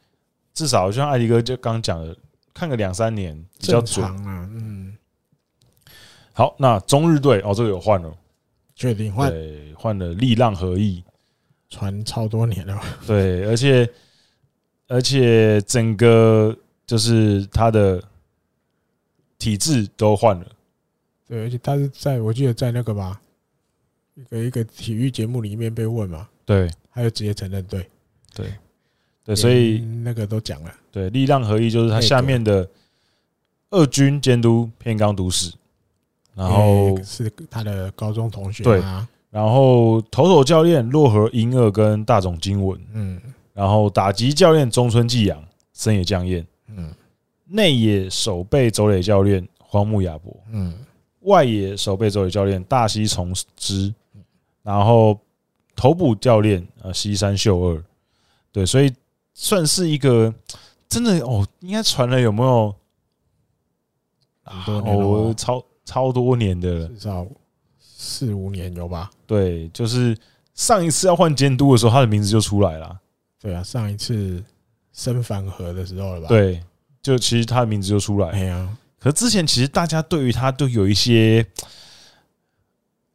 S1: 至少就像艾迪哥就刚讲的，看个两三年比较
S2: 正
S1: 准。
S2: 常啊，嗯，
S1: 好，那中日队哦，这个有换了，
S2: 确定换
S1: 对，换了力浪合意，
S2: 传超多年了吧？
S1: 对，而且而且整个就是他的体制都换了。
S2: 对，而且他是在我记得在那个吧，一个一个体育节目里面被问嘛，
S1: 对
S2: 他就直接承认对，
S1: 对，所以
S2: 连那个都讲了，
S1: 对，力量合一就是他下面的二军监督片冈独史，然后
S2: 诶是他的高中同学
S1: 对
S2: 啊，
S1: 然后投手教练洛河英二跟大冢经文，
S2: 嗯
S1: 然后打击教练中村纪阳、深野将彦，
S2: 嗯
S1: 内野守备走垒教练荒木雅博，
S2: 嗯，
S1: 外野守备周瑜教练大西崇之，然后头部教练呃西山秀二，对，所以算是一个真的哦，应该传了有没有？
S2: 很多年了吧
S1: 哦，超超多年的了，
S2: 至少四五年有吧？
S1: 对，就是上一次要换监督的时候，他的名字就出来了，
S2: 对啊，上一次升反核的时候了吧？，
S1: 对，就其实他的名字就出来了
S2: 哎，呀，
S1: 可之前其实大家对于他都有一些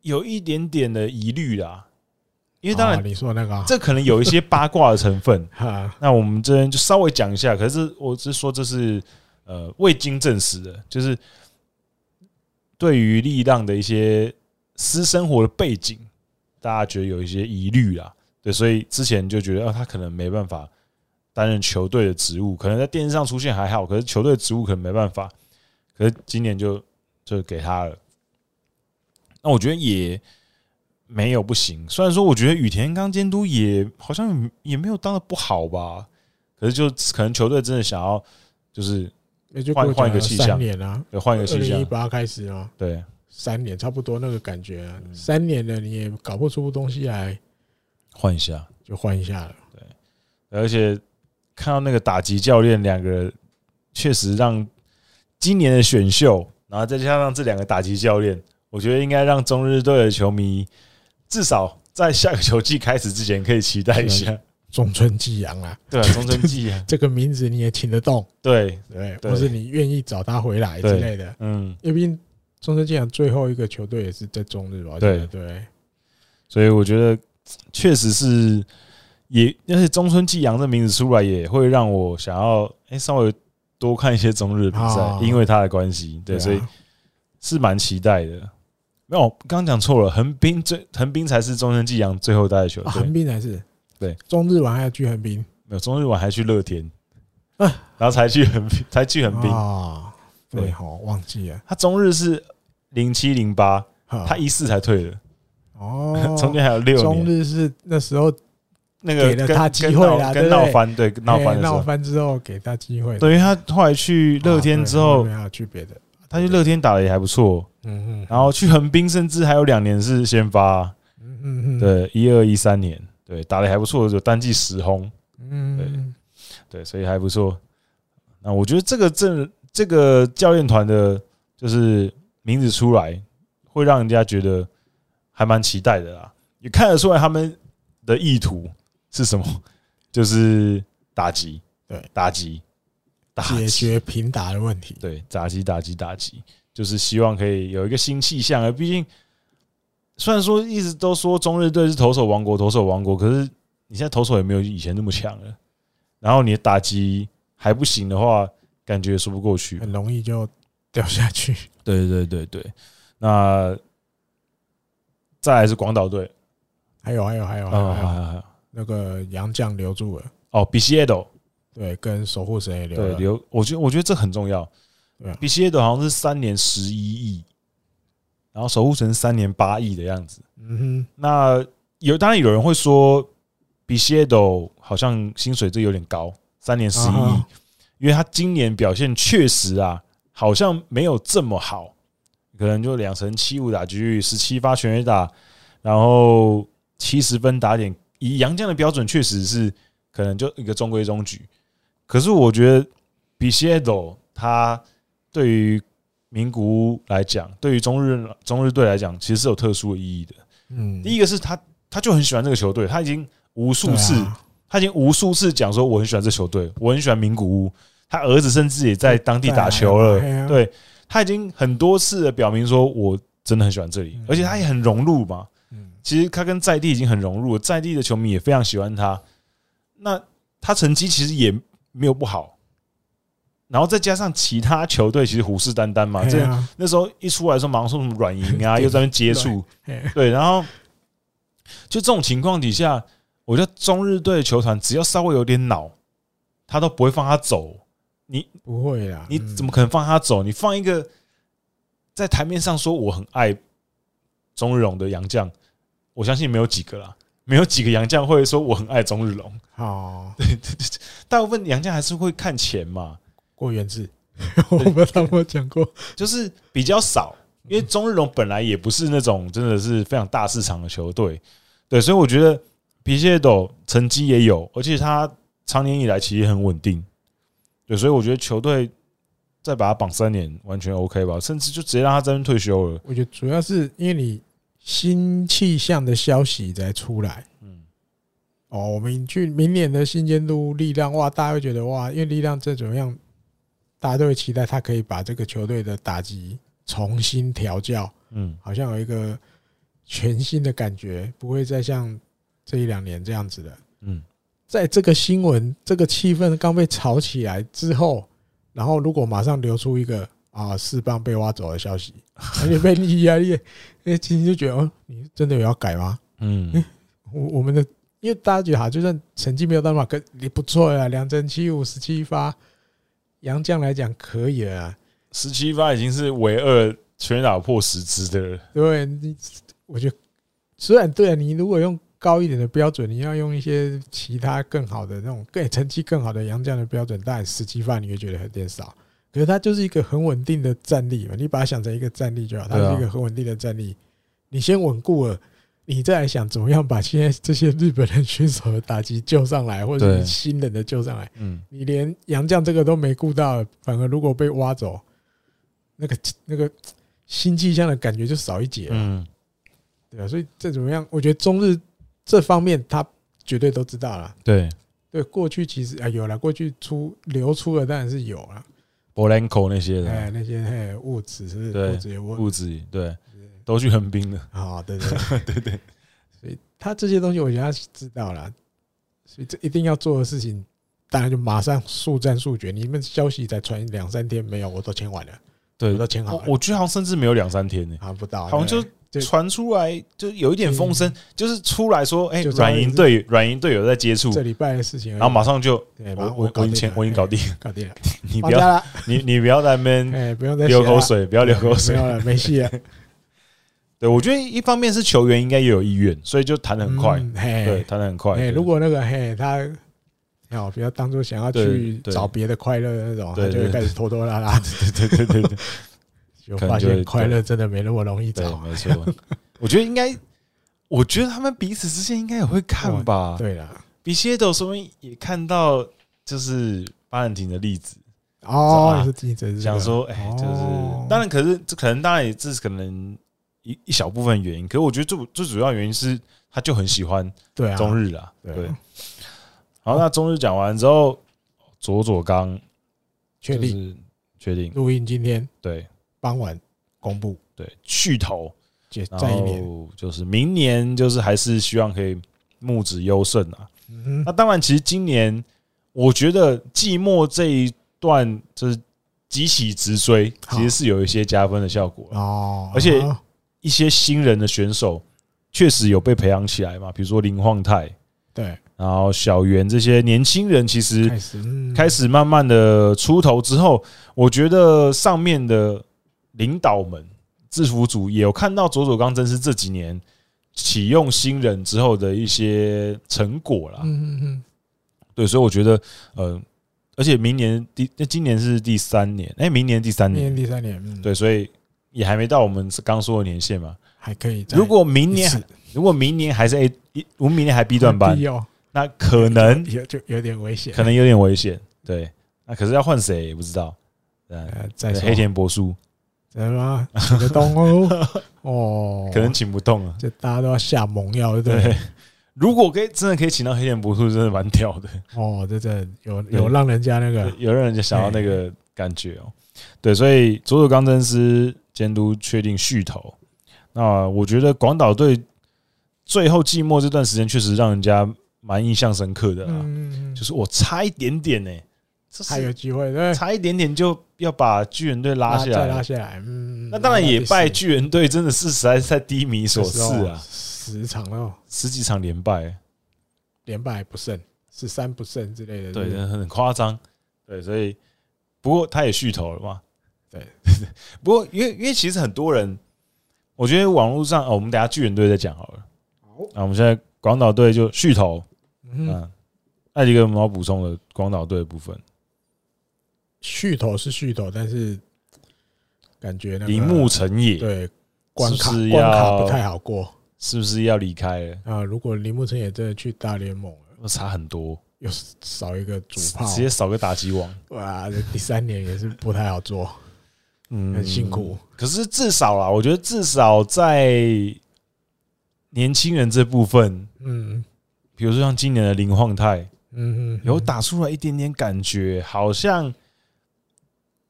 S1: 有一点点的疑虑啦，因为当
S2: 哦
S1: 然
S2: 你说那个啊。
S1: 这可能有一些八卦的成分
S2: 哈，
S1: 那我们这边就稍微讲一下，可是我只是说这是呃未经证实的，就是对于力浪的一些私生活的背景，大家觉得有一些疑虑啦。对，所以之前就觉得啊，他可能没办法担任球队的职务，可能在电视上出现还好，可是球队的职务可能没办法。可是今年就就给他了，那我觉得也没有不行。虽然说我觉得羽田刚监督也好像也没有当的不好吧，可是就可能球队真的想要就是
S2: 也就
S1: 换
S2: 过
S1: 换一个气象
S2: 三年啊，
S1: 对哎换一个
S2: 二
S1: 形
S2: 零一
S1: 象，
S2: 八开始啊，
S1: 对
S2: 三年差不多那个感觉啊，三年了你也搞不出东西来，
S1: 换一下，
S2: 就换一下了。
S1: 而且看到那个打击教练两个，确实让今年的选秀，然后再加上这两个打击教练，我觉得应该让中日队的球迷至少在下个球季开始之前可以期待一下。
S2: 中村纪阳啊，
S1: 对啊，中正纪啊，
S2: 这个名字你也请得动，
S1: *laughs* 对，
S2: 对，
S1: 对
S2: 或是你愿意找他回来之类的。
S1: 嗯，
S2: 因为毕竟中村纪阳最后一个球队也是在中日吧？我记得对，
S1: 所以我觉得确实是也，而且中村纪阳这名字出来也会让我想要哎、诶稍微多看一些中日的比赛
S2: 哦，
S1: 因为他的关系，对，
S2: 啊
S1: 所以是蛮期待的。没有，刚刚讲错了，横滨最横滨才是中村纪阳最后带的球
S2: 啊
S1: 队
S2: 横，滨还是
S1: 对
S2: 中日完还要去横滨，
S1: 没有中日晚还去乐天，
S2: 啊哦
S1: 然后才去横滨，才去横滨。
S2: 啊，对
S1: 对
S2: 吼，忘记了，
S1: 他中日是零七零八，
S2: 哈
S1: 他一四才退的，，
S2: 哦
S1: *laughs* 中间还有六
S2: 中
S1: 年。
S2: 日是那时候
S1: 那个
S2: 给了
S1: 跟
S2: 他机会啦
S1: 跟
S2: 对
S1: 闹
S2: 不对
S1: 跟闹翻，对闹翻
S2: 哎
S1: 的时
S2: 闹
S1: 候，
S2: 翻之后给他机会，
S1: 对，因为他后来去
S2: 啊，
S1: 乐天之后
S2: 没，有去别的，
S1: 他去乐天打的也还不错，
S2: 嗯嗯，
S1: 然后去横滨甚至还有两年是先发啊，
S2: 嗯嗯嗯，
S1: 对，一二一三年，对，打的还不错，有单季十轰，
S2: 嗯，嗯，
S1: 对，所以还不错。那我觉得这个阵这个教练团的，就是名字出来，会让人家觉得还蛮期待的啦，也看得出来他们的意图是什么，就是打击，
S2: 对，
S1: 打击，打
S2: 解
S1: 击。
S2: 决平打的问题，
S1: 对，打击打击打击，就是希望可以有一个新气象啊。毕竟虽然说一直都说中日队是投手王国，投手王国，可是你现在投手也没有以前那么强了。然后你的打击还不行的话，感觉也说不过去。
S2: 很容易就掉下去。 *laughs*
S1: 对对对对，那再来是广岛队
S2: 还有还有还有还有还有
S1: 啊，
S2: 那个洋将留住了，
S1: 哦，比西耶斗，
S2: 对，跟守护神也留
S1: 对
S2: 了，
S1: 留，我觉得我觉得这很重要
S2: 对啊。
S1: 比西耶斗好像是三年十一亿，然后守护神三年八亿的样子。
S2: 嗯
S1: 那有当然有人会说，比谢斗好像薪水这有点高，三年
S2: 哼，
S1: 十一亿
S2: 啊，
S1: 因为他今年表现确实啊，好像没有这么好，可能就两成七五打击率，十七发全垒打，然后七十分打点，以杨绛的标准确实是可能就一个中规中矩。可是我觉得比谢斗他对于名古屋来讲，对于中日中日队来讲，其实是有特殊的意义的。
S2: 嗯，
S1: 第一个是他，他就很喜欢这个球队，他已经无数次，
S2: 对啊
S1: 他已经无数次讲说我很喜欢这球队，我很喜欢名古屋。他儿子甚至也在当地打球了
S2: 对啊，
S1: 对他已经很多次的表明说我真的很喜欢这里
S2: 嗯，
S1: 而且他也很融入嘛。
S2: 嗯
S1: 其实他跟在地已经很融入了，在地的球迷也非常喜欢他。那他成绩其实也没有不好，然后再加上其他球队其实虎视眈眈嘛，这
S2: 对啊
S1: 那时候一出来的时候，马上说什么软银啊，
S2: 对
S1: 又在那边接触，
S2: 嘿
S1: 对，然后就这种情况底下，我觉得中日队的球团只要稍微有点脑，他都不会放他走。
S2: 不会啦，
S1: 你
S2: 嗯
S1: 怎么可能放他走？你放一个在台面上说我很爱中日龙的洋将，我相信没有几个啦，没有几个洋将会说我很爱中日龙。
S2: 好
S1: 大部分洋将还是会看钱嘛， *laughs*
S2: 过原子？我不知道有没有讲过，
S1: 就是比较少。因为中日龙本来也不是那种真的是非常大市场的球队，对，所以我觉得皮切斗成绩也有，而且他常年以来其实也很稳定，对，所以我觉得球队再把他绑三年完全 OK 吧，甚至就直接让他在那边退休了。
S2: 我觉得主要是因为你新气象的消息才出来
S1: 嗯，
S2: 哦。我们去明年的新监督力量，哇，大家会觉得哇，因为力量这怎么样，大家都会期待他可以把这个球队的打击重新调教，
S1: 嗯，
S2: 好像有一个全新的感觉，不会再像这一两年这样子的。
S1: 嗯，
S2: 在这个新闻、这个气氛刚被炒起来之后，然后如果马上流出一个啊四棒被挖走的消息，而且被利压力，那其实就觉得哦，你真的有要改吗？
S1: 嗯，
S2: 我我们的，因为大家觉得哈，就算成绩没有到嘛，可也不错呀，两针七五十七发，杨将来讲可以了啊。
S1: 十七发已经是唯二全垒打破十支的了。
S2: 对，啊你我觉得虽然对啊，你如果用高一点的标准，你要用一些其他更好的那种更成绩更好的洋将的标准，当然十七发你会觉得有点少。可是它就是一个很稳定的战力嘛，你把它想成一个战力就好，它
S1: 对啊
S2: 是一个很稳定的战力。你先稳固了，你再来想怎么样把现在这些日本人选手的打击救上来，或者
S1: 对
S2: 是新人的救上来。
S1: 嗯，
S2: 你连杨绛这个都没顾到，反而如果被挖走，那个那个新气象的感觉就少一截了，
S1: 嗯，
S2: 对啊吧、所以这怎么样？我觉得中日这方面他绝对都知道了。
S1: 对，
S2: 对，过去其实啊、有了，过去出流出的当然是有了，
S1: 博兰口那些
S2: 哎，
S1: 的
S2: 那些嘿物质是
S1: 啊对
S2: 物质也问
S1: 物质，对，都去横滨了。
S2: 啊，对对
S1: *laughs*
S2: 对对，所以他这些东西我觉得他是知道了，所以这一定要做的事情，当然就马上速战速决。你们消息才传两三天没有，我都签完了，
S1: 对
S2: 我，都签好
S1: 我
S2: 了。
S1: 哦我觉得好像甚至没有两三天呢、
S2: 啊，不到，
S1: 好像
S2: 对嗯
S1: 就传出来，就有一点风声，就是出来说，哎、
S2: 就知道
S1: 软银队软银队友在接触，
S2: 这礼拜的事情而已，
S1: 然后马上就
S2: 对
S1: 我
S2: 把
S1: 我我
S2: 搞
S1: 已
S2: 定
S1: 经签
S2: 了
S1: 我已经搞定，
S2: 哎搞定了，
S1: *laughs* 你不
S2: 放假
S1: 要
S2: 了，
S1: 你你不要在那边
S2: 哦 *laughs* 哎，不用
S1: *laughs*
S2: 再
S1: 流
S2: 写
S1: 口
S2: 了，嗯
S1: 水，不要流口水
S2: 没。有
S1: *laughs*
S2: 了，没戏了，
S1: 对，我觉得一方面是球员应该也有意愿，所以就谈的很快，
S2: 嗯
S1: 对，
S2: 嘿，
S1: 谈的很快。
S2: 哎，
S1: 对
S2: 如果那个嘿他。哦，不要当做想要去
S1: 对对
S2: 找别的快乐的那种，
S1: 对
S2: 他就
S1: 对
S2: 会开始拖拖拉拉，
S1: *laughs* 对对对
S2: *laughs*
S1: 对
S2: 就
S1: 可能
S2: 发
S1: 就会
S2: 现快乐真的没那么容易
S1: 对，
S2: 找。
S1: 没错。我觉得应该，我觉得他们彼此之间应该也会看吧。
S2: 哦对了，
S1: 比切斗说明也看到就是巴兰廷的例子，
S2: 哦
S1: 啊，
S2: 是哦竞争，
S1: 想说，
S2: 啊
S1: 哎，就是当然，可是这可能当然也这是可能一一小部分原因，可是我觉得最最主要原因是他就很喜欢
S2: 对啊，
S1: 中日啦，对
S2: 对啊。
S1: 好，那中日讲完之后，佐佐刚
S2: 确
S1: 就
S2: 定
S1: 是确定，
S2: 录音今天
S1: 对
S2: 傍晚公布，
S1: 对，续投，
S2: 解
S1: 然
S2: 再一年，
S1: 后就是明年就是还是希望可以木子优胜啊。
S2: 嗯
S1: 那当然，其实今年我觉得季末这一段就是急起直追，
S2: 好
S1: 其实是有一些加分的效果
S2: 哼，。哦，
S1: 而且
S2: 啊
S1: 一些新人的选手确实有被培养起来嘛，比如说林晃泰，
S2: 对，
S1: 然后小圆这些年轻人，其实
S2: 开始嗯
S1: 开始慢慢的出头之后，我觉得上面的领导们、制服组也有看到佐佐刚真是这几年启用新人之后的一些成果啦。
S2: 嗯嗯嗯，
S1: 对，所以我觉得，呃，而且明年第，那今年是第三年，哎，明年第三
S2: 今
S1: 年
S2: 年，第三年，嗯，
S1: 对，所以也还没到我们刚说的年限嘛。
S2: 还可以再一次。
S1: 如果明年，如果明年还是 A，一我们明年还 B 段班
S2: 很低，哦，
S1: 那可能
S2: 有就有点危险，
S1: 可能有点危险。对，那可是要换谁也不知道。对啊
S2: 呃再
S1: 对
S2: 说
S1: 黑田博叔
S2: 怎么请得动哦？
S1: *laughs*
S2: 哦，
S1: 可能请不动了。
S2: 这大家都要下猛药，对不
S1: 对
S2: 对？，
S1: 如果可以真的可以请到黑田博叔，真的蛮屌的，
S2: 哦，这这有
S1: 对
S2: 有让人家那个
S1: 对啊有让人家想要那
S2: 哎
S1: 个感觉哦。对，所以佐佐刚真司监督确定续投。那我觉得广岛队最后季末这段时间确实让人家蛮印象深刻的啊，
S2: 嗯，嗯
S1: 就是我差一点点呢、这
S2: 还
S1: 是
S2: 有机会，对，
S1: *laughs* 差一点点就要把巨人队拉下
S2: 再
S1: 来
S2: 拉
S1: 了。
S2: 下来，嗯，
S1: 那当然也拜巨人队，真的是实在是太低迷
S2: 所
S1: 所赐啊，
S2: 十场哦，
S1: 十几场连败、
S2: 连败不胜，十三不胜之类的，
S1: 对，
S2: 是不
S1: 真
S2: 是
S1: 的很夸张。对，所以不过他也续投了嘛。
S2: 对，
S1: *laughs* 不过因为因为其实很多人，我觉得网络上哦，我们等一下巨人队再讲好了。啊
S2: 好，
S1: 那我们现在广岛队就续投，
S2: 嗯，
S1: 嗯，艾迪哥有没有要补充的广岛队的部分？
S2: 续头是续头，但是感觉那个
S1: 李牧成也
S2: 对关卡
S1: 是不是
S2: 关卡
S1: 要
S2: 不太好过
S1: 是不是要离开了？
S2: 啊。如果林木成也真的去大联盟了，
S1: 那差很多，
S2: 又少一个主炮，
S1: 直接少个打击王，
S2: 哇，这第三年也是不太好做，
S1: 嗯，
S2: 很辛苦。
S1: 可是至少啦，我觉得至少在年轻人这部分，
S2: 嗯
S1: 比如说像今年的林晃泰，
S2: 嗯嗯，
S1: 有打出来一点点感觉，好像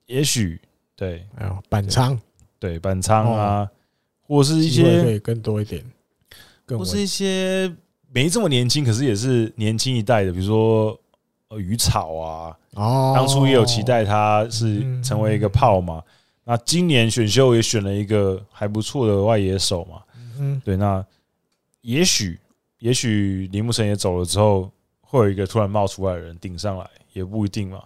S1: 也许对
S2: 哎呦，板仓
S1: 对板仓啊，或是一
S2: 哦机会可
S1: 些
S2: 以更多一点，更
S1: 或
S2: 稳
S1: 是一些没这么年轻，可是也是年轻一代的，比如说呃鱼草啊，
S2: 哦，嗯
S1: 当初也有期待他是成为一个炮嘛。那今年选秀也选了一个还不错的外野手嘛，
S2: 嗯，
S1: 对，那也许也许林木成也走了之后，会有一个突然冒出来的人顶上来，也不一定嘛，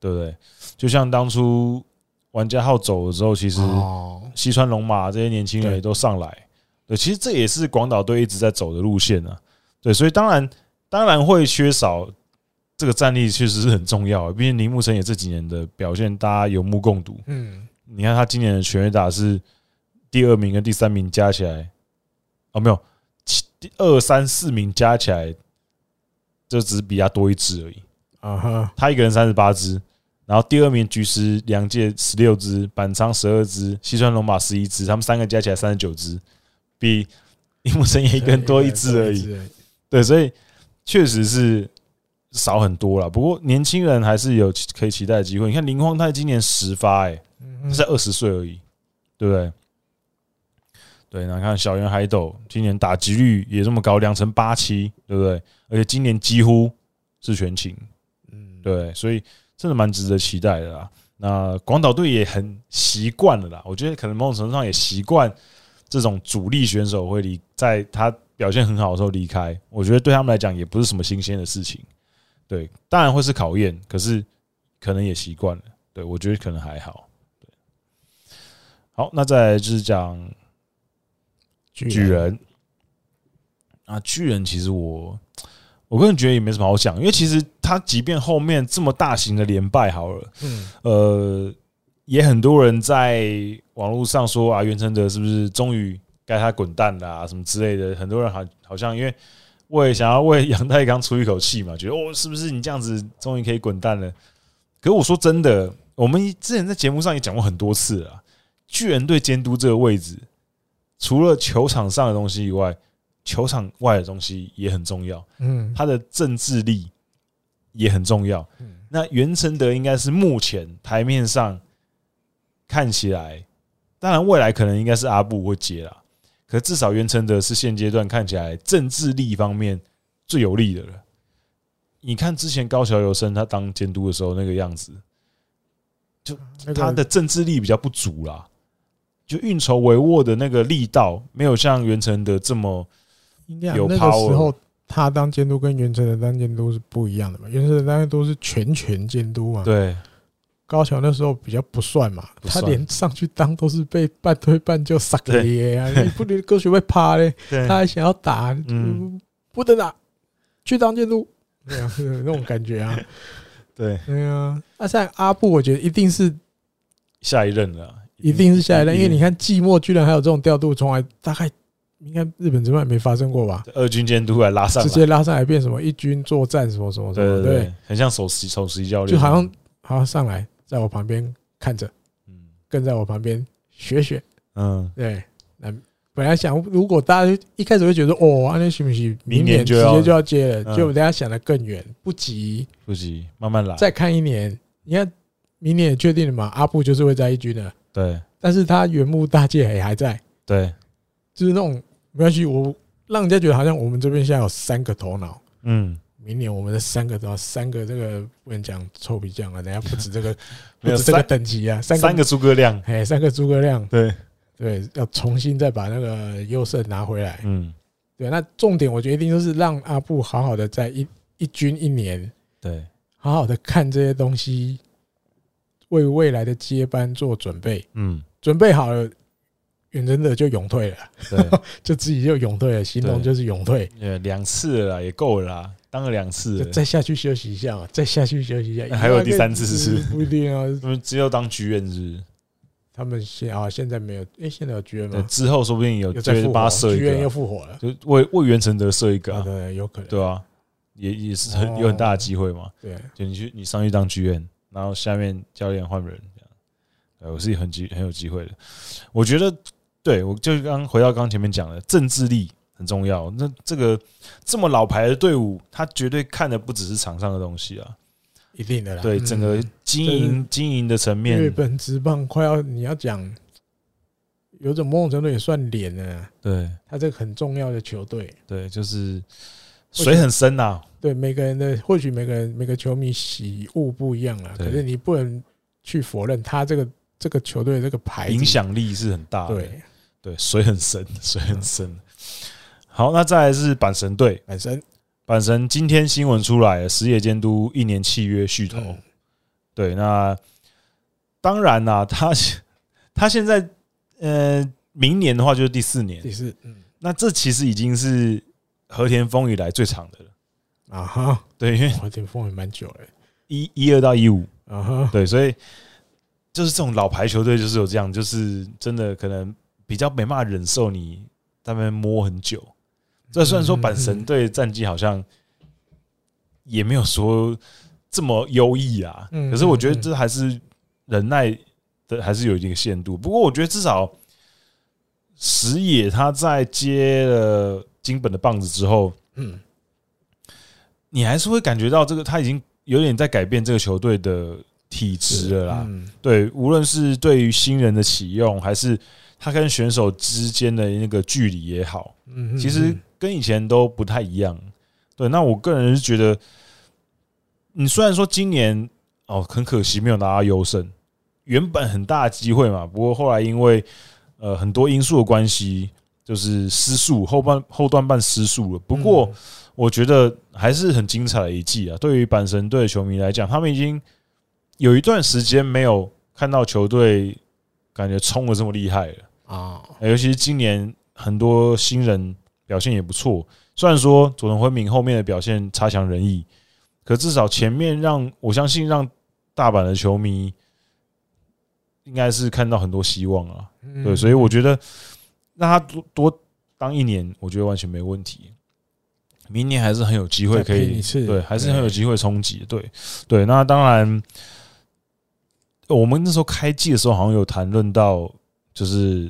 S1: 对不对？就像当初玩家号走了之后，其实
S2: 哦，
S1: 西川龙马这些年轻人也都上来，对，其实这也是广岛队一直在走的路线啊，对，所以当然当然会缺少。这个战力确实是很重要，啊毕竟林木成也这几年的表现，大家有目共睹。
S2: 嗯，
S1: 你看他今年的全垒打是第二名跟第三名加起来，哦，没有，其第二三四名加起来，就只比他多一支而已。
S2: 啊哈，
S1: 他一个人三十八支，然后第二名菊池良介十六支，板仓十二支，西川龙马十一支，他们三个加起来三十九支，比樱木神也一个人多一支而已。
S2: 已。
S1: 对，所以确实是少很多了。不过年轻人还是有可以期待的机会。你看林荒泰今年十发、欸，
S2: 嗯
S1: 他才二十岁而已，对不对？对，那看小圆海斗今年打击率也这么高，两成八七，对不对？而且今年几乎是全勤，
S2: 嗯，
S1: 对，所以真的蛮值得期待的啦。那广岛队也很习惯了啦，我觉得可能某种程度上也习惯这种主力选手会离，在他表现很好的时候离开，我觉得对他们来讲也不是什么新鲜的事情。对，当然会是考验，可是可能也习惯了。对我觉得可能还好。对，好，那再来就是讲巨人啊，巨人其实我我个人觉得也没什么好讲，因为其实他即便后面这么大型的连败好了，
S2: 嗯，
S1: 呃，也很多人在网络上说啊，袁成德是不是终于该他滚蛋啦、什么之类的，很多人好好像因为为想要为杨太刚出一口气嘛，觉得哦，是不是你这样子终于可以滚蛋了？可我说真的，我们之前在节目上也讲过很多次了啊，巨人队监督这个位置，除了球场上的东西以外，球场外的东西也很重要。
S2: 嗯，
S1: 他的政治力也很重要
S2: 嗯。
S1: 那袁成德应该是目前台面上看起来，当然未来可能应该是阿布会接啦，可至少袁成德是现阶段看起来政治力方面最有利的了。你看之前高桥由生他当监督的时候那个样子，
S2: 那个
S1: 他的政治力比较不足啦，就运筹帷幄的那个力道没有像袁成德这么
S2: 音量
S1: 有
S2: 啊那个
S1: power
S2: 时候他当监督跟袁成的当监督是不一样的嘛，袁成的当监督是全权监督嘛，
S1: 对
S2: 高桥那时候比较不算嘛，
S1: 不
S2: 他
S1: 算
S2: 连上去当都是被半推半就撒个耶啊，你不连歌曲会趴嘞，
S1: *laughs* 对
S2: 他还想要打，
S1: 嗯
S2: 不能打，去当监督，对啊，是那种感觉啊，
S1: *laughs* 对，
S2: 对啊，那像阿布，我觉得一定是
S1: 下一任了，
S2: 一定是下一代，因
S1: 嗯
S2: 为
S1: 定
S2: 你看季末居然还有这种调度，从来大概应该日本之外没发生过吧？
S1: 二军监督来拉上
S2: 直
S1: 来，
S2: 接拉上来变什么一军作战什么什么什
S1: 对
S2: 么，
S1: 对对，很像首席首席教练，
S2: 就好像好像上来在我旁边看着，
S1: 嗯
S2: 更在我旁边学学，
S1: 嗯，
S2: 对，那本来想如果大家一开始会觉得哦，那行不行？
S1: 明年
S2: 年直
S1: 就要
S2: 接就要接了，
S1: 嗯
S2: 结果大家想的更远，不急，
S1: 不急，慢慢来，
S2: 再看一年，你看明年也确定了嘛？阿布就是会在一军的，
S1: 对
S2: 但是他原木大介也还在。
S1: 对，
S2: 就是那种没关系，我让人家觉得好像我们这边现在有三个头脑，
S1: 嗯，
S2: 明年我们的三个头脑，三个这个不能讲臭皮匠啊，人家不止
S1: *laughs*
S2: 这个，
S1: 没
S2: 不
S1: 有
S2: 止这个
S1: 三
S2: 等级啊，三
S1: 三个
S2: 个
S1: 诸葛亮，
S2: 哎，三个诸葛亮，
S1: 对，
S2: 对，要重新再把那个优胜拿回来。
S1: 嗯
S2: 对，那重点我觉得一定就是让阿布好好的在一一军一年，
S1: 对，
S2: 好好的看这些东西，为未来的接班做准备，
S1: 嗯
S2: 准备好了。远征者就勇退了，
S1: 对， *laughs*
S2: 就自己就勇退了，形容
S1: 对
S2: 就是勇退。
S1: 也两次了啦也够了啦，当了两次
S2: 就
S1: 了，
S2: 再下去休息一下嘛，
S1: *laughs*
S2: 再下去休息一下。
S1: 还有第三次是不是
S2: 不一定啊，
S1: 嗯，只有当剧院是不是
S2: 他们现啊现在没有，诶，现在有 GM
S1: 对
S2: 吗？
S1: 之后说不定有
S2: 又
S1: J
S2: 在复活
S1: 八射一
S2: ，GM
S1: 个
S2: 又
S1: 啊，
S2: 复活了，
S1: 就为为原成德射一个
S2: 对
S1: 啊，
S2: 对，哦有可能，
S1: 对啊，也也是很有很大的机会嘛。
S2: 对，
S1: 就你去你上去当剧院，然后下面教练换人这样，对我是很机很有机会的。我觉得，对我就刚回到刚前面讲的，政治力很重要。那这个这么老牌的队伍，他绝对看的不只是场上的东西啊，
S2: 一定的啦。
S1: 对
S2: 嗯
S1: 整个经
S2: 就
S1: 营经营的层
S2: 日
S1: 面，
S2: 本职棒快要你要讲，有种某种程度也算脸了。
S1: 对
S2: 他这个很重要的球队，
S1: 对，就是
S2: 我觉得
S1: 水很深呐、啊。
S2: 对每个人的或许每个人每个球迷喜恶不一样啊，
S1: 对
S2: 可是你不能去否认他这个这个球队的这个牌子
S1: 影。响力是很大的，
S2: 对，
S1: 对，水很深，水很深。好，那再来是阪神队，
S2: 本身
S1: 阪神今天新闻出来了，石野监督一年契约续投。
S2: 嗯
S1: 对，那当然啦、他 *laughs* 他现在呃，明年的话就是第四年
S2: 也，是嗯
S1: 那这其实已经是和田风以来最长的了。
S2: 啊哈，
S1: 对，因为
S2: 我这封也蛮久了
S1: 一一二到一五，
S2: 啊哈，
S1: 对，所以就是这种老牌球队就是有这样，就是真的可能比较没办法忍受你在那边摸很久。这虽然说阪
S2: 嗯
S1: 神队战绩好像也没有说这么优异啊，
S2: 嗯
S1: 可是我觉得这还是忍耐的还是有一个限度。不过我觉得至少石野他在接了金本的棒子之后，
S2: 嗯，
S1: 你还是会感觉到这个他已经有点在改变这个球队的体质了啦。
S2: 嗯
S1: 对，无论是对于新人的启用，还是他跟选手之间的那个距离也好，
S2: 嗯，
S1: 其实跟以前都不太一样。对，那我个人是觉得，你虽然说今年哦很可惜没有拿到优胜，原本很大的机会嘛，不过后来因为呃很多因素的关系，就是失速后半后段半失速了。不过、
S2: 嗯
S1: 我觉得还是很精彩的一季啊。对于阪神队的球迷来讲，他们已经有一段时间没有看到球队感觉冲的这么厉害了。
S2: 啊，
S1: 尤其是今年很多新人表现也不错，虽然说佐藤辉明后面的表现差强人意，可至少前面让我相信让大阪的球迷应该是看到很多希望啊。
S2: 嗯
S1: 对，所以我觉得让他多多当一年，我觉得完全没问题。明年还是很有机会
S2: 再
S1: 可
S2: 拼
S1: 以
S2: 一，次
S1: 对，还是很有
S2: 对
S1: 机会冲击。对，对，那当然，我们那时候开季的时候好像有谈论到，就是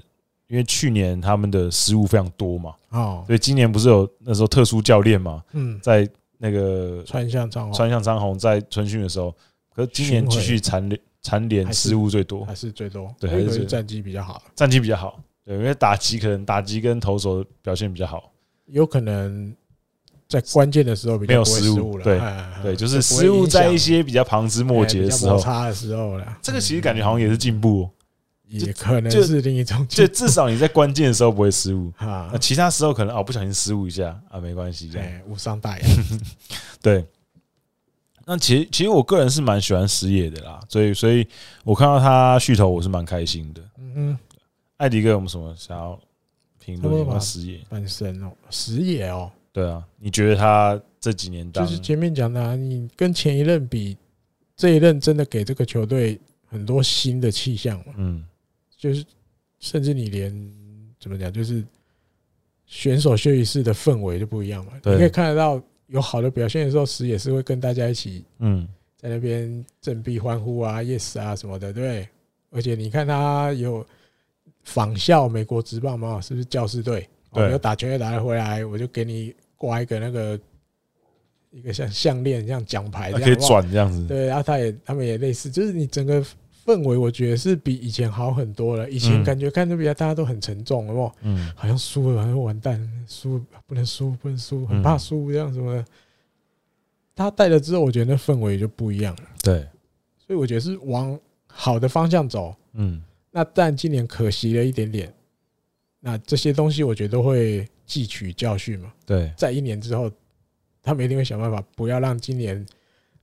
S1: 因为去年他们的失误非常多嘛，
S2: 哦，
S1: 所以今年不是有那时候特殊教练嘛，
S2: 嗯，
S1: 在那个
S2: 川向张
S1: 川向张宏在春训的时候，可是今年
S2: 哦巡回
S1: 继续蝉联蝉联
S2: 还是
S1: 失误最多，
S2: 还是最多，
S1: 对
S2: 还
S1: 还是最
S2: 是
S1: 多
S2: 战绩比较好，
S1: 战绩比较好，对，因为打击可能打击跟投手表现比较好，
S2: 有可能在关键的时候比较
S1: 没有
S2: 不会
S1: 失误
S2: 失误了，
S1: 对
S2: 哎
S1: 对，就是失误在一些比较旁枝末节的时候，
S2: 差的时候了。
S1: 这个其实感觉好像也是进步哦，
S2: 嗯也可能
S1: 就是
S2: 另一种
S1: 就至少你在关键的时候不会失误，
S2: 啊
S1: 那，其他时候可能哦不小心失误一下啊没关系这样，
S2: 哎，无
S1: *laughs*
S2: 伤大雅。
S1: 对。那其实其实我个人是蛮喜欢石野的啦，所以所以我看到他续投我是蛮开心的。
S2: 嗯，
S1: 艾迪哥有没有什么想要评
S2: 差不
S1: 论
S2: 多
S1: 有关
S2: 吧
S1: 石野？
S2: 半身哦，石野哦，
S1: 对啊，你觉得他这几年
S2: 就
S1: 当
S2: 是前面讲的，啊，你跟前一任比，这一任真的给这个球队很多新的气象嘛，
S1: 嗯
S2: 就是甚至你连怎么讲，就是选手休息室的氛围就不一样嘛。
S1: 对
S2: 你可以看得到有好的表现的时候，石野是会跟大家一起
S1: 嗯
S2: 在那边振臂欢呼啊、yes 啊什么的，对不对。而且你看他有仿效美国职棒嘛，是不是教师队？
S1: 对
S2: 哦有打球也打得回来，我就给你挂一个那个一个像项链、像奖牌哎这
S1: 他啊
S2: 样，
S1: 可以
S2: 哇
S1: 转这样子，
S2: 对，然后他也他们也类似，就是你整个氛围，我觉得是比以前好很多了。以前
S1: 嗯
S2: 感觉看这比赛大家都很沉重，有没有？
S1: 嗯
S2: 好像输了，好像完蛋，输不能输，不能输，很
S1: 嗯
S2: 怕输这样什么的。他带了之后，我觉得那氛围就不一样了，
S1: 对，
S2: 所以我觉得是往好的方向走。
S1: 嗯
S2: 那但今年可惜了一点点，那这些东西我觉得都会汲取教训嘛。
S1: 对，
S2: 在一年之后，他们一定会想办法，不要让今年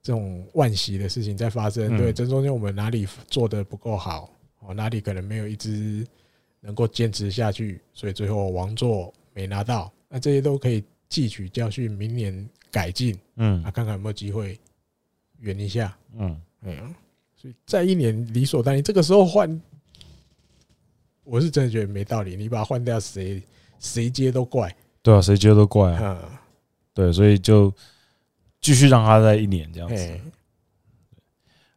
S2: 这种惋惜的事情再发生。
S1: 嗯
S2: 对，这中间我们哪里做的不够好，哦，哪里可能没有一支能够坚持下去，所以最后王座没拿到，那这些都可以汲取教训，明年改进
S1: 嗯
S2: 啊，看看有没有机会圆一下。
S1: 嗯，
S2: 哎呀，所以在一年理所当然，这个时候换我是真的觉得没道理。你把它换掉，谁谁接都怪。
S1: 对啊，谁接都怪 *laughs* 啊。
S2: 嗯，
S1: 对，所以就继续让他在一年这样子。
S2: 哎，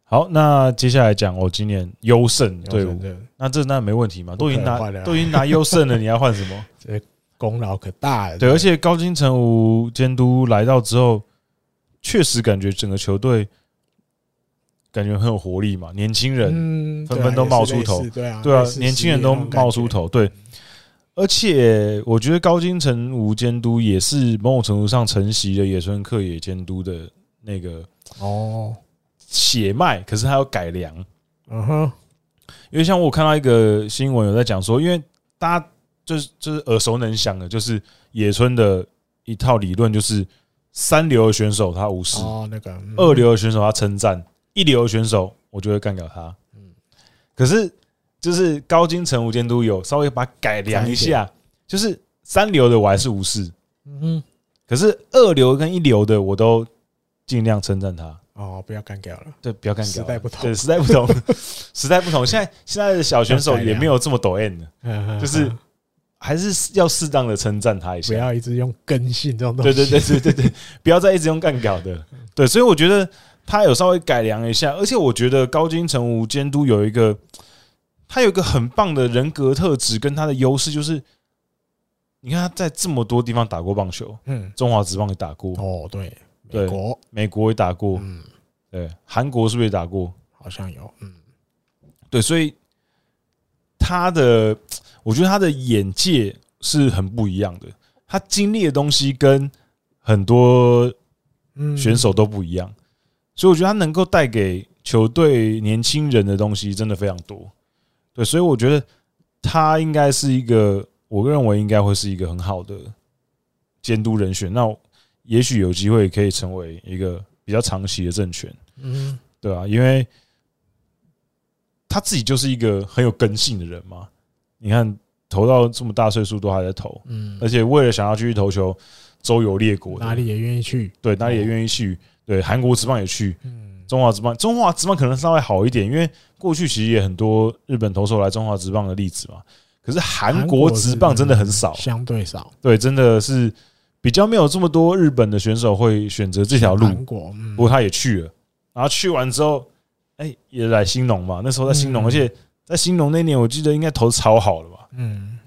S1: 好，那接下来讲我、哦、今年优胜队伍，
S2: 这
S1: 那这那没问题嘛，
S2: 不
S1: 都
S2: 可
S1: 已经
S2: 能
S1: 拿
S2: 换的啊
S1: 都已经拿优胜了，你还换什么？
S2: 功劳可大
S1: *laughs*
S2: 了。
S1: 对，而且高金城武监督来到之后，确实感觉整个球队感觉很有活力嘛，年轻人，
S2: 嗯，
S1: 纷
S2: 对啊
S1: 纷都
S2: 也是
S1: 冒出
S2: 类似
S1: 头
S2: 对啊，
S1: 对啊
S2: 类似，
S1: 年
S2: 实
S1: 轻人
S2: 力
S1: 都
S2: 那种感
S1: 冒出
S2: 觉。
S1: 头，对。而且我觉得高金城武监督也是某种程度上承袭了野村克也监督的那个
S2: 哦，
S1: 血脉，可是他要改良。
S2: 嗯哼，
S1: 因为像我看到一个新闻有在讲说，因为大家就是就是耳熟能详的，就是野村的一套理论，就是三流的选手他无视，
S2: 哦，那个嗯
S1: 二流的选手他称赞，一流的选手我就会干掉他。
S2: 嗯
S1: 可是就是高金城无监督有稍微把它改良一下，就是三流的我还是无视，
S2: 嗯哼，
S1: 可是二流跟一流的我都尽量称赞他。
S2: 哦，不要干掉了，
S1: 对，不要干掉
S2: 时
S1: 了。
S2: 代不同
S1: 对，时代不
S2: *laughs*
S1: 同，时代不同。现在现在的小选手也没有这么抖 M 的，
S2: 嗯
S1: 就是还是要适当的称赞他一
S2: 不
S1: 下。
S2: 要一直用根性这种东
S1: 对
S2: 西。
S1: 对对对对
S2: *laughs*
S1: 对，不要再一直用干搞的。对，所以我觉得他有稍微改良一下，而且我觉得高金城武监督有一个，他有一个很棒的人格特质跟他的优势，就是你看他在这么多地方打过棒球，
S2: 嗯，
S1: 中华职棒也打过，
S2: 哦，对，美
S1: 对
S2: 国，
S1: 美国也打过，
S2: 嗯，
S1: 对，韩国是不是也打过？
S2: 好像有，嗯，
S1: 对，所以他的，我觉得他的眼界是很不一样的，他经历的东西跟很多
S2: 嗯
S1: 选手都不一样，所以我觉得他能够带给球队年轻人的东西真的非常多。对，所以我觉得他应该是一个，我认为应该会是一个很好的监督人选。那也许有机会可以成为一个比较长期的政权。
S2: 嗯，
S1: 对啊，因为他自己就是一个很有根性的人嘛。你看，投到这么大岁数都还在投，
S2: 嗯
S1: 而且为了想要继续投球，周游列国的
S2: 哪里也愿意去，
S1: 对哪里也愿意去，对韩国职棒也去，
S2: 嗯，
S1: 中华职棒中华职棒可能稍微好一点，因为过去其实也很多日本投手来中华职棒的例子嘛。可是韩国职棒真的很少，
S2: 相对少
S1: 对，真的是比较没有这么多日本的选手会选择这条路。
S2: 韩国，嗯
S1: 不过他也去了，然后去完之后，哎、也来兴农嘛。那时候在兴农，
S2: 嗯
S1: 而且在兴农那年，我记得应该投得超好了吧？
S2: 嗯，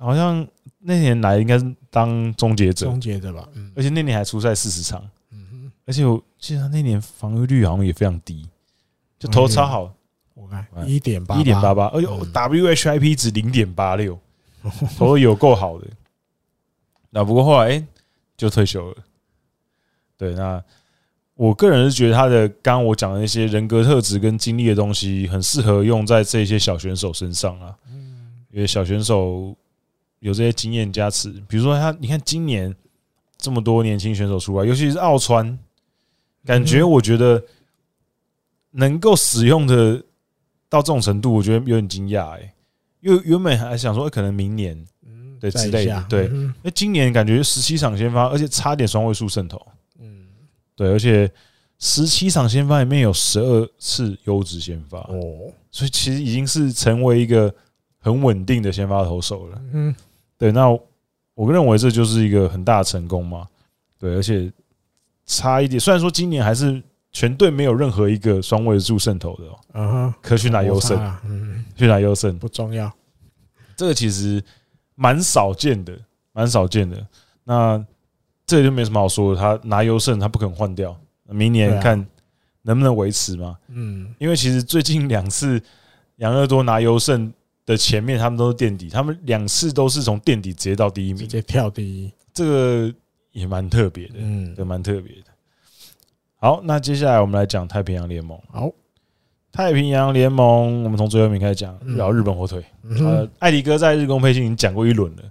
S1: 好像那年来应该是当终结者，
S2: 终结者吧，嗯
S1: 而且那年还出赛四十场，
S2: 嗯哼，
S1: 而且我记得他那年防御率好像也非常低，就投得超好，
S2: 我看
S1: 哎
S2: 一点八，
S1: 一点八，八，哎而且
S2: 嗯
S1: WHIP 值零点八六， *laughs* 投的有够好的。那不过后来、哎就退休了。对，那我个人是觉得他的刚刚我讲的那些人格特质跟经历的东西，很适合用在这些小选手身上啊。
S2: 嗯
S1: 因为小选手有这些经验加持，比如说他，你看今年这么多年轻选手出来，尤其是奥川，感觉
S2: 嗯
S1: 我觉得能够使用的到这种程度，我觉得有点惊讶哎。因为原本还想说，欸可能明年，
S2: 嗯，
S1: 对
S2: 再
S1: 之
S2: 一
S1: 类的
S2: 下
S1: 对
S2: 嗯
S1: 那今年感觉十七场先发，而且差点双位数胜投，
S2: 嗯，
S1: 对，而且十七场先发里面有十二次优质先发，
S2: 哦，
S1: 所以其实已经是成为一个很稳定的先发投手了。
S2: 嗯，
S1: 对，那我我认为这就是一个很大的成功嘛。对，而且差一点，虽然说今年还是全队没有任何一个双位数胜投的、哦，
S2: 啊哈，
S1: 可去拿优胜，
S2: 啊，嗯，
S1: 去拿优胜，
S2: 不重要，
S1: 这个其实蛮少见的，蛮少见的。那这就没什么好说的，他拿优胜，他不肯换掉，明
S2: 对
S1: 年
S2: 啊
S1: 看能不能维持嘛。
S2: 嗯，
S1: 因为其实最近两次杨乐多拿优胜的前面，他们都是垫底，他们两次都是从垫底直接到第一
S2: 直
S1: 名，
S2: 接跳第一，
S1: 这个也蛮特别的，
S2: 嗯
S1: 对，，蛮特别的。好，那接下来我们来讲太平洋联盟。
S2: 好，
S1: 太平洋联盟，我们从最后面开始讲，
S2: 嗯
S1: 聊日本火腿。
S2: 嗯
S1: 呃
S2: 哼，，
S1: 艾迪哥在日工培训已经讲过一轮了，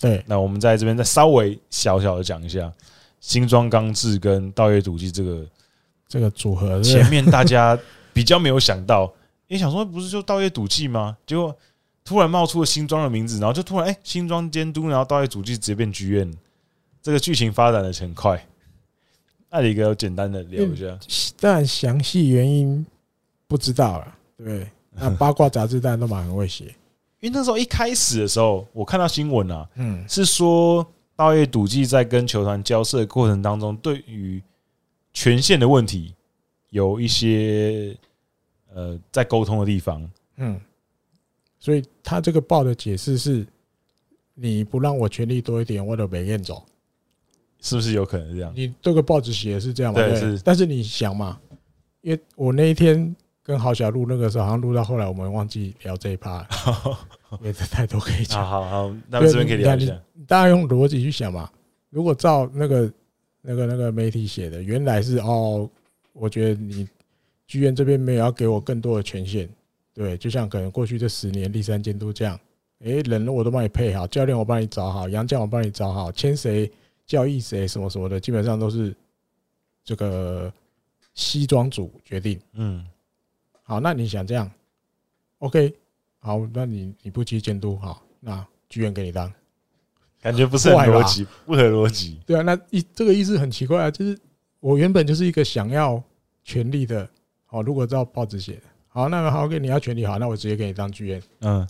S2: 对，
S1: 那我们在这边再稍微小小的讲一下新庄刚志跟道业笃纪这个
S2: 这个组合是
S1: 前面大家比较没有想到，也想说不是就道业赌气吗？结果突然冒出了新庄的名字，然后就突然哎、新庄监督，然后道业赌气直接变剧院，这个剧情发展的很快。艾里哥简单的聊一下，
S2: *laughs* 但
S1: *laughs*
S2: 详细原因不知道了，对不对，那八卦杂志当然都蛮很会写，
S1: 因为那时候一开始的时候，我看到新闻啊，
S2: 嗯，
S1: 是说道业赌技在跟球团交涉的过程当中，对于权限的问题有一些呃在沟通的地方。
S2: 嗯，所以他这个报的解释是，你不让我权力多一点，我就没验走。
S1: 是不是有可能是这样？
S2: 你这个报纸写的是这样嘛？
S1: 对
S2: 对
S1: 是。
S2: 但是你想嘛，因为我那一天跟郝小录那个时候，好像录到后来，我们忘记聊这一趴
S1: *laughs*
S2: 了，因为这太多可
S1: 好
S2: 以讲。
S1: 好好，那这边可以聊一下。
S2: 大家用逻辑去想嘛，如果照那个那个那个媒体写的，原来是哦，我觉得你剧院这边没有要给我更多的权限，对，就像可能过去这十年立三监督这样，诶，人我都帮你配好，教练我帮你找好，洋将我帮你找好，签谁教义谁什么什么的，基本上都是这个西装组决定。
S1: 嗯，
S2: 好，那你想这样，OK，好，那你你不接监督，好，那剧院给你当。
S1: 感觉不是很逻辑，不合逻辑。
S2: 对啊，那意这个意思很奇怪啊，就是我原本就是一个想要权利的，哦，如果照报纸写的，好，那好，给你要权利，好，那我直接给你当剧院，
S1: 嗯，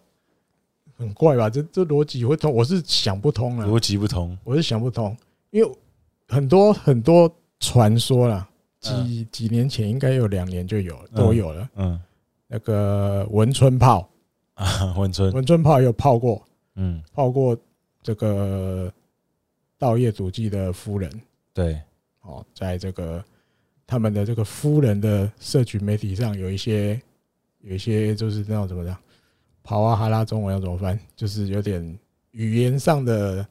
S2: 很怪吧？这这逻辑会通，我是想不通了，
S1: 逻辑不同。
S2: 我是想不通，因为很多很多传说啦，
S1: 嗯
S2: 几几年前应该有两年就有了
S1: 嗯
S2: 都有了，
S1: 嗯
S2: 那个文春炮，
S1: 啊，文春。
S2: 文春炮有泡过，
S1: 嗯，
S2: 泡过这个道业主祭的夫人。
S1: 对，
S2: 哦，在这个他们的这个夫人的社群媒体上有一些有一些就是那种怎么讲，跑啊哈拉中文要怎么翻，就是有点语言上的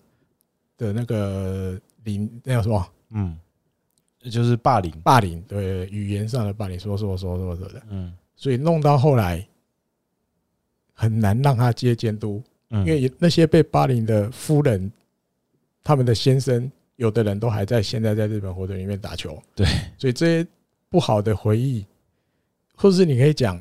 S2: 的那个凌那叫什么
S1: 嗯，就是霸凌。
S2: 霸凌，对语言上的霸凌，说说说说说的，
S1: 嗯
S2: 所以弄到后来很难让他接监督，
S1: 嗯，
S2: 因为那些被霸凌的夫人，他们的先生，有的人都还在现在在日本火腿里面打球。
S1: 对，
S2: 所以这些不好的回忆，或者是你可以讲，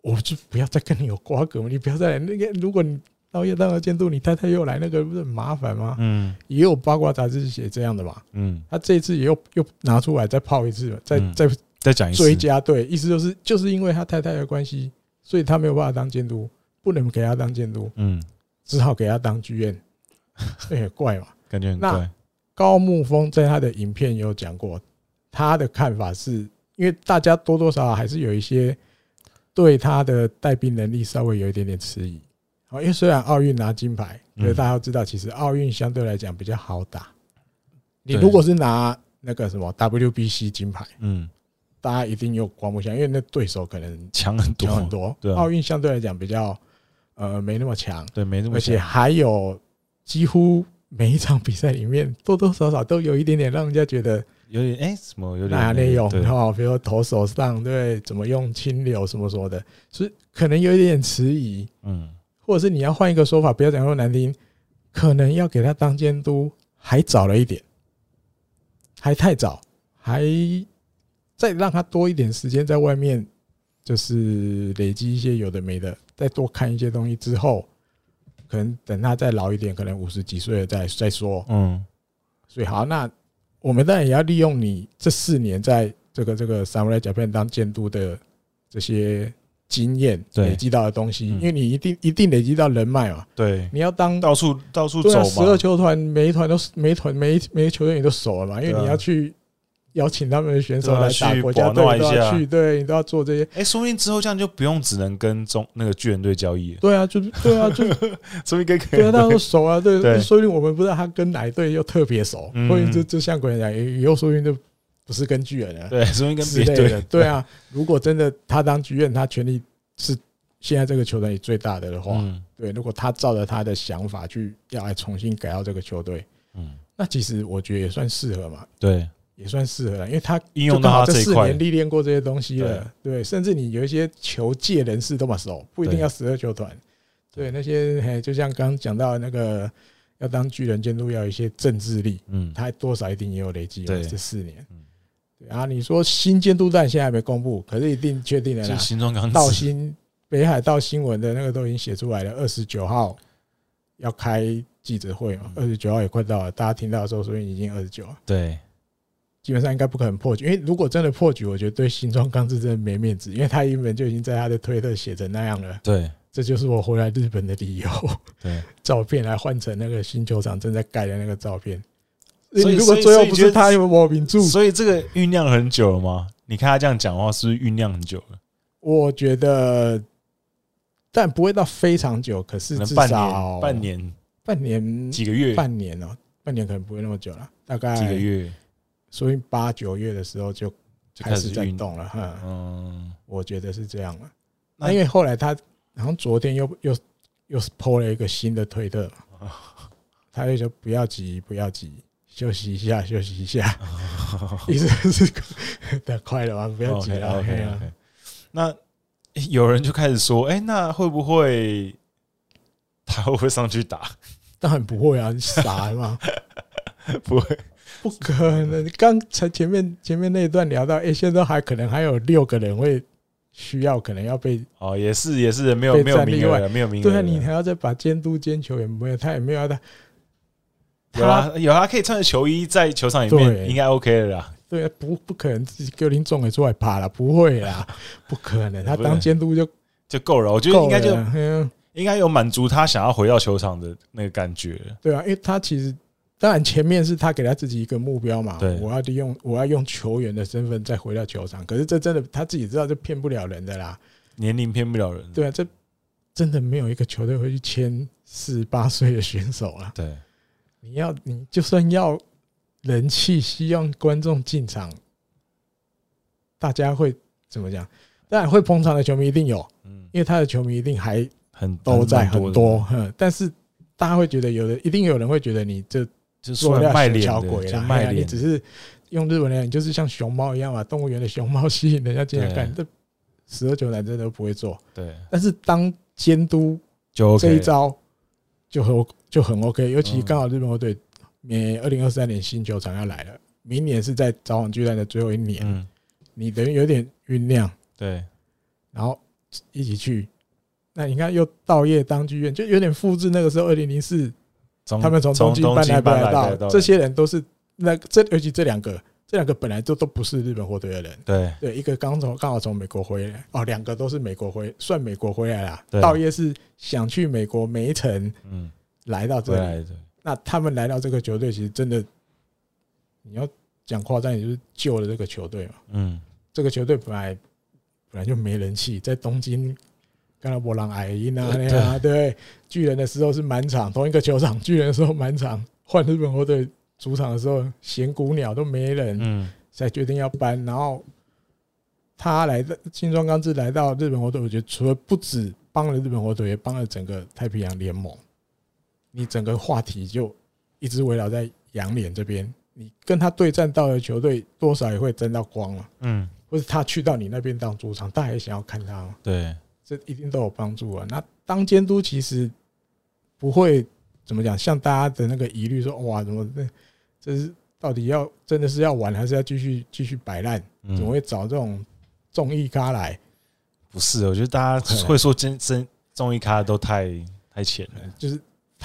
S2: 我就不要再跟你有瓜葛，你不要再来那个。如果你到夜当了监督，你太太又来，那个不是很麻烦吗？
S1: 嗯
S2: 也有八卦杂志写这样的嘛。
S1: 嗯，
S2: 他这一次也又又拿出来再泡一次，再
S1: 嗯
S2: 再
S1: 再讲一次
S2: 追。加，对，意思就是就是因为他太太的关系，所以他没有办法当监督，不能给他当监督。
S1: 嗯，
S2: 只好给他当剧院， *laughs* 这也怪嘛。
S1: 感觉很
S2: 那
S1: 怪。
S2: 高木峰在他的影片有讲过，他的看法是因为大家多多少少还是有一些对他的带兵能力稍微有一点点迟疑。哦，因为虽然奥运拿金牌，
S1: 嗯
S2: 可是大家要知道，其实奥运相对来讲比较好打。你
S1: 对
S2: 如果是拿那个什么 WBC 金牌，
S1: 嗯，
S2: 大家一定有刮目相看，因为那对手可能
S1: 强很多
S2: 有很多
S1: 对。啊
S2: 奥运相对来讲比较呃没那么强，
S1: 对，没那么
S2: 而且
S1: 强。
S2: 还有几乎每一场比赛里面，多多少少都有一点点让人家觉得啊
S1: 有点哎，什么有点
S2: 哪里有
S1: 对
S2: 哈，哦比如说投手上对怎么用清流什么什么的，是可能有一点点迟疑，
S1: 嗯
S2: 或者是你要换一个说法，不要讲那么难听，可能要给他当监督还早了一点，还太早，还再让他多一点时间在外面，就是累积一些有的没的，再多看一些东西之后，可能等他再老一点，可能五十几岁了再再说。
S1: 嗯
S2: 所以好，那我们当然也要利用你这四年在这个这个 Samurai Japan 当监督的这些经验
S1: 对
S2: 累积到的东西，
S1: 嗯
S2: 因为你一定一定累积到人脉嘛，
S1: 对，
S2: 你要当
S1: 到处到处
S2: 对
S1: 走
S2: 啊，
S1: 嘛。
S2: 十二球团每一团都是每一团每一每一球队你都熟了嘛，因
S1: 对
S2: 为
S1: 啊
S2: 你要去邀请他们的选手
S1: 对啊
S2: 来打
S1: 去
S2: 国家
S1: 保弄
S2: 队，你
S1: 一
S2: 都
S1: 下
S2: 要去，对你都要做这些，
S1: 哎、说不定之后这样就不用只能跟中那个巨人队交易了，
S2: 对啊，就是对啊，就
S1: 说不定跟
S2: 对啊，大家都熟啊，
S1: 对
S2: 对，说不定我们不知道他跟哪一队又特别熟
S1: 嗯，
S2: 或者就就像国人讲，以以后说不定就不是跟巨人了，
S1: *laughs*
S2: 啊
S1: 对，说不定跟
S2: 之
S1: 别
S2: 类
S1: 队
S2: 的，对，啊，如果真的他当剧院，他权力是现在这个球队里最大的的话，
S1: 嗯
S2: 对，如果他照着他的想法去要来重新改造这个球队，
S1: 嗯，
S2: 那其实我觉得也算适合嘛，
S1: 对，
S2: 也算适合了，因为他
S1: 应用
S2: 就刚好
S1: 到他这一
S2: 四
S1: 块
S2: 年历练过这些东西了，对，甚至你有一些球界人士都嘛熟，不一定
S1: 对
S2: 要十二球团，对，那些嘿，就像刚刚讲到的那个要当巨人监督要有一些政治力，
S1: 嗯
S2: 他多少一定也有累积嘛，
S1: 对
S2: 这四年
S1: 嗯。
S2: 对啊，你说新监督站现在还没公布，可是一定确定了
S1: 就
S2: 啦。
S1: 形状刚
S2: 道新北海道新闻的那个都已经写出来了，二十九号要开记者会嘛，
S1: 嗯
S2: 二十九号也快到了，大家听到的时候，所以已经二十九，
S1: 对，
S2: 基本上应该不可能破局。因为如果真的破局，我觉得对新庄刚志真的没面子，因为他原本就已经在他的推特写成那样了，
S1: 对，
S2: 这就是我回来日本的理由。
S1: 对，
S2: 照片来换成那个新球场正在盖的那个照片。
S1: 所以
S2: 如果
S1: 所以
S2: 最
S1: 所
S2: 后
S1: 以
S2: 不
S1: 觉
S2: 是
S1: 得
S2: 他有我名著，
S1: 所以这个酝酿很久了吗？你看他这样讲话，是不是酝酿很久了？
S2: 我觉得，但不会到非常久，可
S1: 可
S2: 是
S1: 能
S2: 至
S1: 半年、
S2: 少
S1: 半年、
S2: 半年、
S1: 几个月、
S2: 半年哦、半年可能不会那么久了，大
S1: 几个
S2: 概
S1: 月
S2: 所以八九月的时候就
S1: 就
S2: 开
S1: 开
S2: 始
S1: 始
S2: 在
S1: 运。
S2: 动了，哈，
S1: 嗯，
S2: 我觉得是这样了。
S1: 那
S2: 那因为后来他好像昨天又又又是 PO 了一个新的推特嘛，他就说不要急，不要急，休息一下，休息一下，意思是等快了吧，不要急
S1: OK
S2: 了。嘿
S1: OK
S2: 啊
S1: OK。那诶有人就开始说，哎、那会不会他会不会上去打？ *laughs*
S2: 当然不会啊，你傻了吗？
S1: 不会，
S2: 不可能！刚才前面前面那一段聊到，哎、现在还可能还有六个人会需要，可能要被
S1: 哦，也是也是，没有
S2: 被
S1: 没有
S2: 战
S1: 名
S2: 例
S1: 额
S2: 外
S1: 了，没有名额
S2: 对啊，
S1: 了。
S2: 你还要再把监督监球员没有，他也没有要他，
S1: 有
S2: 他
S1: 啊有啊，可以穿着球衣在球场里面，
S2: 对
S1: 应该 OK 了啦。
S2: 对啊，不不可能自己给林总给出来爬了，不
S1: *laughs*
S2: 会啦，不可能，他
S1: 不会
S2: 当监督就
S1: 就够了，我觉得应
S2: 够
S1: 该就
S2: 了啦，嗯，
S1: 应该有满足他想要回到球场的那个感觉了。
S2: 对啊，因为他其实当然前面是他给他自己一个目标嘛
S1: 对，
S2: 我要利用我要用球员的身份再回到球场，可是这真的他自己知道这骗不了人的
S1: 嗯
S2: 啦，
S1: 年龄骗不了人，
S2: 对啊，这真的没有一个球队会去签四十八岁的选手啊。
S1: 对
S2: 你要你就算要人气，希望观众进场，大家会怎么讲？当然会捧场的球迷一定有，
S1: 嗯，
S2: 因为他的球迷一定还
S1: 很
S2: 都在很，多，
S1: 的
S2: 哼。但是大家会觉得有的，一定有人会觉得你这
S1: 就
S2: 做
S1: 说
S2: 料
S1: 卖
S2: 小
S1: 脸
S2: 瞧
S1: 的
S2: 鬼
S1: 就
S2: 啦，
S1: 卖
S2: 哎呀你
S1: 脸
S2: 只是用日文来讲，你就是像熊猫一样嘛，动物园的熊猫吸引人家进来看，这十二九男真的都不会做。
S1: 对，
S2: 但是当监督
S1: 就 OK
S2: 这一招就很就很 OK，尤其
S1: 嗯
S2: 刚好日本国队，呃，二零二三年新球场要来了，明年是在早晚巨蛋的最后一年，
S1: 嗯，
S2: 你等于有点酝酿，
S1: 对，
S2: 然后一起去。那你看，又到夜当剧院，就有点复制那个时候二零零四，
S1: 从
S2: 他们从东京搬来
S1: 搬
S2: 来
S1: 来
S2: 到，这些人都是那这尤其这两个，这两个本来就都不是日本火腿的人，
S1: 对
S2: 对，一个刚从刚好从美国回来，哦，两个都是美国回，算美国回来啦。
S1: 对
S2: 道业是想去美国梅城，
S1: 嗯
S2: 来到
S1: 回
S2: 这里，
S1: 来的
S2: 那他们来到这个球队，其实真的，你要讲夸张，也就是救了这个球队嘛。
S1: 嗯
S2: 这个球队本来本来就没人气，在东京干了波浪矮因啊
S1: 对
S2: 那样啊，对不对？巨人的时候是满场，同一个球场，巨人的时候满场，换日本国队主场的时候，闲谷鸟都没人，
S1: 嗯
S2: 才决定要搬。然后他来的新庄刚志来到日本国队，我觉得除了不止帮了日本国队，也帮了整个太平洋联盟。你整个话题就一直围绕在洋联这边，你跟他对战到的球队，多少也会沾到光啊了。
S1: 嗯，
S2: 或者他去到你那边当主场，大家也想要看他嘛，
S1: 对，
S2: 这一定都有帮助啊。那当监督其实不会怎么讲，像大家的那个疑虑说，哇，怎么这这是到底要真的是要玩，还是要继续继续摆烂？
S1: 嗯
S2: 怎么会找这种综艺咖来？
S1: 不是？我觉得大家会说真真综艺咖都太太浅了，
S2: 就是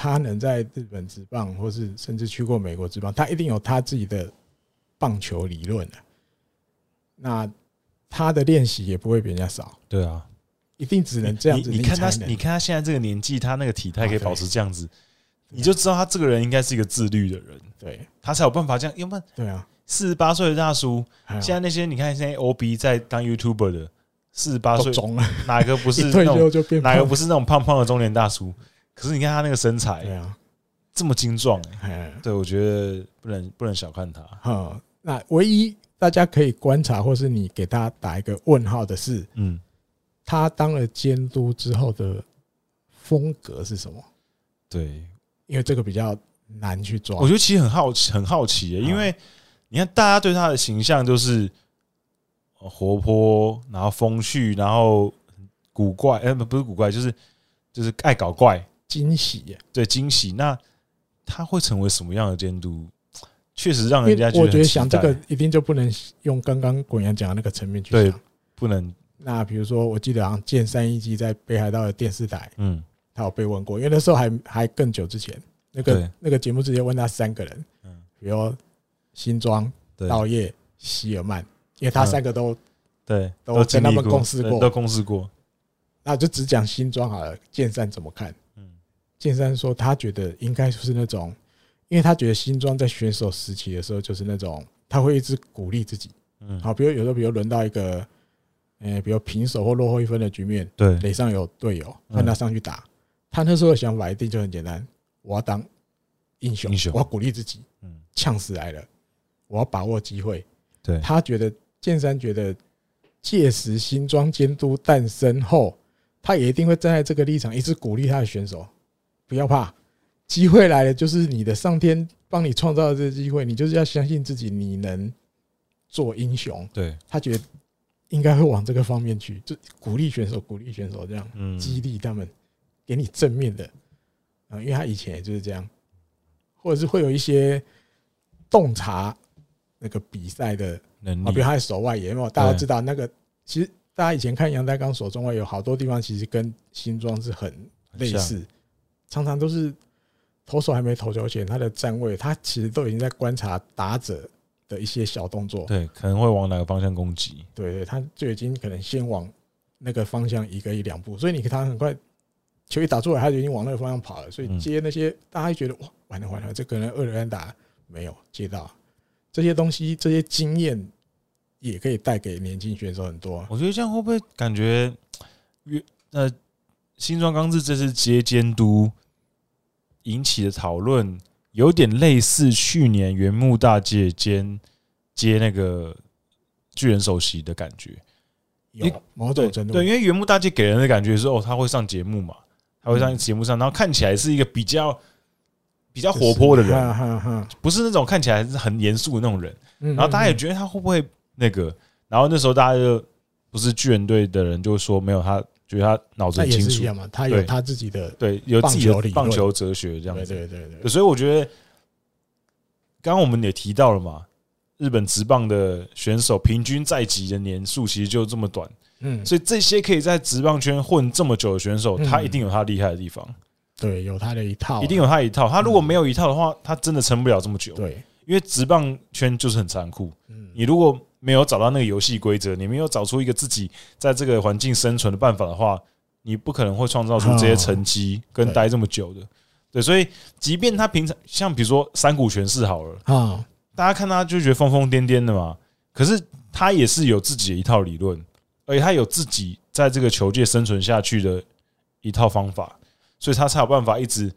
S2: 他能在日本职棒，或是甚至去过美国职棒，他一定有他自己的棒球理论的、那他的练习也不会比人家少，
S1: 对啊。
S2: 一定只能这样子
S1: 你你看他
S2: 才，能
S1: 你看他现在这个年纪，他那个体态可以
S2: 啊对
S1: 保持这样子，你就知道他这个人应该是一个自律的人，
S2: 对
S1: 他才有办法这样。要不然
S2: 对啊。
S1: 四十八岁的大叔，
S2: 哎呀
S1: 现在那些你看现在 OB 在当 YouTuber 的，四十八
S2: 都
S1: 岁
S2: 肿了，
S1: 哪个不是
S2: 一
S1: 那
S2: 退 *laughs*
S1: 种
S2: 休就变
S1: 哪个不
S2: 是？
S1: 是那种胖胖的中年大叔？可是你看他那个身
S2: 对
S1: 材
S2: 啊，
S1: 这么精壮、欸，
S2: 哎，
S1: 对我觉得不能不能小看他。
S2: 好，那唯一大家可以观察，或是你给他打一个问号的是，
S1: 嗯，
S2: 他当了监督之后的风格是什么？
S1: 对，
S2: 因为这个比较难去抓
S1: 我。觉得其实很好奇，很好奇、欸，
S2: 嗯
S1: 因为你看大家对他的形象就是呃活泼，然后风趣，然后古怪，呃，不不是古怪，就是就是爱搞怪，
S2: 惊喜耶，
S1: 对惊喜。那他会成为什么样的监督？确实让人
S2: 因
S1: 家
S2: 为
S1: 觉得
S2: 我
S1: 很
S2: 觉得
S1: 期
S2: 想这
S1: 待
S2: 个一定就不能用刚刚滚阳讲的那个层面去
S1: 对
S2: 想。
S1: 不能，
S2: 那比如说，我记得好像剑三一季在北海道的电视台，
S1: 嗯，
S2: 他有被问过，因为那时候还还更久之前，那
S1: 对
S2: 个那个节目直接问他三个人，
S1: 嗯
S2: 比如新庄。
S1: 对嗯
S2: 道业、希尔曼，因为他三个都
S1: 对，
S2: 都
S1: 经
S2: 跟他
S1: 历
S2: 们
S1: 过
S2: 共事
S1: 对
S2: 过
S1: 都共事过，
S2: 那就只讲新庄好了。剑三怎么看？
S1: 嗯
S2: 剑三说他觉得应该就是那种，因为他觉得新庄在选手时期的时候就是那种他会一直鼓励自己。
S1: 嗯，
S2: 好，比如有时候比如轮到一个，呃，比如平手或落后一分的局面，
S1: 对，
S2: 垒上有队友，
S1: 嗯
S2: 换他上去打，他那时候的想法一定就很简单，我要当英雄，
S1: 英雄
S2: 我要鼓励自己，
S1: 嗯
S2: 呛死来了，我要把握机会。
S1: 对，
S2: 他觉得剑三觉得，届时新庄监督诞生后，他也一定会站在这个立场，一直鼓励他的选手，不要怕，机会来了就是你的，上天帮你创造的这个机会，你就是要相信自己，你能做英雄。
S1: 对，
S2: 他觉得应该会往这个方面去，就鼓励选手，鼓励选手这样
S1: 嗯，
S2: 激励他们，给你正面的啊、因为他以前也就是这样，或者是会有一些洞察那个比赛的
S1: 能
S2: 啊，
S1: 力
S2: 比如，他的手外野，因为大家
S1: 嗯
S2: 都
S1: 对
S2: 知道那个，其实大家以前看杨代刚手中外野有好多地方其实跟新庄是很
S1: 很
S2: 类
S1: 像
S2: 似，常常都是投手还没投球前，他的站位，他其实都已经在观察打者的一些小动作，
S1: 对，可能会往哪个方向攻击？
S2: 对对，他就已经可能先往那个方向一个一两步，所以你看他很快球一打出来，他就已经往那个方向跑了，所以
S1: 嗯
S2: 接那些大家会觉得哇完了完了，这可能二垒安打没有接到，这些东西这些经验也可以带给年轻选手很多。
S1: 我觉得这样会不会感觉，越呃，新庄刚志这次接监督引起的讨论，有点类似去年原木大介兼接那个巨人首席的感觉。
S2: 有某种程度
S1: 对，因为原木大介给人的感觉是哦，他会上节目嘛，他会上节目上，然后看起来是一个比较比较活泼的
S2: 就是 *laughs* 哈
S1: 人，
S2: 哈哈。嗯
S1: 不是那种看起来是很严肃的嗯那种人。
S2: 然
S1: 然后大家也觉得他会不会那个？然后那时候大家就不是巨人队的人就说没有，他觉得他脑子
S2: 那
S1: 很
S2: 也
S1: 清
S2: 是一
S1: 楚，
S2: 样嘛，他有
S1: 对
S2: 他自己的，
S1: 对，有自己
S2: 棒球理
S1: 的
S2: 论
S1: 棒球哲学这样
S2: 对
S1: 子。
S2: 对对对，
S1: 所以我觉得，刚刚我们也提到了嘛，日本职棒的选手平均在籍的年数其实就这么短，
S2: 嗯，
S1: 所以这些可以在职棒圈混这么久的选手，
S2: 嗯
S1: 他一定有他厉害的地方，
S2: 对，有他的一套啊，
S1: 一定有他一套。他如果没有一套的话，他真的撑不了这么久，
S2: 对，
S1: 因为职棒圈就是很残酷。
S2: 嗯，
S1: 你如果没有找到那个游戏规则，你没有找出一个自己在这个环境生存的办法的话，你不可能会创造出这些成绩跟
S2: 对
S1: 待这么久的。对，所以即便他平常像比如说山谷全是好了，
S2: 啊，
S1: 大家看他就觉得疯疯癫癫的嘛，可是他也是有自己的一套理论，而且他有自己在这个球界生存下去的一套方法，所以他才有办法一直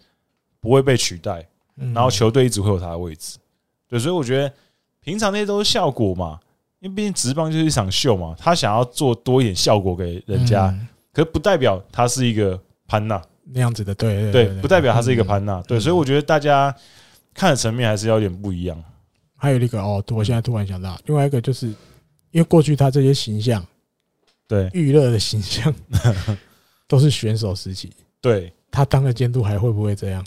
S1: 不会被取代。
S2: 然
S1: 然后球队一直会有他的位置。对，所以我觉得平常那些都是效果嘛，因为毕竟职棒就是一场秀嘛，他想要做多一点效果给人家，可是不代表他是一个潘娜，
S2: 嗯那样子的，对
S1: 对
S2: 对，
S1: 不代表他是一个
S2: 嗯
S1: 潘娜，对，所以我觉得大家看的层面还是有点不一样。
S2: 还有一个哦，我现在突然想到，另外一个就是因为过去他这些形象，
S1: 对
S2: 娱乐的
S1: *laughs*
S2: 形象都是选手时期，
S1: 对，
S2: 他当了监督还会不会这样？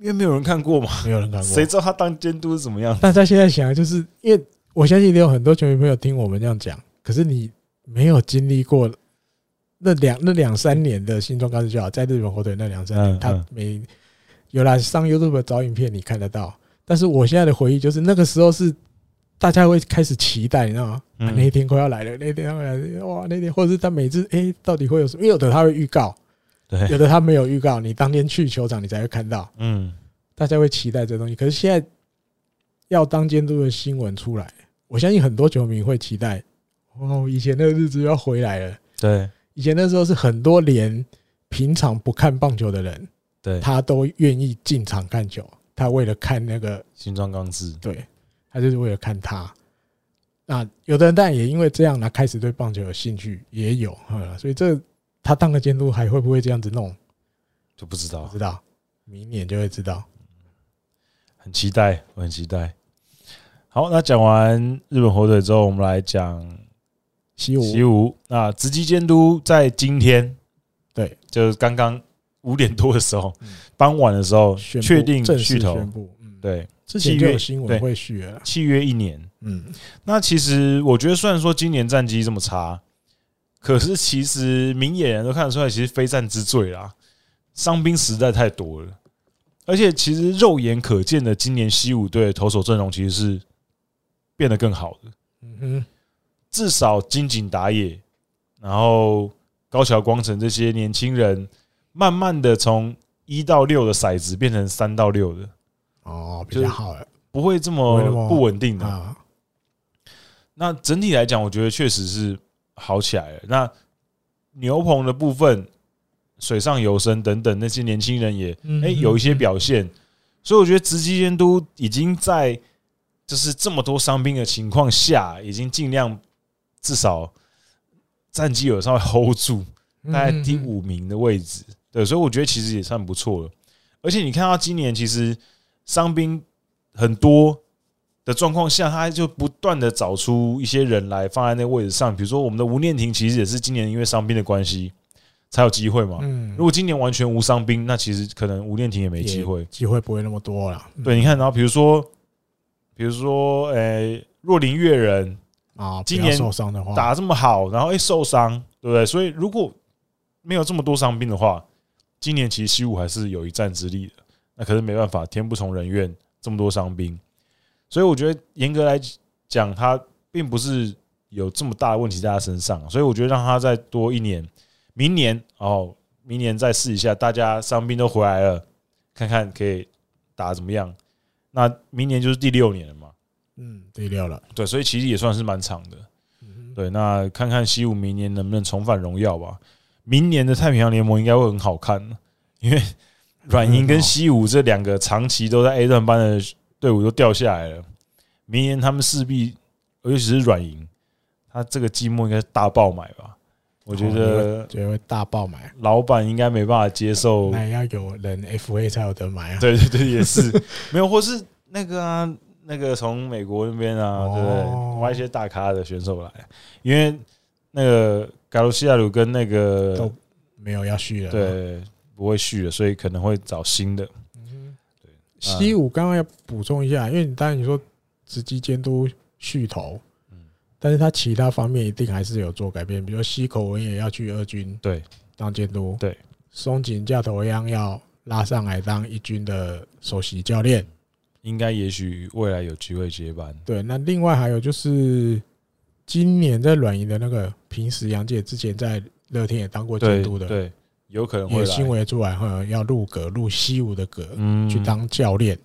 S1: 因为没有人看过嘛，
S2: 没有人敢过
S1: 谁。知道他当监督是怎么样？
S2: 但他现在想的就是，因为我相信也有很多球迷朋友听我们这样讲，可是你没有经历过那两那两三年的新庄高就好，在日本火腿那两三
S1: 嗯
S2: 年，他
S1: 嗯
S2: 没有啦，上 YouTube 找影片你看得到。但是我现在的回忆就是那个时候是大家会开始期待，你知道吗？啊
S1: 嗯
S2: 那一天快要来了，那一天快要来了，哇，那天或者是他每次哎、到底会有什么？因为有的他会预告，有
S1: 对，
S2: 的他没有预告，你当天去球场你才会看到，
S1: 嗯，
S2: 大家会期待这东西。可是现在要当监督的新闻出来，我相信很多球迷会期待，哦，以前那个日子又要回来了。
S1: 对
S2: 以前那时候是很多连平常不看棒球的人，
S1: 对，
S2: 他都愿意进场看球，他为了看那个
S1: 新庄刚志，
S2: 对，他就是为了看他。那有的人当然也因为这样呢，开始对棒球有兴趣，也有，呃所以这他当个监督还会不会这样子弄？
S1: 就不知
S2: 不
S1: 道，
S2: 知道，明年就会知道。
S1: 很期待，我很期待。好，那讲完日本火腿之后，我们来讲
S2: 西武
S1: 习武。那直击监督在今天，
S2: 对，
S1: 就是刚刚五点多的时候
S2: 嗯，
S1: 傍晚的时候
S2: 宣布
S1: 确定
S2: 正
S1: 续
S2: 式
S1: 投
S2: 宣，布，嗯，，
S1: 对，
S2: 之前就有新闻会续了啦，
S1: 契约一年。
S2: 嗯，
S1: 那其实我觉得，虽然说今年战绩这么差，可是其实明眼人都看得出来，其实非战之罪啦，伤兵实在太多了。而且其实肉眼可见的，今年西武队的投手阵容其实是变得更好的。
S2: 嗯哼，
S1: 至少金井打野，然后高桥光成这些年轻人，慢慢的从一到六的骰子变成三到六的，
S2: 哦，
S1: 就嗯哎
S2: 比较好了
S1: 不会这
S2: 不会那
S1: 么
S2: 么
S1: 不稳定的。
S2: 啊。
S1: 那整体来讲，我觉得确实是好起来了。那牛棚的部分，水上游生等等那些年轻人也
S2: 嗯
S1: 哎、
S2: 嗯
S1: 有一些
S2: 嗯
S1: 表现，所以我觉得直击监督已经在就是这么多伤兵的情况下，已经尽量至少战绩有稍微 hold 住，
S2: 嗯
S1: 大概第
S2: 嗯嗯
S1: 五名的位置。对，所以我觉得其实也算不错了。而且你看到今年其实伤兵很多的状况下，他就不断的找出一些人来放在那位置上，比如说我们的吴念婷，其实也是今年因为伤兵的关系才有机会嘛。
S2: 嗯，
S1: 如果今年完全无伤兵，那其实可能吴念婷也没
S2: 也
S1: 机会。
S2: 机会不会那么多了。嗯
S1: 对，你看，然后比如说，比如说，诶、若林越人
S2: 啊，
S1: 今
S2: 不要
S1: 年
S2: 受伤的话，
S1: 打这么好，然后诶、受伤，对不对？所以如果没有这么多伤病的话，今年其实西武还是有一战之力的。那可是没办法，天不从人愿，这么多伤兵，所以我觉得严格来讲，他并不是有这么大的问题在他身上，所以我觉得让他再多一年，明年哦，明年再试一下，大家伤兵都回来了，看看可以打怎么样。那明年就是第六年了嘛，
S2: 嗯，第六了。
S1: 对，所以其实也算是蛮长的。
S2: 嗯
S1: 对，那看看西武明年能不能重返荣耀吧。明年的太平洋联盟应该会很好看，因为软银跟西武这两个长期都在 A 段班的队伍都掉下来了，明年他们势必，尤其是软银，他这个季末应该是大爆买吧。我觉得
S2: 就会大爆买，
S1: 老板应该没办法接
S2: *laughs*
S1: 受，
S2: 那也要有人 FA 才有得买啊。
S1: *laughs* 对对对，也
S2: *laughs*
S1: 是没有，或是那个啊，那个从美国那边啊，对不
S2: 哦
S1: 对？挖一些大咖的选手来，因为那个卡罗西亚鲁跟那个
S2: 都没有要续了。，
S1: 对不会续了，所以可能会找新的。
S2: 西武刚刚要补充一下，因为你当然你说直击监督续投，
S1: 嗯
S2: 但是他其他方面一定还是有做改变，比如西口文也要去二军，
S1: 对，
S2: 当监督，
S1: 对，
S2: 松井教头一样要拉上来当一军的首席教练，
S1: 应该也许未来有机会接班。
S2: 对，那另外还有就是今年在软银的那个平时杨介之前在乐天也当过监
S1: 对
S2: 督的，
S1: 对，有可能会
S2: 也新
S1: 来，
S2: 闻也出来，哈，要入阁入西武的阁
S1: 嗯
S2: 去当教练，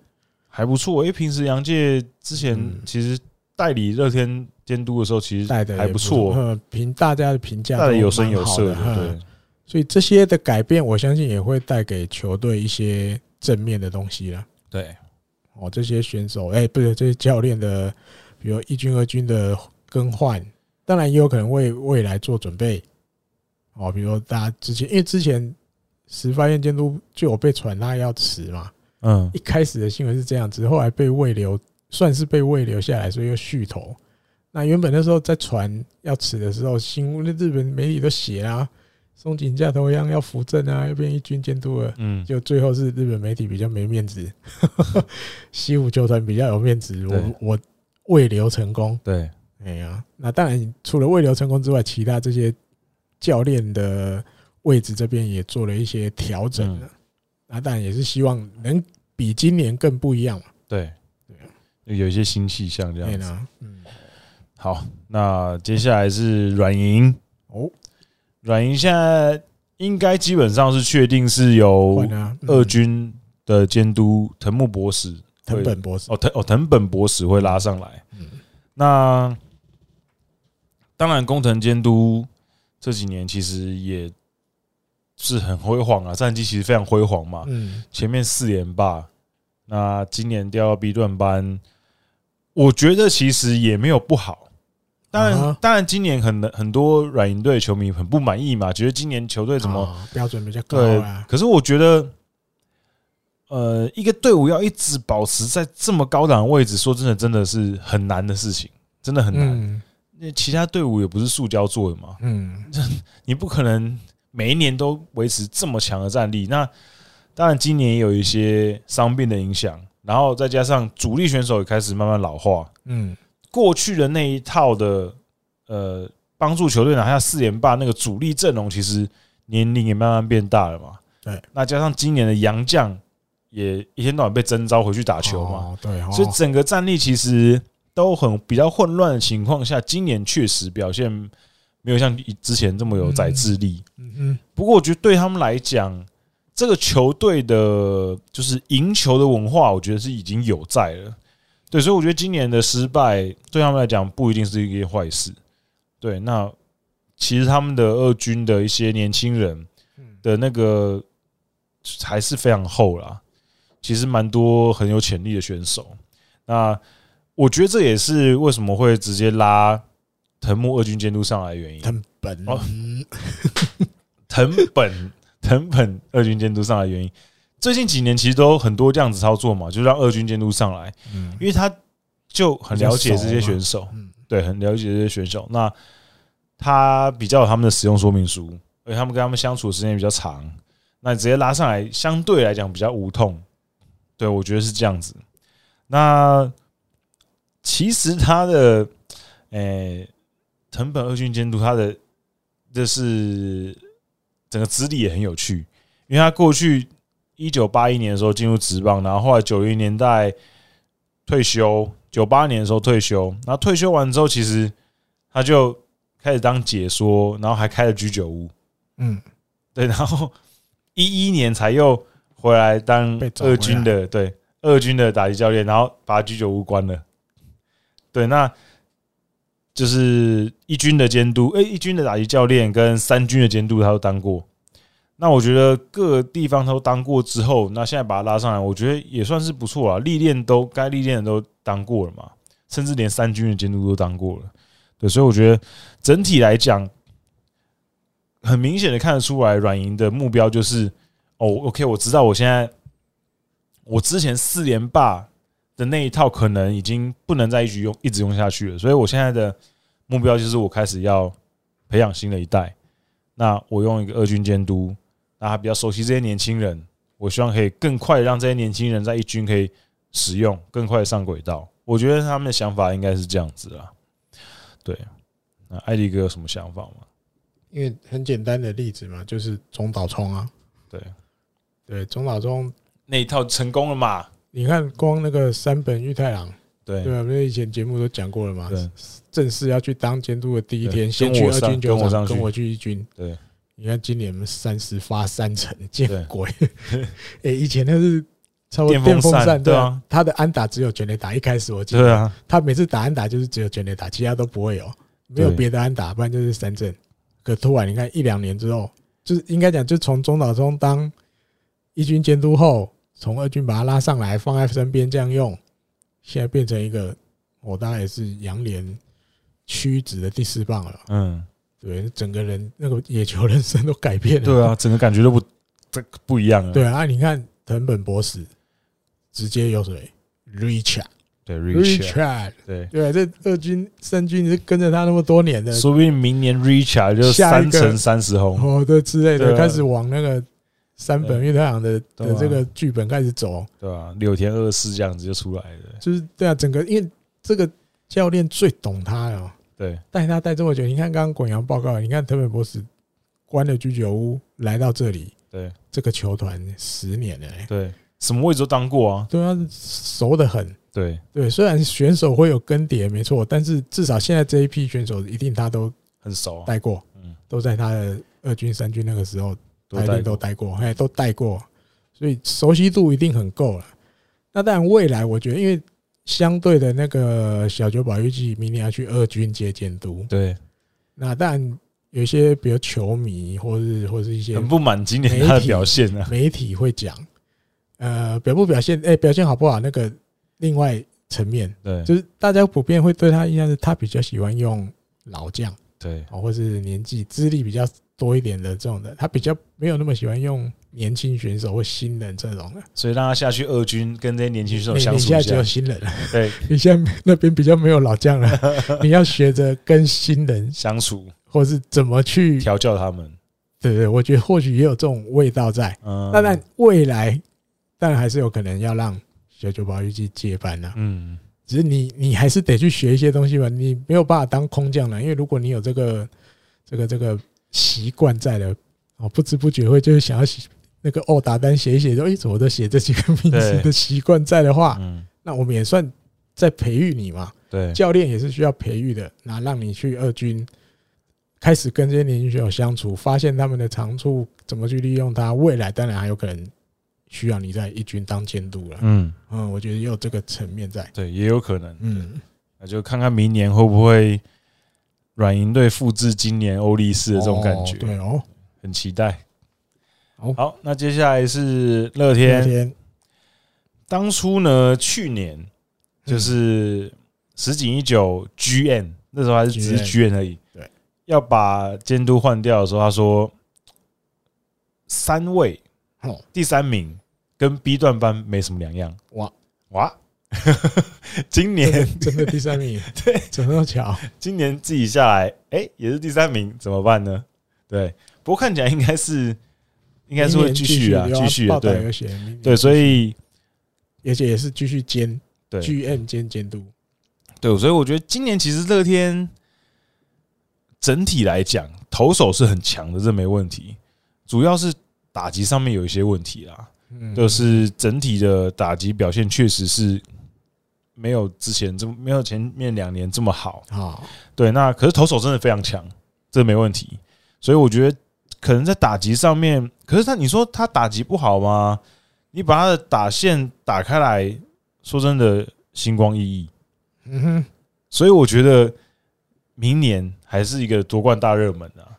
S1: 还不错。因为平时杨介之前
S2: 嗯
S1: 其实代理乐天监督的时候，其实
S2: 带的
S1: 还不错，
S2: 呃，评大家的评价
S1: 带的
S2: 都
S1: 有声
S2: 蛮
S1: 有
S2: 好
S1: 色
S2: 的，
S1: 的，
S2: 嗯
S1: 对。
S2: 所以这些的改变，我相信也会带给球队一些正面的东西啦。
S1: 对，
S2: 哦，这些选手，哎、不是这些教练的，比如一军、二军的更换，当然也有可能为未来做准备。哦，比如说大家之前，因为之前石发院监督就有被传他要辞嘛，
S1: 嗯
S2: 一开始的新闻是这样子，后来被未留，算是被未留下来，所以又续投。那原本那时候在传要辞的时候，新闻日本媒体都写啊，松井架头一样要扶正啊，要变一军监督了。
S1: 嗯，
S2: 就最后是日本媒体比较没
S1: *laughs*
S2: 面子，西武球团比较有面子，
S1: 对
S2: 我我未留成功。
S1: 对，
S2: 哎呀，那当然除了未留成功之外，其他这些教练的位置这边也做了一些调整
S1: 嗯
S2: 了。那当然也是希望能比今年更不一样嘛。
S1: 对
S2: 对啊，
S1: 有一些新气象这
S2: 对
S1: 样子。
S2: 呢，嗯，
S1: 好，那接下来是软银，
S2: 哦，
S1: 软银现在应该基本上是确定是由
S2: 换啊，嗯
S1: 哦二军的监督藤木博士
S2: 藤
S1: 会
S2: 本博士，
S1: 哦藤哦藤本博士会拉上来。
S2: 嗯，
S1: 那当然，工藤监督这几年其实也是很辉煌啊，战绩其实非常辉煌嘛。
S2: 嗯，
S1: 前面四连霸，那今年掉到 B 段班，我觉得其实也没有不好。当然
S2: 啊哈
S1: 当然，今年很很多软银队的球迷很不满意嘛，觉得今年球队怎么、
S2: 啊标准比较高
S1: 对
S2: 啊？
S1: 可是我觉得，呃，一个队伍要一直保持在这么高档的位置，说真的，真的是很难的事情，真的很难。
S2: 嗯
S1: 那、其他队伍也不是塑胶做的嘛，
S2: 嗯，
S1: 你不可能每一年都维持这么强的战力。那当然，今年也有一些伤病的影响，然后再加上主力选手也开始慢慢老化，
S2: 嗯，
S1: 过去的那一套的呃，帮助球队拿下四连霸那个主力阵容，其实年龄也慢慢变大了嘛。
S2: 对，
S1: 那加上今年的洋将也一天到晚被征召回去打球嘛，
S2: 哦，对哦，
S1: 所以整个战力其实都很比较混乱的情况下，今年确实表现没有像以之前这么有宰制力。
S2: 嗯嗯，
S1: 不过我觉得对他们来讲，这个球队的就是赢球的文化，我觉得是已经有在了。对，所以我觉得今年的失败对他们来讲不一定是一件坏事。对，那其实他们的二军的一些年轻人
S2: 嗯
S1: 的那个还是非常厚啦，其实蛮多很有潜力的选手。那我觉得这也是为什么会直接拉藤木二军监督上来的原因。
S2: 很本
S1: 哦藤本 *laughs* 藤本二军监督上来的原因，最近几年其实都很多这样子操作嘛，就让二军监督上来，
S2: 嗯
S1: 因为他就很了解这些选手，
S2: 嗯
S1: 对，很了解这些选手。那他比较有他们的使用说明书，而且他们跟他们相处的时间比较长，那直接拉上来，相对来讲比较无痛。对，我觉得是这样子。那其实他的，诶、藤本二军监督他的，这是整个资历也很有趣，因为他过去一九八一年的时候进入职棒，然后后来九零年代退休，九八年的时候退休，然后退休完之后，其实他就开始当解说，然后还开了居酒屋，
S2: 嗯，
S1: 对，然后一一年才又回来当
S2: 被找
S1: 二
S2: 回来
S1: 军的，对，二军的打击教练，然后把居酒屋关了。对，那就是一军的监督，诶、一军的打击教练跟三军的监督他都当过。那我觉得各个地方都当过之后，那现在把他拉上来，我觉得也算是不错啊。历练都该历练的都当过了嘛，甚至连三军的监督都当过了。对，所以我觉得整体来讲，很明显的看得出来，软银的目标就是哦，OK，我知道我现在我之前四连霸的那一套可能已经不能再一直用一直用下去了，所以我现在的目标就是我开始要培养新的一代。那我用一个二军监督，那他比较熟悉这些年轻人，我希望可以更快地让这些年轻人在一军可以使用，更快地上轨道。我觉得他们的想法应该是这样子啦。对，那艾迪哥有什么想法吗？
S2: 因为很简单的例子嘛，就是中岛聪啊，
S1: 对，
S2: 对，中岛聪，
S1: 那一套成功了嘛？
S2: 你看光那个山本裕太郎，
S1: 对
S2: 对吧？我啊们以前节目都讲过了嘛，
S1: 对
S2: 正式要去当监督的第一
S1: 对
S2: 天，先
S1: 跟
S2: 去
S1: 我
S2: 二
S1: 上
S2: 军球
S1: 跟我上
S2: 场，
S1: 去
S2: 跟我去一军。
S1: 对，
S2: 你看今年三十发三成，见
S1: 对
S2: 鬼！ *laughs* 哎，以前那是差不多
S1: 电
S2: 电
S1: 风
S2: 风
S1: 扇
S2: 扇，
S1: 对啊
S2: 啊，他的安打只有全垒打，一开始我记
S1: 对
S2: 得，
S1: 啊，
S2: 他每次打安打就是只有全垒打，其他都不会有，没有
S1: 对
S2: 别的安打，不然就是三振。可突然你看一两年之后，就是应该讲，就从中岛中当一军监督后，从二军把他拉上来，放在身边这样用，现在变成一个，我大概也是洋联区职的第四棒了。
S1: 嗯，
S2: 对，整个人那个野球人生都改变了。
S1: 对啊，整个感觉都不这不一样了。
S2: 对啊，啊你看藤本博士直接有谁？Richard，Richard，
S1: 对 r i c h 对，
S2: 对，这二军、三军你是跟着他那么多年的，
S1: 说不定明年 Richard 就
S2: 下一
S1: 三
S2: 个
S1: 乘三十红，
S2: 哦，对之类
S1: 对
S2: 的，
S1: 啊
S2: 开始往那个三本月太阳的
S1: 对啊
S2: 的这个剧本开始走，
S1: 对吧、六天二四这样子就出来了。
S2: 就是对啊，整个因为这个教练最懂他了，
S1: 对，
S2: 带他带这么久，你看刚刚滚阳报告，你看藤本博士关了居酒屋来到这里，
S1: 对，
S2: 这个球团十年了、欸，
S1: 对，什么位置都当过啊。
S2: 对啊，熟得很。
S1: 对，
S2: 对，虽然选手会有更迭，没错，但是至少现在这一批选手一定他都
S1: 很熟啊。
S2: 带过，
S1: 嗯，
S2: 都在他的二军、三军那个时候
S1: 都
S2: 他一
S1: 带过
S2: 定都带过，哎，都带过，所以熟悉度一定很够了。那当然，未来我觉得，因为相对的那个小九保育季明年要去二军接监督，
S1: 对，
S2: 那当然有一些比如球迷或是或是一些
S1: 很不满今年他的表现呢、啊。
S2: 媒体会讲，呃，表不表现，哎，表现好不好？那个另外层面，
S1: 对，
S2: 就是大家普遍会对他印象是，他比较喜欢用老将。
S1: 对，
S2: 哦，或是年纪资历比较多一点的这种的，他比较没有那么喜欢用年轻选手或新人这种的。
S1: 所以让他下去二军跟这些年轻选手
S2: 你
S1: 相
S2: 你
S1: 处
S2: 现
S1: 一
S2: 在只有
S1: 下。
S2: 新人了，
S1: 对，
S2: 你现在那边比较没有老将了，你要学着跟新人，
S1: 相处
S2: 或是怎么去，
S1: 调教他们。
S2: 对对，我觉得或许也有这种味道在。
S1: 嗯，
S2: 当然，未来当然还是有可能要让小九保育去接班啊。
S1: 嗯，
S2: 只是你你还是得去学一些东西吧，你没有办法当空降了，因为如果你有这个这个这个习惯在的，哦，不知不觉会就是想要写那个哦打单写一写，就哎怎么都写这几个名字
S1: 对
S2: 的习惯在的话，
S1: 嗯，
S2: 那我们也算在培育你嘛，
S1: 对，
S2: 教练也是需要培育的，那让你去二军。开始跟这些年轻选手相处，发现他们的长处，怎么去利用它，未来当然还有可能需要你在一军当监督了。
S1: 嗯，
S2: 嗯，我觉得也有这个层面在。
S1: 对，也有可能。嗯，
S2: 嗯，
S1: 那就看看明年会不会软银队复制今年欧力士的这种感觉
S2: 哦，对哦，
S1: 很期待。
S2: 好
S1: 好，那接下来是乐
S2: 那
S1: 天。
S2: 天
S1: 当初呢，去年
S2: 嗯
S1: 就是石井一九 GM 那时候还是只是 GM 而已。
S2: 对，
S1: 要把监督换掉的时候，他说三位
S2: 嗯哦
S1: 第三名跟 B 段班没什么两样。
S2: 哇
S1: 哇！ *laughs* 今
S2: 真的
S1: 年
S2: 真
S1: *laughs*
S2: 的第三名，对，怎么那么巧？
S1: 今年自己下来，哎、也是第三名，怎么办呢？对，不过看起来应该是应
S2: 应
S1: 该是会继续啊，继续的，对
S2: 有写明年
S1: 对，所以
S2: 而且也是继续监
S1: 对
S2: GM 兼监督，
S1: 对，所以我觉得今年其实乐天整体来讲，投手是很强的，这没问题。主要是打击上面有一些问题啦，
S2: 嗯，
S1: 就是整体的打击表现确实是没有之前这么没有前面两年这么好。
S2: 好，
S1: 对，那可是投手真的非常强，这没问题。所以我觉得可能在打击上面，可是他你说他打击不好吗？你把他的打线打开来，说真的，星光熠熠。
S2: 嗯哼，
S1: 所以我觉得明年还是一个夺冠大热门啊。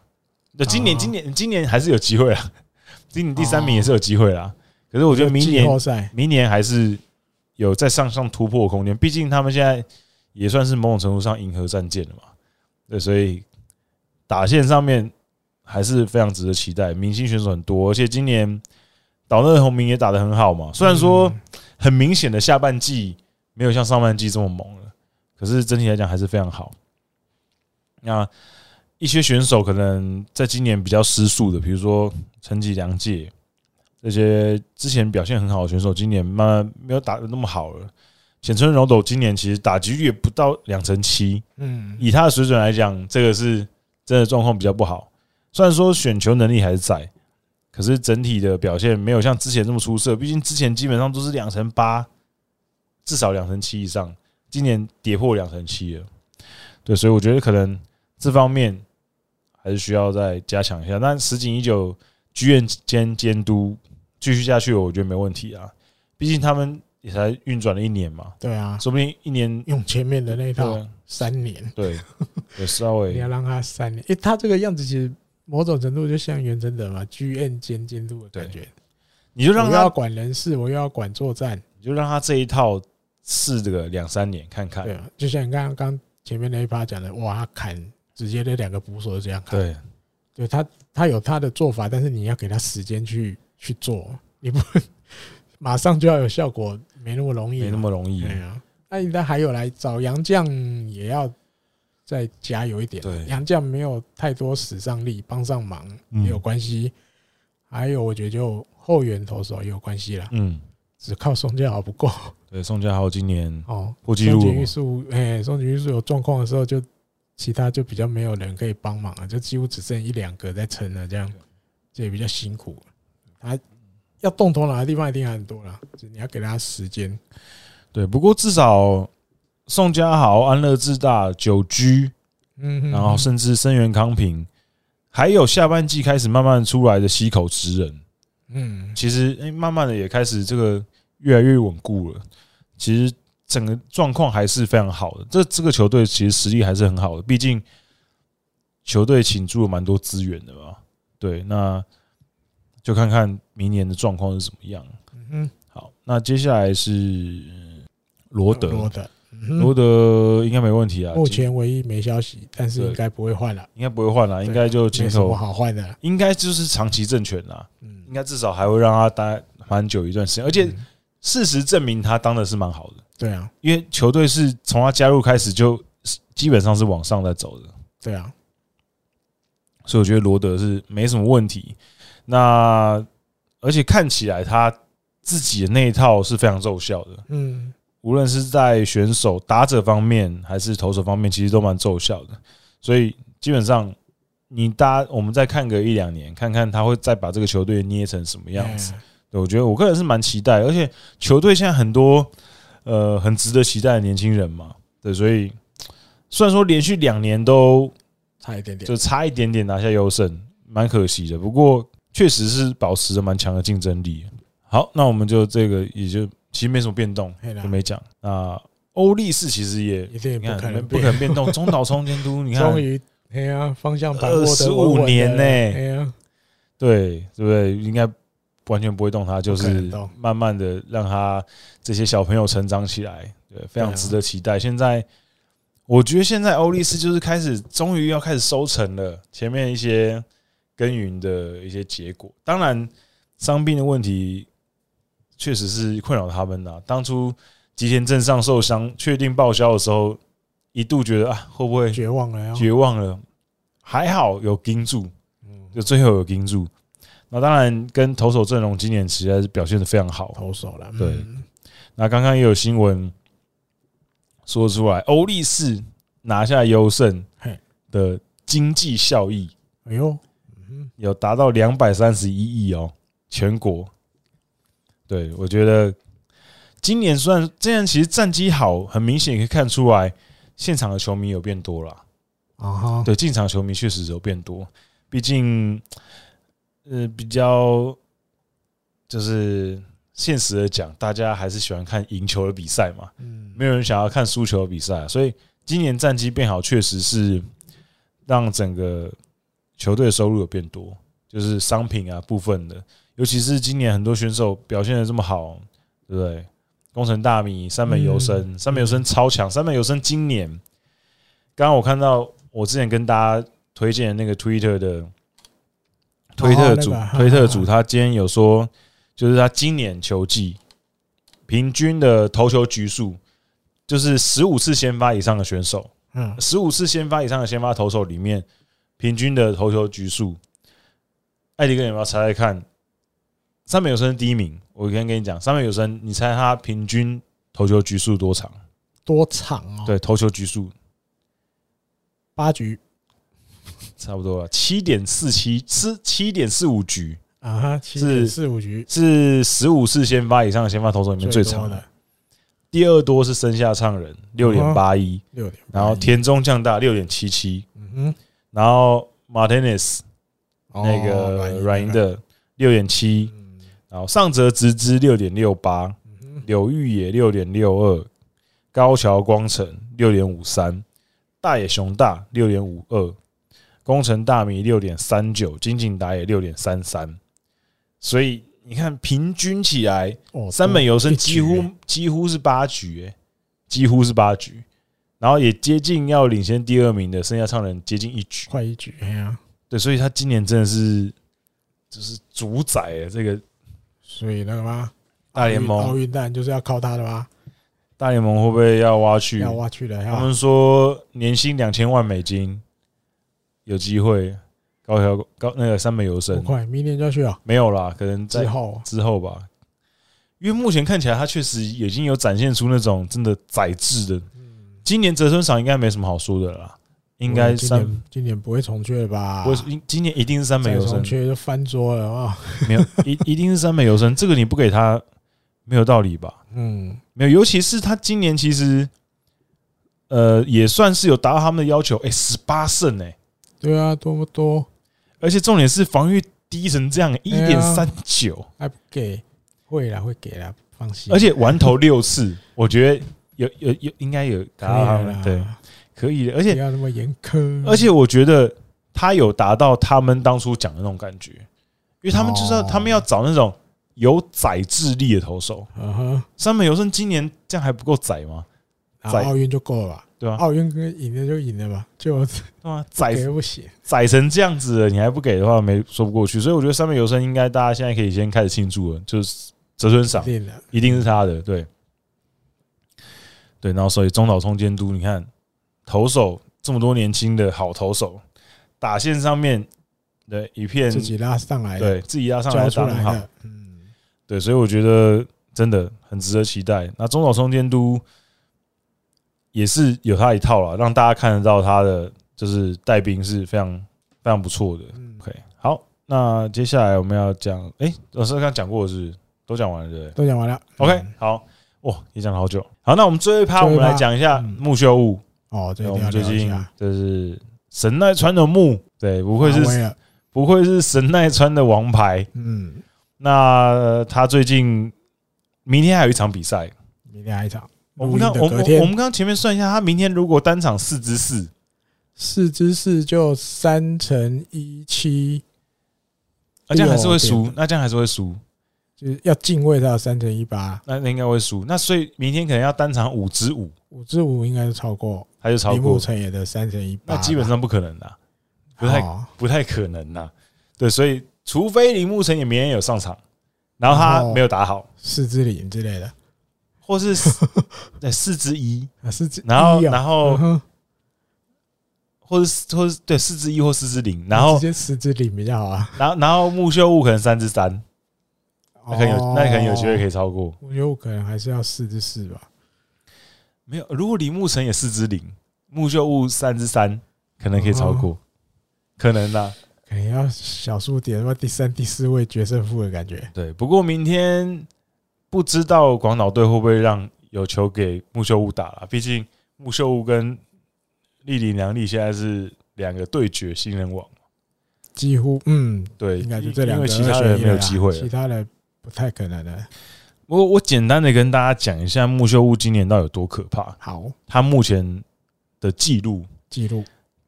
S1: 那今年、
S2: 啊
S1: 今年、今年还是有机会啊，今年第三名也是有机会啦。可是我觉得明
S2: 季后
S1: 年
S2: 赛
S1: 明年还是有在上上突破的空间，毕竟他们现在也算是某种程度上迎合战舰了嘛。对，所以打线上面还是非常值得期待，明星选手很多，而且今年岛内宏明也打得很好嘛。虽然说、
S2: 嗯
S1: 很明显的下半季没有像上半季这么猛了，可是整体来讲还是非常好。那一些选手可能在今年比较失速的，比如说陈吉良介这些之前表现很好的选手，今年慢慢没有打的那么好了。浅村柔斗今年其实打击率也不到两成七，
S2: 嗯，
S1: 以他的水准来讲，这个是真的状况比较不好。虽然说选球能力还是在，可是整体的表现没有像之前这么出色。毕竟之前基本上都是两成八，至少两成七以上，今年跌破两成七了。对，所以我觉得可能这方面还是需要再加强一下。但石井一九剧院监监督继续下去，我觉得没问题啊。毕竟他们也才运转了一年嘛，
S2: 对啊，
S1: 说不定一年
S2: 用前面的那一套
S1: 对啊
S2: 三年，
S1: 对，有稍微
S2: *laughs* 你要让他三年，诶，他这个样子其实某种程度就像袁真的嘛，GM 兼监督的感觉，
S1: 你就
S2: 我
S1: 让
S2: 又
S1: 他
S2: 要管人事，我又要管作战，
S1: 你就让他这一套试这个两三年看看。
S2: 对啊，就像你刚刚刚前面那一趴讲的，哇，他砍直接那两个捕手就这样砍，
S1: 对
S2: 对他他有他的做法，但是你要给他时间去去做，你不马上就要有效果，没那么容易啊，
S1: 没那么容易。
S2: 对啊，那应该还有来找杨绛也要再加油一点。
S1: 对
S2: 杨绛没有太多使上力，帮上忙
S1: 嗯
S2: 也有关系。还有，我觉得就后援投手也有关系啦，
S1: 嗯，
S2: 只靠宋建豪不够
S1: 对，宋佳豪今年
S2: 哦。
S1: 破纪
S2: 松
S1: 录
S2: 井
S1: 了
S2: 玉
S1: 嘛，
S2: 树，哎，松井玉树有状况的时候，就其他就比较没有人可以帮忙啊了，就几乎只剩一两个在撑了，这样这也比较辛苦。他要动头脑的地方一定还很多啦，就是你要给他时间。
S1: 对。不过至少宋佳豪、安乐智大、久居，
S2: 嗯哼，
S1: 然后甚至生源康平，还有下半季开始慢慢出来的西口直人，
S2: 嗯，
S1: 其实哎、诶慢慢的也开始这个越来越稳固了。其实整个状况还是非常好的，这这个球队其实实力还是很好的，毕竟球队倾注了蛮多资源的嘛。对，那就看看明年的状况是怎么样。
S2: 嗯哼，
S1: 好，那接下来是呃罗德，
S2: 罗德，嗯哼
S1: 罗德应该没问题啊，
S2: 目前唯一没消息，但是
S1: 对
S2: 应该不会换了，
S1: 应该不会换啦，应该就
S2: 啊没
S1: 进
S2: 什么
S1: 口，
S2: 好换的。
S1: 应该就是长期政权啦，
S2: 嗯
S1: 应，该至少还会让他待蛮久一段时间，而且
S2: 嗯
S1: 事实证明他当的是蛮好的，
S2: 对啊，
S1: 因为球队是从他加入开始就基本上是往上在走的，
S2: 对啊，
S1: 所以我觉得罗德是没什么问题。那而且看起来他自己的那一套是非常奏效的，
S2: 嗯，
S1: 无论是在选手打者方面还是投手方面，其实都蛮奏效的。所以基本上你搭我们再看个一两年，看看他会再把这个球队捏成什么样子。
S2: 哎，
S1: 对，我觉得我个人是蛮期待，而且球队现在很多呃很值得期待的年轻人嘛，对，所以虽然说连续两年都
S2: 差一点点。
S1: 就差一点点拿下优胜，蛮可惜的。不过确实是保持着蛮强的竞争力。好，那我们就这个也就其实没什么变动，
S2: 嘿啦
S1: 就没讲。那欧力士其实也
S2: 一啊定也
S1: 你
S2: 不
S1: 看
S2: 可能
S1: 不
S2: 变
S1: 可能变
S2: *laughs*
S1: 动，中岛冲监督，你看
S2: 终于，哎呀，方向盘握得
S1: 25
S2: 稳稳的
S1: 年呢
S2: 哎呀，
S1: 对对不对？应该完全不会动他，就
S2: 不可
S1: 是
S2: 能动
S1: 慢慢的让他这些小朋友成长起来，对，非常
S2: 对啊
S1: 值得期待。现在我觉得现在欧力士就是开始，终于要开始收成了，前面一些耕耘的一些结果。当然，伤病的问题确实是困扰他们呐、当初吉田镇上受伤，确定报销的时候，一度觉得啊，会不会
S2: 绝望了呀！
S1: 绝望了？还好有盯住，
S2: 嗯
S1: 就最后有盯住。那当然，跟投手阵容今年实在是表现的非常好。
S2: 投手了，
S1: 对
S2: 嗯，
S1: 那刚刚也有新闻说出来，欧力士拿下优胜
S2: 嘿
S1: 的经济效益
S2: 哎呦，嗯
S1: 有达到两百三十一亿哦，全国。对我觉得今年虽然今年其实战绩好，很明显可以看出来，现场的球迷有变多了。
S2: 哼啊哈，
S1: 对，进场球迷确实有变多，毕竟，呃，比较就是现实的讲，大家还是喜欢看赢球的比赛嘛，
S2: 嗯，
S1: 没有人想要看输球的比赛啊、所以今年战绩变好，确实是让整个球队的收入有变多，就是商品啊部分的，尤其是今年很多选手表现的这么好，对不对？工程大米、三本游生、
S2: 嗯
S1: 三本游生超强，三本游生今年，刚刚我看到我之前跟大家推荐的那个 Twitter 的推特组，
S2: 哦那个
S1: 推特组他今天有说，就是他今年球季平均的投球局数，就是十五次先发以上的选手，
S2: 嗯，
S1: 十五次先发以上的先发投手里面，平均的投球局数，艾迪哥你要不要猜猜看？三本有生是第一名，我先跟你讲，三本有生，你猜他平均投球局数多
S2: 哦
S1: 长？
S2: 多长哦，，
S1: 对，投球局数
S2: 八局
S1: 差不多了，啊七点四七，是七点四五局，
S2: 啊哈，七点四五局
S1: 是十五次先发以上的先发投手里面最
S2: 多
S1: 长的。
S2: 的
S1: 第二多是生下唱人六点八一，
S2: 六点，
S1: 然后，田中将大六点七七，
S2: 嗯哦
S1: 然后 Martinez
S2: 哼，
S1: 那个软银
S2: 的，
S1: 的六点七，
S2: 嗯
S1: 然后上泽直之六点六八，
S2: 嗯哼
S1: 柳玉野六点六二，高桥光成六点五三，大野雄大六点五二，宫城大迷六点三九，金井打野六点三三，所以你看平均起来，
S2: 哦，
S1: 三本游生
S2: 一局
S1: 几乎几乎是八局、欸，几乎是八局，然后也接近要领先第二名的剩下唱人接近一局，
S2: 快一局，哎呀，
S1: 对，所以他今年真的是就是主宰了这个
S2: 所以那个嘛，
S1: 大联
S2: 奥
S1: 盟，
S2: 运当然就是要靠他的吧，
S1: 大联盟会不会要挖去
S2: 要？挖去了，
S1: 他
S2: 要
S1: 们说年薪两千万美金有机会，高桥高那个三本游
S2: 多
S1: 生
S2: 快，明年就要去了，
S1: 没有啦，可能在
S2: 之后
S1: 之后吧。因为目前看起来，他确实已经有展现出那种真的宰制的
S2: 嗯
S1: 今年泽村赏应该没什么好说的啦，应该
S2: 今
S1: 三，
S2: 年今年不会重缺了吧？
S1: 我今年一定是三美
S2: 再
S1: 游
S2: 重
S1: 生，
S2: 缺就翻桌了啊！
S1: *laughs* 没有一一定是三美游生，这个你不给他没有道理吧？
S2: 嗯，
S1: 没有，尤其是他今年其实，呃，也算是有达到他们的要求，哎，十八胜哎、
S2: 对啊，多不多
S1: 而且重点是防御低成这样一
S2: 呀
S1: 点三九，
S2: 还不给？会啦，会给啦，放心。
S1: 而且完投六次，我觉得有有有应该有
S2: 可
S1: 达
S2: 以啊
S1: 到他
S2: 了
S1: 们
S2: 啦，
S1: 对，可以的，而
S2: 不
S1: 且
S2: 要那么严苛。
S1: 而且我觉得他有达到他们当初讲的那种感觉，因为他们就是要
S2: 哦
S1: 他们要找那种有宰智力的投手。
S2: 嗯哼，
S1: 山本由生今年这样还不够宰吗？
S2: 然后
S1: 在
S2: 啊
S1: 啊
S2: 奥运就够了吧？
S1: 对吧？
S2: 奥运跟赢了就赢了吧，就
S1: 对吗？
S2: 哦给
S1: 宰
S2: 不行。
S1: 宰成这样子了，你还不给的话，没说不过去。所以我觉得山本由生应该大家现在可以先开始庆祝了，就是泽村赏
S2: 指定了，
S1: 一定是他的，对对。然后所以中岛聪监督，你看投手这么多年轻的好投手，打线上面对一片
S2: 自己拉上来
S1: 嗯
S2: 的，
S1: 对自己压上来
S2: 交出
S1: 打得
S2: 来
S1: 很好，
S2: 的。嗯，
S1: 对，所以我觉得真的很值得期待。那中岛聪监督也是有他一套了，让大家看得到他的就是带兵是非常非常不错的。
S2: 嗯
S1: OK，好，那接下来我们要讲，诶，老师刚刚讲过的是都讲完了对不对
S2: 都讲完了。
S1: ？OK，
S2: 嗯
S1: 好，哇，也讲了好久。好，那我们最后一趴，
S2: 最
S1: 我
S2: 后一
S1: 们
S2: 趴
S1: 来讲一下
S2: 嗯
S1: 木秀物。
S2: 哦，这
S1: 对
S2: 一
S1: 我
S2: 定
S1: 们
S2: 要
S1: 最
S2: 聊一
S1: 近
S2: 下。
S1: 就是神奈川的木，对，不愧
S2: 阿
S1: 是
S2: 威啊尔，
S1: 不愧是神奈川的王牌。
S2: 嗯，
S1: 那呃他最近明天还有一场比赛，
S2: 明天还有一场，
S1: 我
S2: 录
S1: 们
S2: 音
S1: 刚
S2: 的
S1: 我们
S2: 哦隔
S1: 我
S2: 天哦
S1: 们刚前面算一下，他明天如果单场四支四，
S2: 四之四就三乘一七，
S1: 那这样还是会
S2: 六
S1: 输
S2: 点，
S1: 那这样还是会输，
S2: 就是要敬畏到三乘一八，
S1: 那那应该会输。那所以明天可能要单场五支五，
S2: 五之五应该是超过
S1: 他就超
S2: 铃木
S1: 过，
S2: 成也的哦三乘一八
S1: 那
S2: 吧，
S1: 基本上不可能啦，不太
S2: 好
S1: 不太可能啦。对，所以除非铃木成也明天有上场，然后他
S2: 然后
S1: 没有打好，
S2: 四之零之类的，
S1: 或
S2: *laughs*
S1: 是四对四之一，
S2: 啊四之一
S1: 然后
S2: 哦
S1: 然
S2: 嗯
S1: 后
S2: 哼
S1: 或是或是对四之一或四之零，然
S2: 那
S1: 后
S2: 直接四之零比较好啊，
S1: 然后然后木秀悟可能三之三，那可能有那可能有机会可
S2: 以，
S1: 以超过。
S2: 哦我觉得我可能还是要四之四吧，
S1: 没有，如果李木成也四之零，木秀悟三之三，可能可以超
S2: 嗯
S1: 过，可能啊啦。
S2: 可能要小数点，说第三、第四位决胜负的感觉。
S1: 对，不过明天不知道广岛队会不会让有球给木秀悟打了，毕竟木秀悟跟丽丽娘丽现在是两个对决新人王，
S2: 几乎嗯，
S1: 对，
S2: 应该是
S1: 因
S2: 这两
S1: 因为
S2: 个二
S1: 其
S2: 选一了啦，
S1: 他人没有机会了
S2: 其。他人不太可能了。
S1: 我我简单的跟大家讲一下木秀悟今年到底有多可怕，
S2: 好，
S1: 他目前的记录
S2: 记录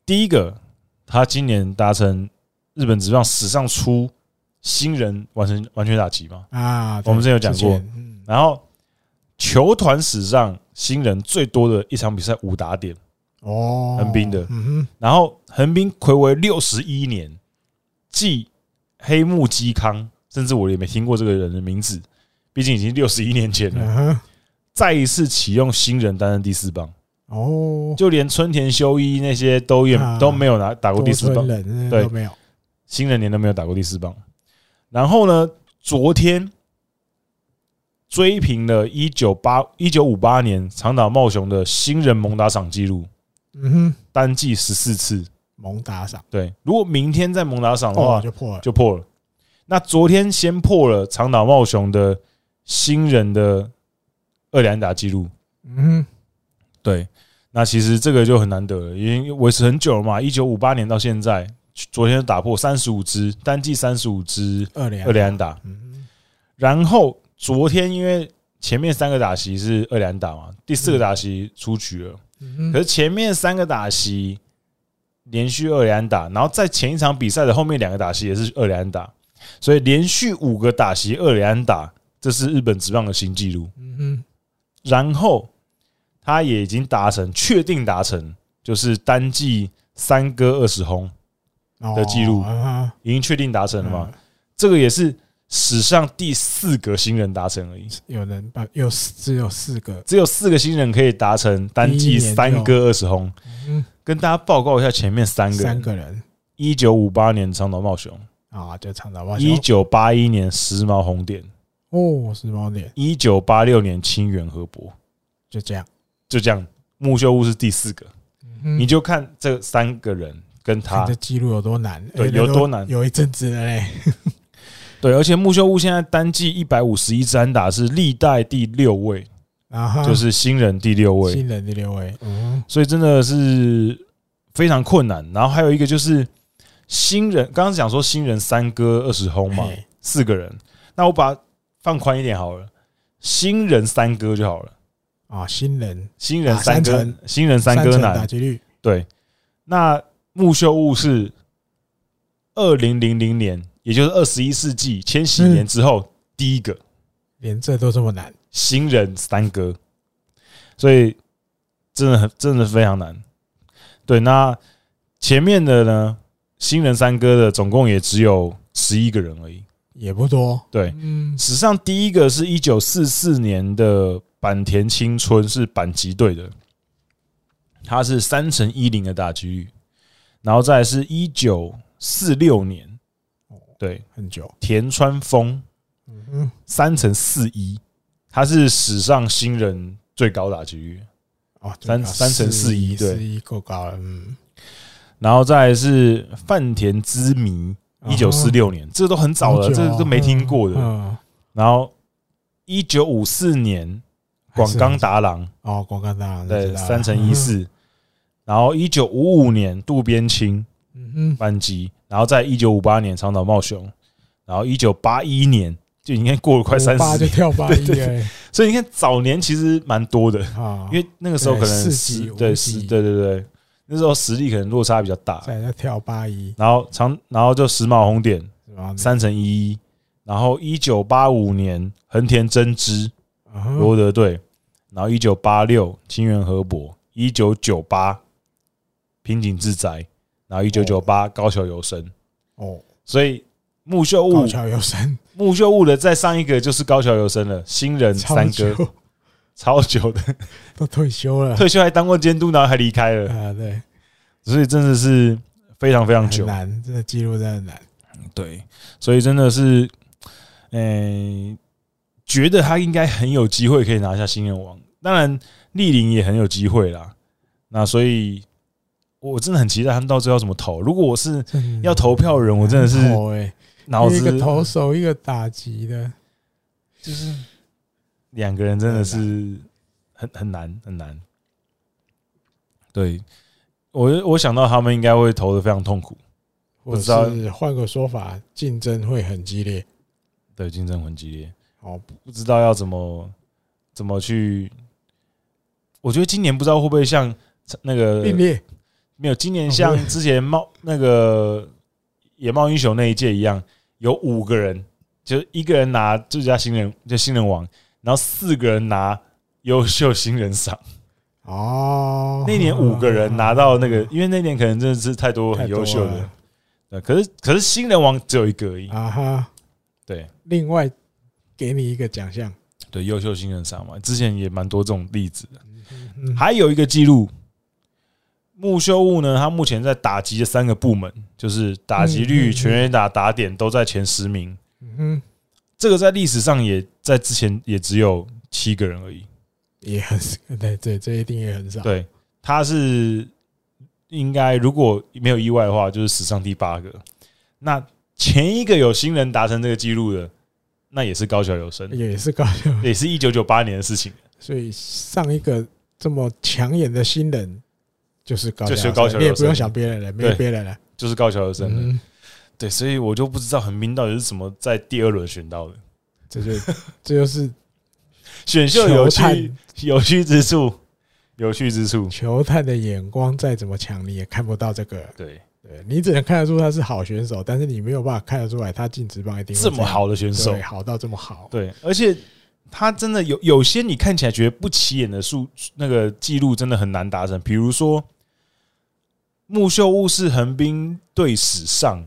S1: 第一个，他今年达成日本职棒史上初新人完成完全打击嘛，
S2: 啊，
S1: 我们之前有讲
S2: 之前
S1: 过
S2: 嗯，
S1: 然后球团史上新人最多的一场比赛五打点，
S2: 哦，
S1: 横滨的
S2: 嗯
S1: 然后横滨魁为六十一年，继黑木基康，甚至我也没听过这个人的名字，毕竟已经六十一年前
S2: 哼，
S1: 了，
S2: 嗯哼，
S1: 再一次启用新人担任第四棒，
S2: 哦，
S1: 就连春田修一那些都也
S2: 啊
S1: 都没有拿打过
S2: 多
S1: 第四棒
S2: 村，人
S1: 对
S2: 都没有，
S1: 新人年都没有打过第四棒。然后呢，昨天追平了一九八一九五八年长岛茂雄的新人猛打赏记录，
S2: 嗯哼，
S1: 单季十四次。
S2: 猛打赏，
S1: 对，如果明天再猛打赏的
S2: 哦
S1: 话，
S2: 就破了，
S1: 就破了。那昨天先破了长岛茂雄的新人的二连打记录。
S2: 嗯哼，
S1: 对，那其实这个就很难得了，已经维持很久了嘛，一九五八年到现在，昨天打破三十五支单季三十五支
S2: 二连
S1: 二连安，打，
S2: 嗯
S1: 然后昨天因为前面三个打席是二连打嘛，第四个打席出局了，
S2: 哼嗯
S1: 可
S2: 哼，
S1: 是前面三个打席连续二连打，然后在前一场比赛的后面两个打席也是二连打，所以连续五个打席二连打，这是日本职棒的新纪录。
S2: 嗯哼，
S1: 然后他也已经达成，确定达成，就是单季三哥二十轰，
S2: 哦
S1: 的记录
S2: 嗯哼
S1: 已经确定达成了
S2: 嗯
S1: 嘛？这个也是史上第四个新人达成而已，
S2: 有人把有四只有四个，
S1: 只有四个新人可以达成单
S2: 第一
S1: 季
S2: 年就
S1: 三哥二十轰。
S2: 嗯，
S1: 跟大家报告一下前面三个
S2: 三
S1: 人：
S2: 个人
S1: 一九五八年长岛茂雄，
S2: 啊，就长岛茂雄
S1: 一九八一年时髦红点，
S2: 哦，是猫脸，
S1: 一九八六年清源河伯，
S2: 就这样，
S1: 就这样。木秀屋是第四个，你
S2: 你
S1: 就看这三个人跟他
S2: 嗯这记录有多难，
S1: 对
S2: 哎
S1: 有
S2: 那
S1: 多难
S2: 有一阵子了嘞，
S1: 对，而且木秀屋现在单季一百五十一支安打是历代第六位，
S2: 然后
S1: *laughs* 就是新人第六位，
S2: 啊新人第六位，嗯，
S1: 所以真的是非常困难。然后还有一个就是新人，刚刚讲说新人三哥二十轰嘛，
S2: 嘿
S1: 四个人，那我把放宽一点好了，新人三哥就好了，
S2: 啊，新人
S1: 新人
S2: 打
S1: 三
S2: 啊三
S1: 哥
S2: 成，
S1: 新人三哥
S2: 成打
S1: 难。
S2: 击率
S1: 对，那木秀屋是二零零零年，也就是二十一世纪千禧
S2: 嗯
S1: 年之后、第一个。
S2: 连这都这么难，
S1: 新人三哥，所以真的很真的非常难。对，那前面的呢，新人三哥的总共也只有十一个人而已。
S2: 也不多，
S1: 对，
S2: 嗯，
S1: 史上第一个是一九四四年的坂田青春，是阪急队的，他是三乘一零的打击率，然后再来是一九四六年，对，
S2: 很久，
S1: 田川峰
S2: 嗯，
S1: 三乘四一，他是史上新人最高打击率，
S2: 哦，啊
S1: 三三乘四一对
S2: 四一够高了，嗯，
S1: 然后再来是饭田之谜，一九四
S2: 哦
S1: 六年，这都很早了，
S2: 很久
S1: 这
S2: 哦
S1: 个都没听过的。
S2: 嗯，嗯
S1: 然后一九五四年
S2: 还
S1: 广
S2: 是
S1: 冈达郎
S2: 哦，广冈大郎嗯
S1: 对三乘一，四，然然后一九五五年渡边清
S2: 嗯哼，
S1: 班机，然后在一九五八年长岛茂雄，然后一九八一年就应该过了快三
S2: 八
S1: 十
S2: 就
S1: 年，
S2: 跳
S1: *laughs*
S2: 八一哎，
S1: 所以你看早年其实蛮多的，
S2: 啊，
S1: 因为那个时候可能
S2: 对四
S1: 实
S2: 级
S1: 对
S2: 五
S1: 十
S2: 级
S1: 对对对，那时候实力可能落差比较大，
S2: 在那跳八一
S1: 然后长然后就时髦红点
S2: 是吧？
S1: 三乘一一，然后一九八五年横田真知
S2: 啊哈
S1: 罗德队，然后一九八六清源河博，一九九八平井之宅，然后一九九八高桥由生，
S2: 哦，
S1: 所以木秀
S2: 高
S1: 悟
S2: 桥有生，
S1: 木秀悟的再上一个就是高桥由生了，新人
S2: 超
S1: 三哥
S2: 久 *laughs*
S1: 超久的
S2: 都退休了，
S1: 退休还当过监督，然后还离开了，
S2: 啊，对，
S1: 所以真的是非常非常
S2: 很
S1: 久。
S2: 难，这记录真的很难。
S1: 对，所以真的是，嗯、觉得他应该很有机会可以拿下新人王。当然，丽玲也很有机会啦。那所以，我真的很期待他们到最后怎么投。如果我是
S2: 真的
S1: 要投票的人，我真的是
S2: 很投欸
S1: 脑
S2: 一个
S1: 子
S2: 投手，一个打击的，
S1: 就是两个人真的是很很难很难。对我，我想到他们应该会投的非常痛苦，
S2: 或
S1: 知道
S2: 者是换个说法，竞争会很激烈。
S1: 对竞争很激烈。
S2: 哦，
S1: 不知道要怎么怎么去。我觉得今年不知道会不会像那个
S2: 并列
S1: 没有，今年
S2: 哦
S1: 像之前猫那个野猫英雄那一届一样，有五个人，就一个人拿最佳新人就新人王，然后四个人拿优秀新人赏。
S2: 哦，
S1: 那年五个人拿到那个，因为那年可能真的是太多
S2: 太
S1: 很
S2: 多
S1: 优秀的
S2: 了，
S1: 对。可是可是新人王只有一个而已，
S2: 啊哈，
S1: 对
S2: 另外给你一个奖项，
S1: 对，优秀新人赏嘛，之前也蛮多这种例子的。
S2: 嗯
S1: 还有一个记录，木修悟呢，他目前在打击的三个部门，就是打击
S2: 嗯嗯
S1: 率、
S2: 嗯
S1: 全垒打、打点都在前十名。
S2: 嗯哼，
S1: 这个在历史上也在之前也只有七个人而已。
S2: 也很少对对，这一定也很少。
S1: 对，他是应该如果没有意外的话，就是史上第八个。那前一个有新人达成这个记录的，那也是高桥由生，
S2: 也是高校，
S1: 也是一九九八年的事情，
S2: 所以上一个这么抢眼的新人就是高校，
S1: 就是高桥
S2: 你也
S1: 老
S2: 不
S1: 师
S2: 用想别人了，没有
S1: 对
S2: 别人了。
S1: 就是高桥由生的。
S2: 嗯，
S1: 对，所以我就不知道横滨到底是怎么在第二轮选到的。
S2: 这就 *laughs* 这就是
S1: 选秀有
S2: 球
S1: 趣
S2: 探，
S1: 有趣之处，有趣之处。
S2: 球探的眼光再怎么强，你也看不到这个。
S1: 对，
S2: 对你只能看得出他是好选手，但是你没有办法看得出来他进职棒一定会
S1: 这么
S2: 样
S1: 好的选手
S2: 对，好到这么好。
S1: 对，而且他真的有有些你看起来觉得不起眼的数，那个记录真的很难达成。比如说，木秀悟是横滨队史上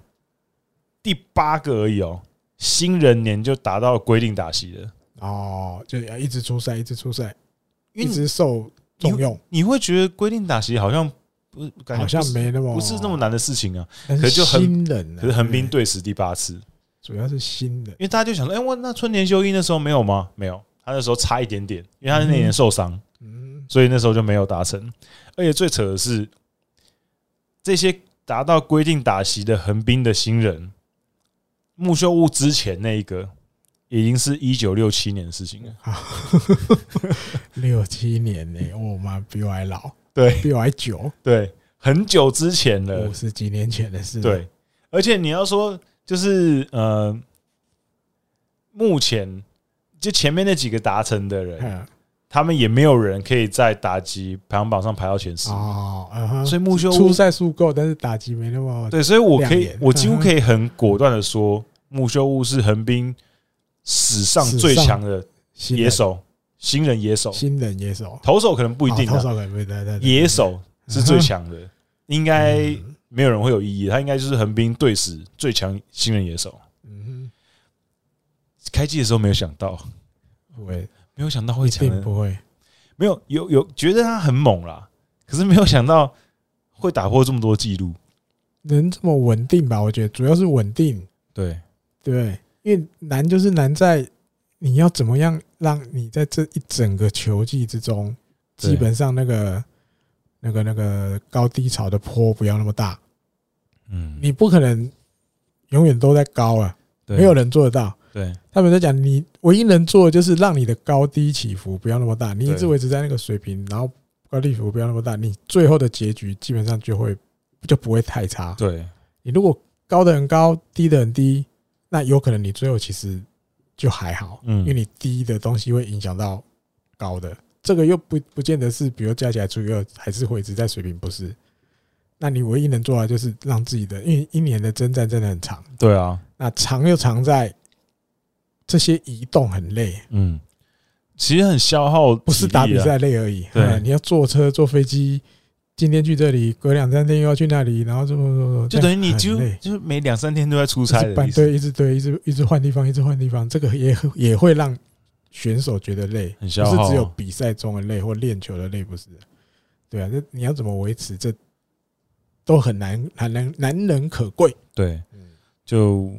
S1: 第八个而已哦，新人年就达到规定打席了。
S2: 哦，就要一直出赛，一直出赛，
S1: 因
S2: 一
S1: 为你
S2: 直受重用，
S1: 你会觉得规定打席好像不感觉
S2: 好像
S1: 不是
S2: 没那么
S1: 不是那么，难的事情啊，
S2: 但
S1: 可是就横
S2: 新人啊，
S1: 可是横滨
S2: 对
S1: 队史第八次。
S2: 主要是新人，
S1: 因为大家就想说，哎、我那春田修一那时候没有吗？没有，他那时候差一点点，因为他那年受伤，
S2: 嗯，
S1: 所以那时候就没有达成。而且最扯的是，这些达到规定打席的横滨的新人，木秀屋之前那一个，已经是一九六七年的事情了。
S2: 六七年呢、我妈比我还老，
S1: 对
S2: 比我还久，
S1: 对，很久之前了
S2: 五。十几年前的事。，
S1: 对，而且你要说就是呃，目前就前面那几个达成的人，
S2: 嗯，
S1: 他们也没有人可以在打击排行榜上排到前十，
S2: 哦，嗯哼
S1: 所以木秀
S2: 出
S1: 屋
S2: 赛数够，但是打击没那么
S1: 对，所以我可
S2: 亮
S1: 以
S2: 眼，
S1: 我几乎可以很果断的说，木秀屋是横滨史上最强的
S2: 新人
S1: 野手，新人野手，
S2: 新人野手
S1: 投手可能不一定
S2: 哦投
S1: 啊，
S2: 手可能不一定对对嗯对
S1: 野手是最强
S2: *laughs*
S1: 的，应该
S2: 嗯
S1: 没有人会有异议，他应该就是横滨队史最强新人野手。
S2: 嗯
S1: 开机的时候没有想到，
S2: 哼，不会，
S1: 没有想到会
S2: 一
S1: 抢
S2: 定
S1: 的，
S2: 不会。
S1: 没有有有觉得他很猛啦，可是没有想到会打破这么多记录，
S2: 能这么稳定吧？我觉得主要是稳定，
S1: 对。
S2: 对不对，因为难就是难在你要怎么样让你在这一整个球季之中，
S1: 对
S2: 基本上那个那个那个高低潮的坡不要那么大，
S1: 嗯
S2: 你不可能永远都在高啊，
S1: 对
S2: 没有人做得到。
S1: 对
S2: 他们在讲，你唯一能做的就是让你的高低起伏不要那么大，你一直
S1: 对
S2: 维持在那个水平，然后呃，利幅不要那么大，你最后的结局基本上就会就不会太差。
S1: 对，
S2: 你如果高的很高，低的很低，那有可能你最后其实就还好，
S1: 嗯
S2: 因为你低的东西会影响到高的，这个又不不见得是，比如加起来除以二还是会一直在水平，不是？那你唯一能做的就是让自己的，因为一年的征战真的很长，
S1: 对啊，
S2: 那长又长在这些移动很累，
S1: 嗯，其实很消耗，啊
S2: 不是打比，赛累而已，
S1: 对
S2: 哎你要坐车坐飞机，今天去这里，隔两三天又要去那里，然后这么这么，
S1: 就
S2: 这
S1: 等于
S2: 样
S1: 你
S2: 很
S1: 就
S2: 累
S1: 就是每两三天都在出
S2: 一
S1: 差
S2: 直
S1: 的
S2: 搬
S1: 意思，
S2: 对，一直对，一直一直换地方，一直换地方，这个也也会让选手觉得累，
S1: 很消
S2: 不是只有
S1: 耗。
S2: 比赛中的累或练球的累，不是？对啊，这你要怎么维持这都很难，很难难能可贵。
S1: 对
S2: 嗯，
S1: 就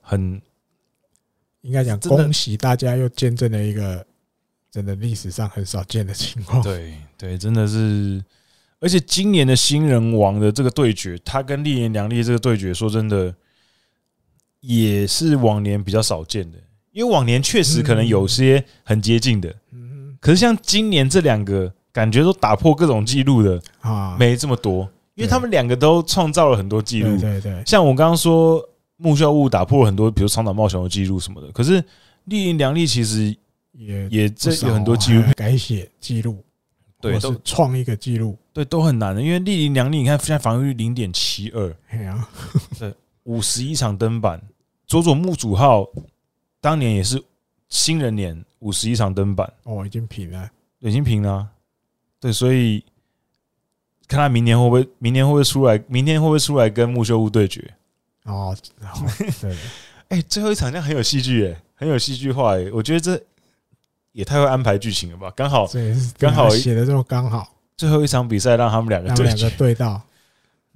S1: 很
S2: 应该讲，
S1: 真的
S2: 恭喜大家又见证了一个真的历史上很少见的情况。
S1: 对对，真的是。而且今年的新人王的这个对决，他跟烈炎良烈这个对决，说真的，也是往年比较少见的。因为往年确实可能有些很接近的，
S2: 嗯
S1: 可是像今年这两个，感觉都打破各种记录的
S2: 啊，
S1: 没这么多，因为他们两个都创造了很多记录
S2: 对。对对，
S1: 像我刚刚说，木秀悟打破了很多，比如长岛茂雄的记录什么的。可是烈炎良烈其实
S2: 也
S1: 也
S2: 不
S1: 这
S2: 少
S1: 有很多记录
S2: *laughs* 还，要改写记录，
S1: 对，
S2: 或
S1: 都
S2: 是创一个记录。
S1: 对，都很难的，因为丽林良丽，你看现在防御率零点七二，
S2: 哎呀，
S1: 五十一场登板，佐佐木主浩当年也是新人年五十一场登板，
S2: 哦，已经平了。
S1: 已经平了啊、对，所以看他明年会不会，明年会不会出来，明天会不会出来跟木秀屋对决？
S2: 哦，哦对，
S1: 哎、最后一场这样很有戏剧哎，很有戏剧化哎、我觉得这也太会安排剧情了吧？刚好
S2: 这也是
S1: 哦刚好一
S2: 写的这么刚好，
S1: 最后一场比赛让他们两个
S2: 让
S1: 对
S2: 两
S1: 决
S2: 个，
S1: *laughs*
S2: 对到。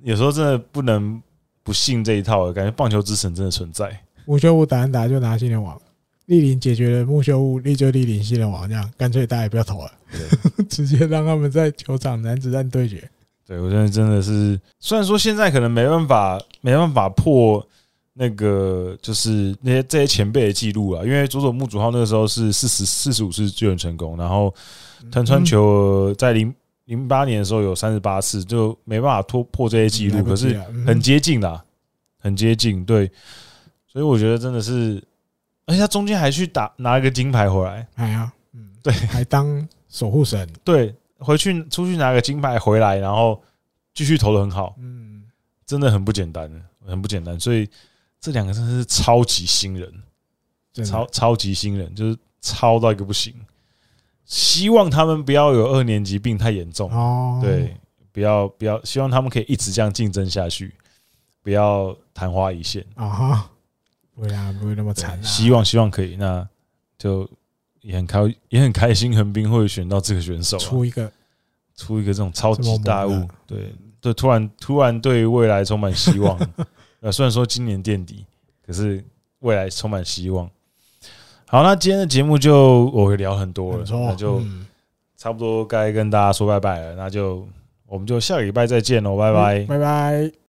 S1: 有时候真的不能不信这一套，感觉棒球之神真的存在。
S2: 木修武打安打就拿新人王，立林解决了木修武，立就立林新人王，这样干脆大家也不要投了， *laughs* 直接让他们在球场男子战对决。
S1: 对我真的真的是，虽然说现在可能没办法没办法破那个就是那些这些前辈的记录啊，因为佐佐木主浩那个时候是四十四十五次救援成功，然后藤川球儿在零零八年的时候有三十八次，就没办法突破这些记录，
S2: 来
S1: 可
S2: 不及
S1: 是
S2: 了
S1: 很
S2: 嗯
S1: 接近啦，很接近，对，所以我觉得真的是，而且他中间还去打拿一个金牌回来，
S2: 哎呀，嗯，
S1: 对
S2: 还当守护
S1: *laughs*
S2: 神，
S1: 对，回去出去拿个金牌回来，然后继续投的很好。
S2: 嗯，
S1: 真的很不简单，很不简单。所以这两个真的是超级新人，
S2: 真的
S1: 超超级新人，就是超到一个不行。希望他们不要有二年级病太严重，
S2: 哦，
S1: 对，不要不要，希望他们可以一直这样竞争下去，不要昙花一现。
S2: 啊哈，不会啦，不会那么惨啦，啊
S1: 希望希望可以，那就也很开也很开心，横滨会选到这个选手啊、
S2: 出一个
S1: 出一个这种超级大
S2: 这么
S1: 物
S2: 猛的，啊
S1: 对对，突然突然对未来充满希
S2: *laughs*
S1: 望。呃，虽然说今年垫底，可是未来充满希望。好，那今天的节目就我聊很多了
S2: 不，错，
S1: 那就
S2: 嗯
S1: 差不多该跟大家说拜拜了，那就我们就下个礼拜再见喽，拜拜。
S2: 嗯拜拜。